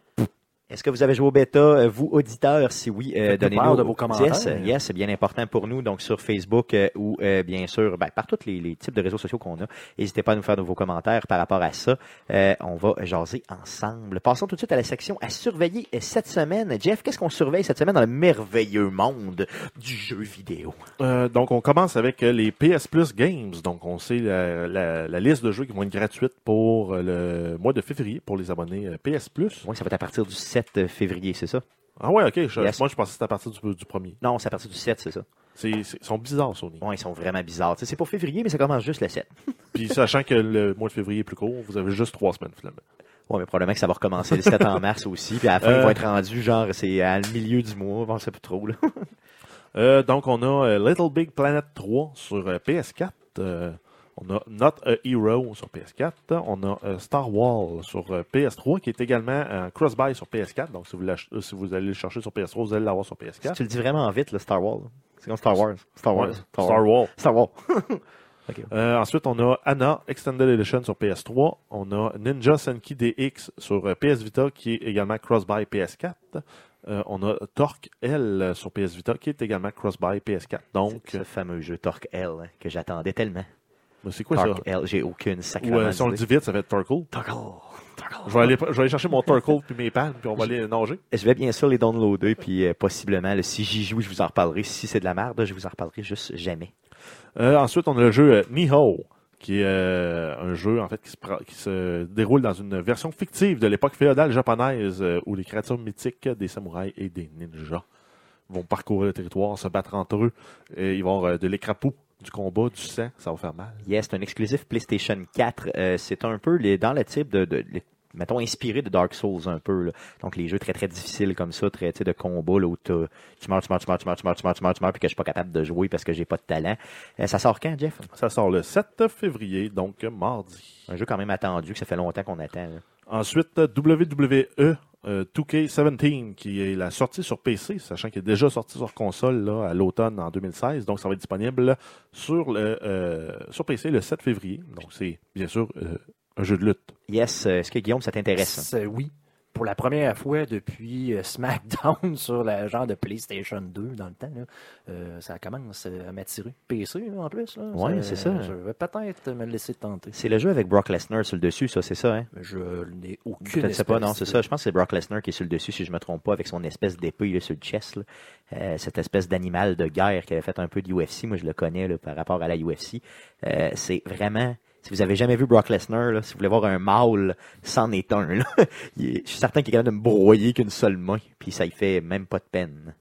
Speaker 1: Est-ce que vous avez joué au bêta, euh, vous auditeurs, si oui, euh,
Speaker 2: Faites-nous
Speaker 1: donnez-nous
Speaker 2: part de vos commentaires.
Speaker 1: Yes, euh, yes, c'est bien important pour nous. Donc sur Facebook euh, ou euh, bien sûr, ben, par tous les, les types de réseaux sociaux qu'on a, n'hésitez pas à nous faire de vos commentaires par rapport à ça. Euh, on va jaser ensemble. Passons tout de suite à la section à surveiller euh, cette semaine. Jeff, qu'est-ce qu'on surveille cette semaine dans le merveilleux monde du jeu vidéo
Speaker 3: Euh, donc, on commence avec euh, les PS Plus Games. Donc, on sait la, la- la liste de jeux qui vont être gratuites pour euh, le mois de février pour les abonnés euh, PS Plus.
Speaker 1: Oui, ça va être à partir du 7 février, c'est ça
Speaker 3: Ah ouais, ok. je-
Speaker 1: Yes.
Speaker 3: Moi, je pensais que c'était à partir du, du premier.
Speaker 1: Non, c'est à partir du 7, c'est ça.
Speaker 3: C'est, c'est- ils sont bizarres, Sony.
Speaker 1: Ouais, ils sont vraiment bizarres. Tu sais, c'est pour février, mais ça commence juste le 7.
Speaker 3: Puis, sachant que le mois de février est plus court, vous avez juste trois semaines, finalement.
Speaker 1: Ouais, mais probablement que ça va recommencer le 7 en mars aussi. Puis à la fin, ils vont être rendus, genre, c'est à le milieu du mois. On sait plus trop, là.
Speaker 3: Euh, donc, on a euh, Little Big Planet 3 sur euh, PS4. euh, on a Not a Hero sur PS4. On a euh, Star Wars sur euh, PS3, qui est également un cross-buy sur PS4. Donc, si vous, l'ach- euh, si vous allez le chercher sur PS3, vous allez l'avoir sur
Speaker 1: Si
Speaker 3: PS4.
Speaker 1: tu le dis vraiment vite, là, Star Wars. là. C'est comme Star Wars. Star Wars.
Speaker 3: Ouais,
Speaker 1: Star Wars.
Speaker 3: Star Wars.
Speaker 1: Star Wars.
Speaker 3: Euh, ensuite, on a Anna Extended Edition sur PS3. On a Ninja Senki DX sur euh, PS Vita, qui est également cross-buy PS4. Euh, on a Torque L sur PS Vita, qui est également cross-buy PS4. Donc,
Speaker 1: Ce fameux jeu Torque L hein, que j'attendais tellement.
Speaker 3: euh, c'est quoi
Speaker 1: Torque
Speaker 3: ça?
Speaker 1: L, j'ai aucune
Speaker 3: Ou
Speaker 1: sacrément
Speaker 3: euh, si on le
Speaker 1: d'idée.
Speaker 3: dit vite, ça va être Torkle.
Speaker 1: Torque L.
Speaker 3: Je vais aller, je vais aller chercher mon Torkle puis mes palmes, puis on va aller nager.
Speaker 1: Je vais bien sûr les downloader, puis euh, possiblement, là, si j'y joue, je vous en reparlerai. Si c'est de la merde, je vous en reparlerai juste jamais.
Speaker 3: Euh, ensuite, on a le jeu euh, Nihon, qui est euh, un jeu en fait qui se, pra- qui se déroule dans une version fictive de l'époque féodale japonaise, euh, où les créatures mythiques des samouraïs et des ninjas vont parcourir le territoire, se battre entre eux, et ils vont avoir euh, de l'écrapou, du combat, du sang, ça va faire mal.
Speaker 1: Yes, c'est un exclusif PlayStation 4. Euh, c'est un peu les, dans le type de, de- les- mettons, inspiré de Dark Souls un peu. là. Donc, les jeux très, très difficiles comme ça, très, tu sais, de combat, là, où t'as- tu meurs, tu meurs, tu meurs, tu meurs, tu meurs, tu meurs, tu meurs, tu meurs, puis que je suis pas capable de jouer parce que j'ai pas de talent. Euh, ça sort quand, Jeff?
Speaker 3: Ça sort le 7 février, donc euh, mardi.
Speaker 1: Un jeu quand même attendu, que ça fait longtemps qu'on attend. là.
Speaker 3: Ensuite, euh, WWE euh, 2K17, qui est la sortie sur PC, sachant qu'il est déjà sorti sur console là, à l'automne en 2016. Donc, ça va être disponible sur, le, euh, sur PC le 7 février. Donc, c'est bien sûr euh, un jeu de lutte.
Speaker 1: Yes, euh, est-ce que Guillaume, ça t'intéresse?
Speaker 2: C'est- euh, Oui. Pour la première fois depuis euh, SmackDown sur la genre de PlayStation 2 dans le temps, là, euh, ça commence à m'attirer. PC là, en plus. Là,
Speaker 1: Ouais, c'est ça.
Speaker 2: Je vais peut-être me laisser tenter.
Speaker 1: C'est le jeu avec Brock Lesnar sur le dessus, ça, c'est ça, hein?
Speaker 2: Mais Je n'ai aucune
Speaker 1: Je ne sais pas,
Speaker 2: espèce
Speaker 1: non, c'est
Speaker 2: de-
Speaker 1: ça. Je pense que c'est Brock Lesnar qui est sur le dessus, si je me trompe pas, avec son espèce d'épée là, sur le chest. là. Euh, cette espèce d'animal de guerre qui avait fait un peu de UFC. Moi, je le connais là, par rapport à la UFC. Euh, c'est vraiment... Si vous avez jamais vu Brock Lesnar, là, si vous voulez voir un mâle, c'en est un. là. Il est- je suis certain qu'il est capable de me broyer qu'une seule main, puis ça y fait même pas de peine.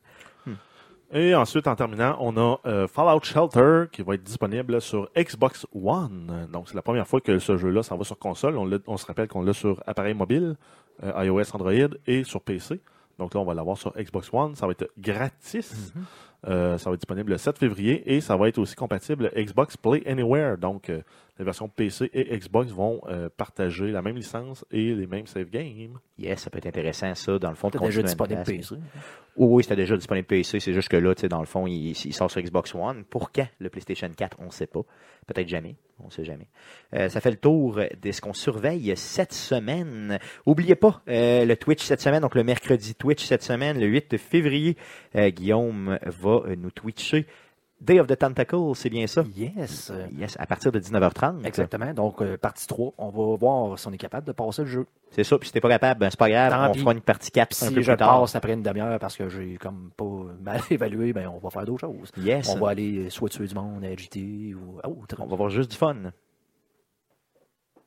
Speaker 3: Et ensuite, en terminant, on a euh, Fallout Shelter, qui va être disponible sur Xbox One. Donc, c'est la première fois que ce jeu-là s'en va sur console. On, l'a- on se rappelle qu'on l'a sur appareil mobile, euh,
Speaker 1: Mhm.
Speaker 3: iOS, Android et sur PC. Donc là, on va l'avoir sur Xbox One. Ça va être gratis. Euh, ça va être disponible le 7 février et ça va être aussi compatible Xbox Play Anywhere. Donc, euh, les versions PC et Xbox vont euh, partager la même licence et les mêmes save games.
Speaker 1: Yes, ça peut être intéressant, ça, dans le fond, de
Speaker 2: T'as déjà
Speaker 1: continuer à
Speaker 2: disponible
Speaker 1: mettre la-
Speaker 2: PC.
Speaker 1: Oui, oui, c'était déjà disponible PC. C'est juste que là, tu sais, dans le fond, il, il sort sur Xbox One. Pour quand le PlayStation 4 On ne sait pas. Peut-être jamais. On ne sait jamais. Euh, ça fait le tour de ce qu'on surveille cette semaine. Oubliez pas euh, le Twitch cette semaine, donc le mercredi Twitch cette semaine, le 8 février. Euh, Guillaume va euh, nous twitcher. Day of the Tentacle, c'est bien ça?
Speaker 2: Yes. euh,
Speaker 1: Yes, à partir de 19h30.
Speaker 2: Exactement. Donc, euh, partie 3, on va voir si on est capable de passer le jeu.
Speaker 1: C'est ça. Puis si t'es pas capable, ben, c'est pas grave.
Speaker 2: Tant
Speaker 1: on
Speaker 2: pis.
Speaker 1: fera une partie 4 un peu
Speaker 2: Si je
Speaker 1: plus tard.
Speaker 2: passe après une demi-heure parce que j'ai comme pas mal évalué, ben on va faire d'autres choses.
Speaker 1: Yes.
Speaker 2: On va aller euh, soit tuer du monde, agiter ou à autre.
Speaker 1: On va avoir juste du fun.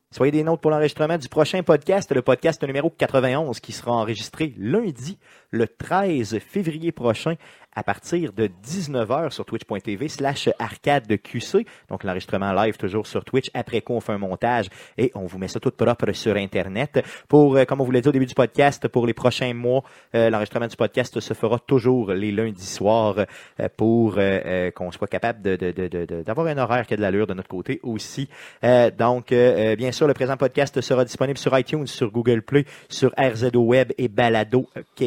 Speaker 1: Soyez des nôtres pour l'enregistrement du prochain podcast, le podcast numéro 91 qui sera enregistré lundi, le 13 février prochain à partir de 19h sur twitch.tv slash arcade QC. Donc l'enregistrement live toujours sur Twitch. Après quoi, on fait un montage et on vous met ça tout propre sur Internet. Pour, euh, comme on vous l'a dit au début du podcast, pour les prochains mois, euh, l'enregistrement du podcast se fera toujours les lundis soirs euh, pour euh, euh, qu'on soit capable de- de- de- de- de- d'avoir un horaire qui a de l'allure de notre côté aussi. Euh, donc, euh, euh, bien sûr, le présent podcast sera disponible sur iTunes, sur Google Play, sur RZO Web et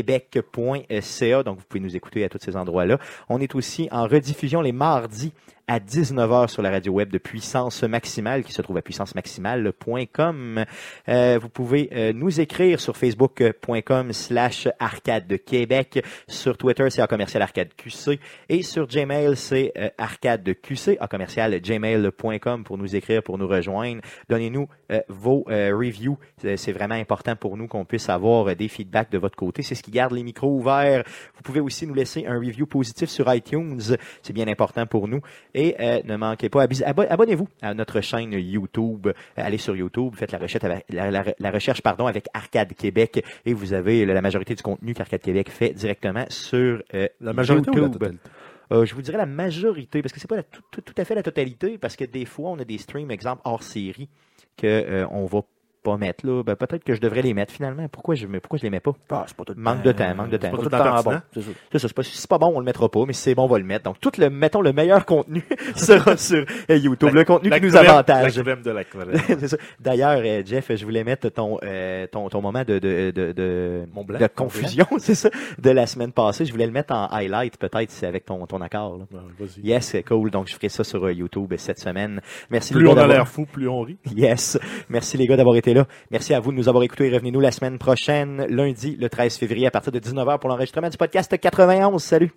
Speaker 1: baladoquebec.ca. Donc, vous pouvez nous écouter à tous ces endroits-là. On est aussi en rediffusion les mardis à 19h sur la radio web de Puissance Maximale qui se trouve à puissancemaximale.com. Euh, vous pouvez euh, nous écrire sur facebook.com slash arcade de Québec. Sur Twitter, c'est en commercial arcade QC. Et sur Gmail, c'est euh, arcade de QC en commercial gmail.com pour nous écrire, pour nous rejoindre. Donnez-nous euh, vos euh, reviews. C'est c'est vraiment important pour nous qu'on puisse avoir euh, des feedbacks de votre côté. C'est ce qui garde les micros ouverts. Vous pouvez aussi nous laisser un review positif sur iTunes. C'est bien important pour nous. Et euh, ne manquez pas, abis- abo- abonnez-vous à notre chaîne YouTube. Euh, Allez sur YouTube, faites la recherche avec, la, la- la recherche, pardon, avec Arcade Québec et vous avez la, la majorité du contenu qu'Arcade Québec fait directement sur euh,
Speaker 3: La majorité ou la
Speaker 1: YouTube.
Speaker 3: totalité?
Speaker 1: Euh, je vous dirais la majorité, parce que c'est pas la- tout, tout- tout à fait la totalité, parce que des fois, on a des streams, exemple, hors série, que euh, on va pas mettre là. Ben, peut-être que je devrais les mettre finalement. Pourquoi je, me- pourquoi je les mets pas?
Speaker 2: Ah, c'est pas tout le
Speaker 1: Manque de temps, manque de temps.
Speaker 2: C'est pas tout le
Speaker 3: Manque de temps
Speaker 2: temps
Speaker 3: pertinent.
Speaker 2: bon. C'est ça.
Speaker 1: C'est ça, c'est pas, si c'est pas bon, on le mettra pas, mais si c'est bon, on va le mettre. Donc, tout le, mettons, le meilleur contenu sera sur euh, YouTube. le contenu
Speaker 3: La
Speaker 1: qui nous
Speaker 3: crème-
Speaker 1: avantage.
Speaker 3: La crème de la crème.
Speaker 1: C'est ça. D'ailleurs, euh, Jeff, je voulais mettre ton, euh, ton, ton moment de, de, de, de,
Speaker 3: Mon blanc,
Speaker 1: de
Speaker 3: mon
Speaker 1: confusion, c'est ça, de la semaine passée. Je voulais le mettre en highlight, peut-être, si c'est avec ton, ton accord. là.
Speaker 3: Ouais, Euh, Vas-y.
Speaker 1: Yes, cool. Donc, je ferai ça sur euh, YouTube cette semaine. Merci
Speaker 3: Plus
Speaker 1: les gars
Speaker 3: on a
Speaker 1: d'avoir-
Speaker 3: l'air fou, plus on rit.
Speaker 1: Yes. Merci les gars d'avoir été là. Merci à vous de nous avoir écoutés. Revenez-nous la semaine prochaine, lundi, le 13 février, à partir de 19h pour l'enregistrement du podcast 91. Salut!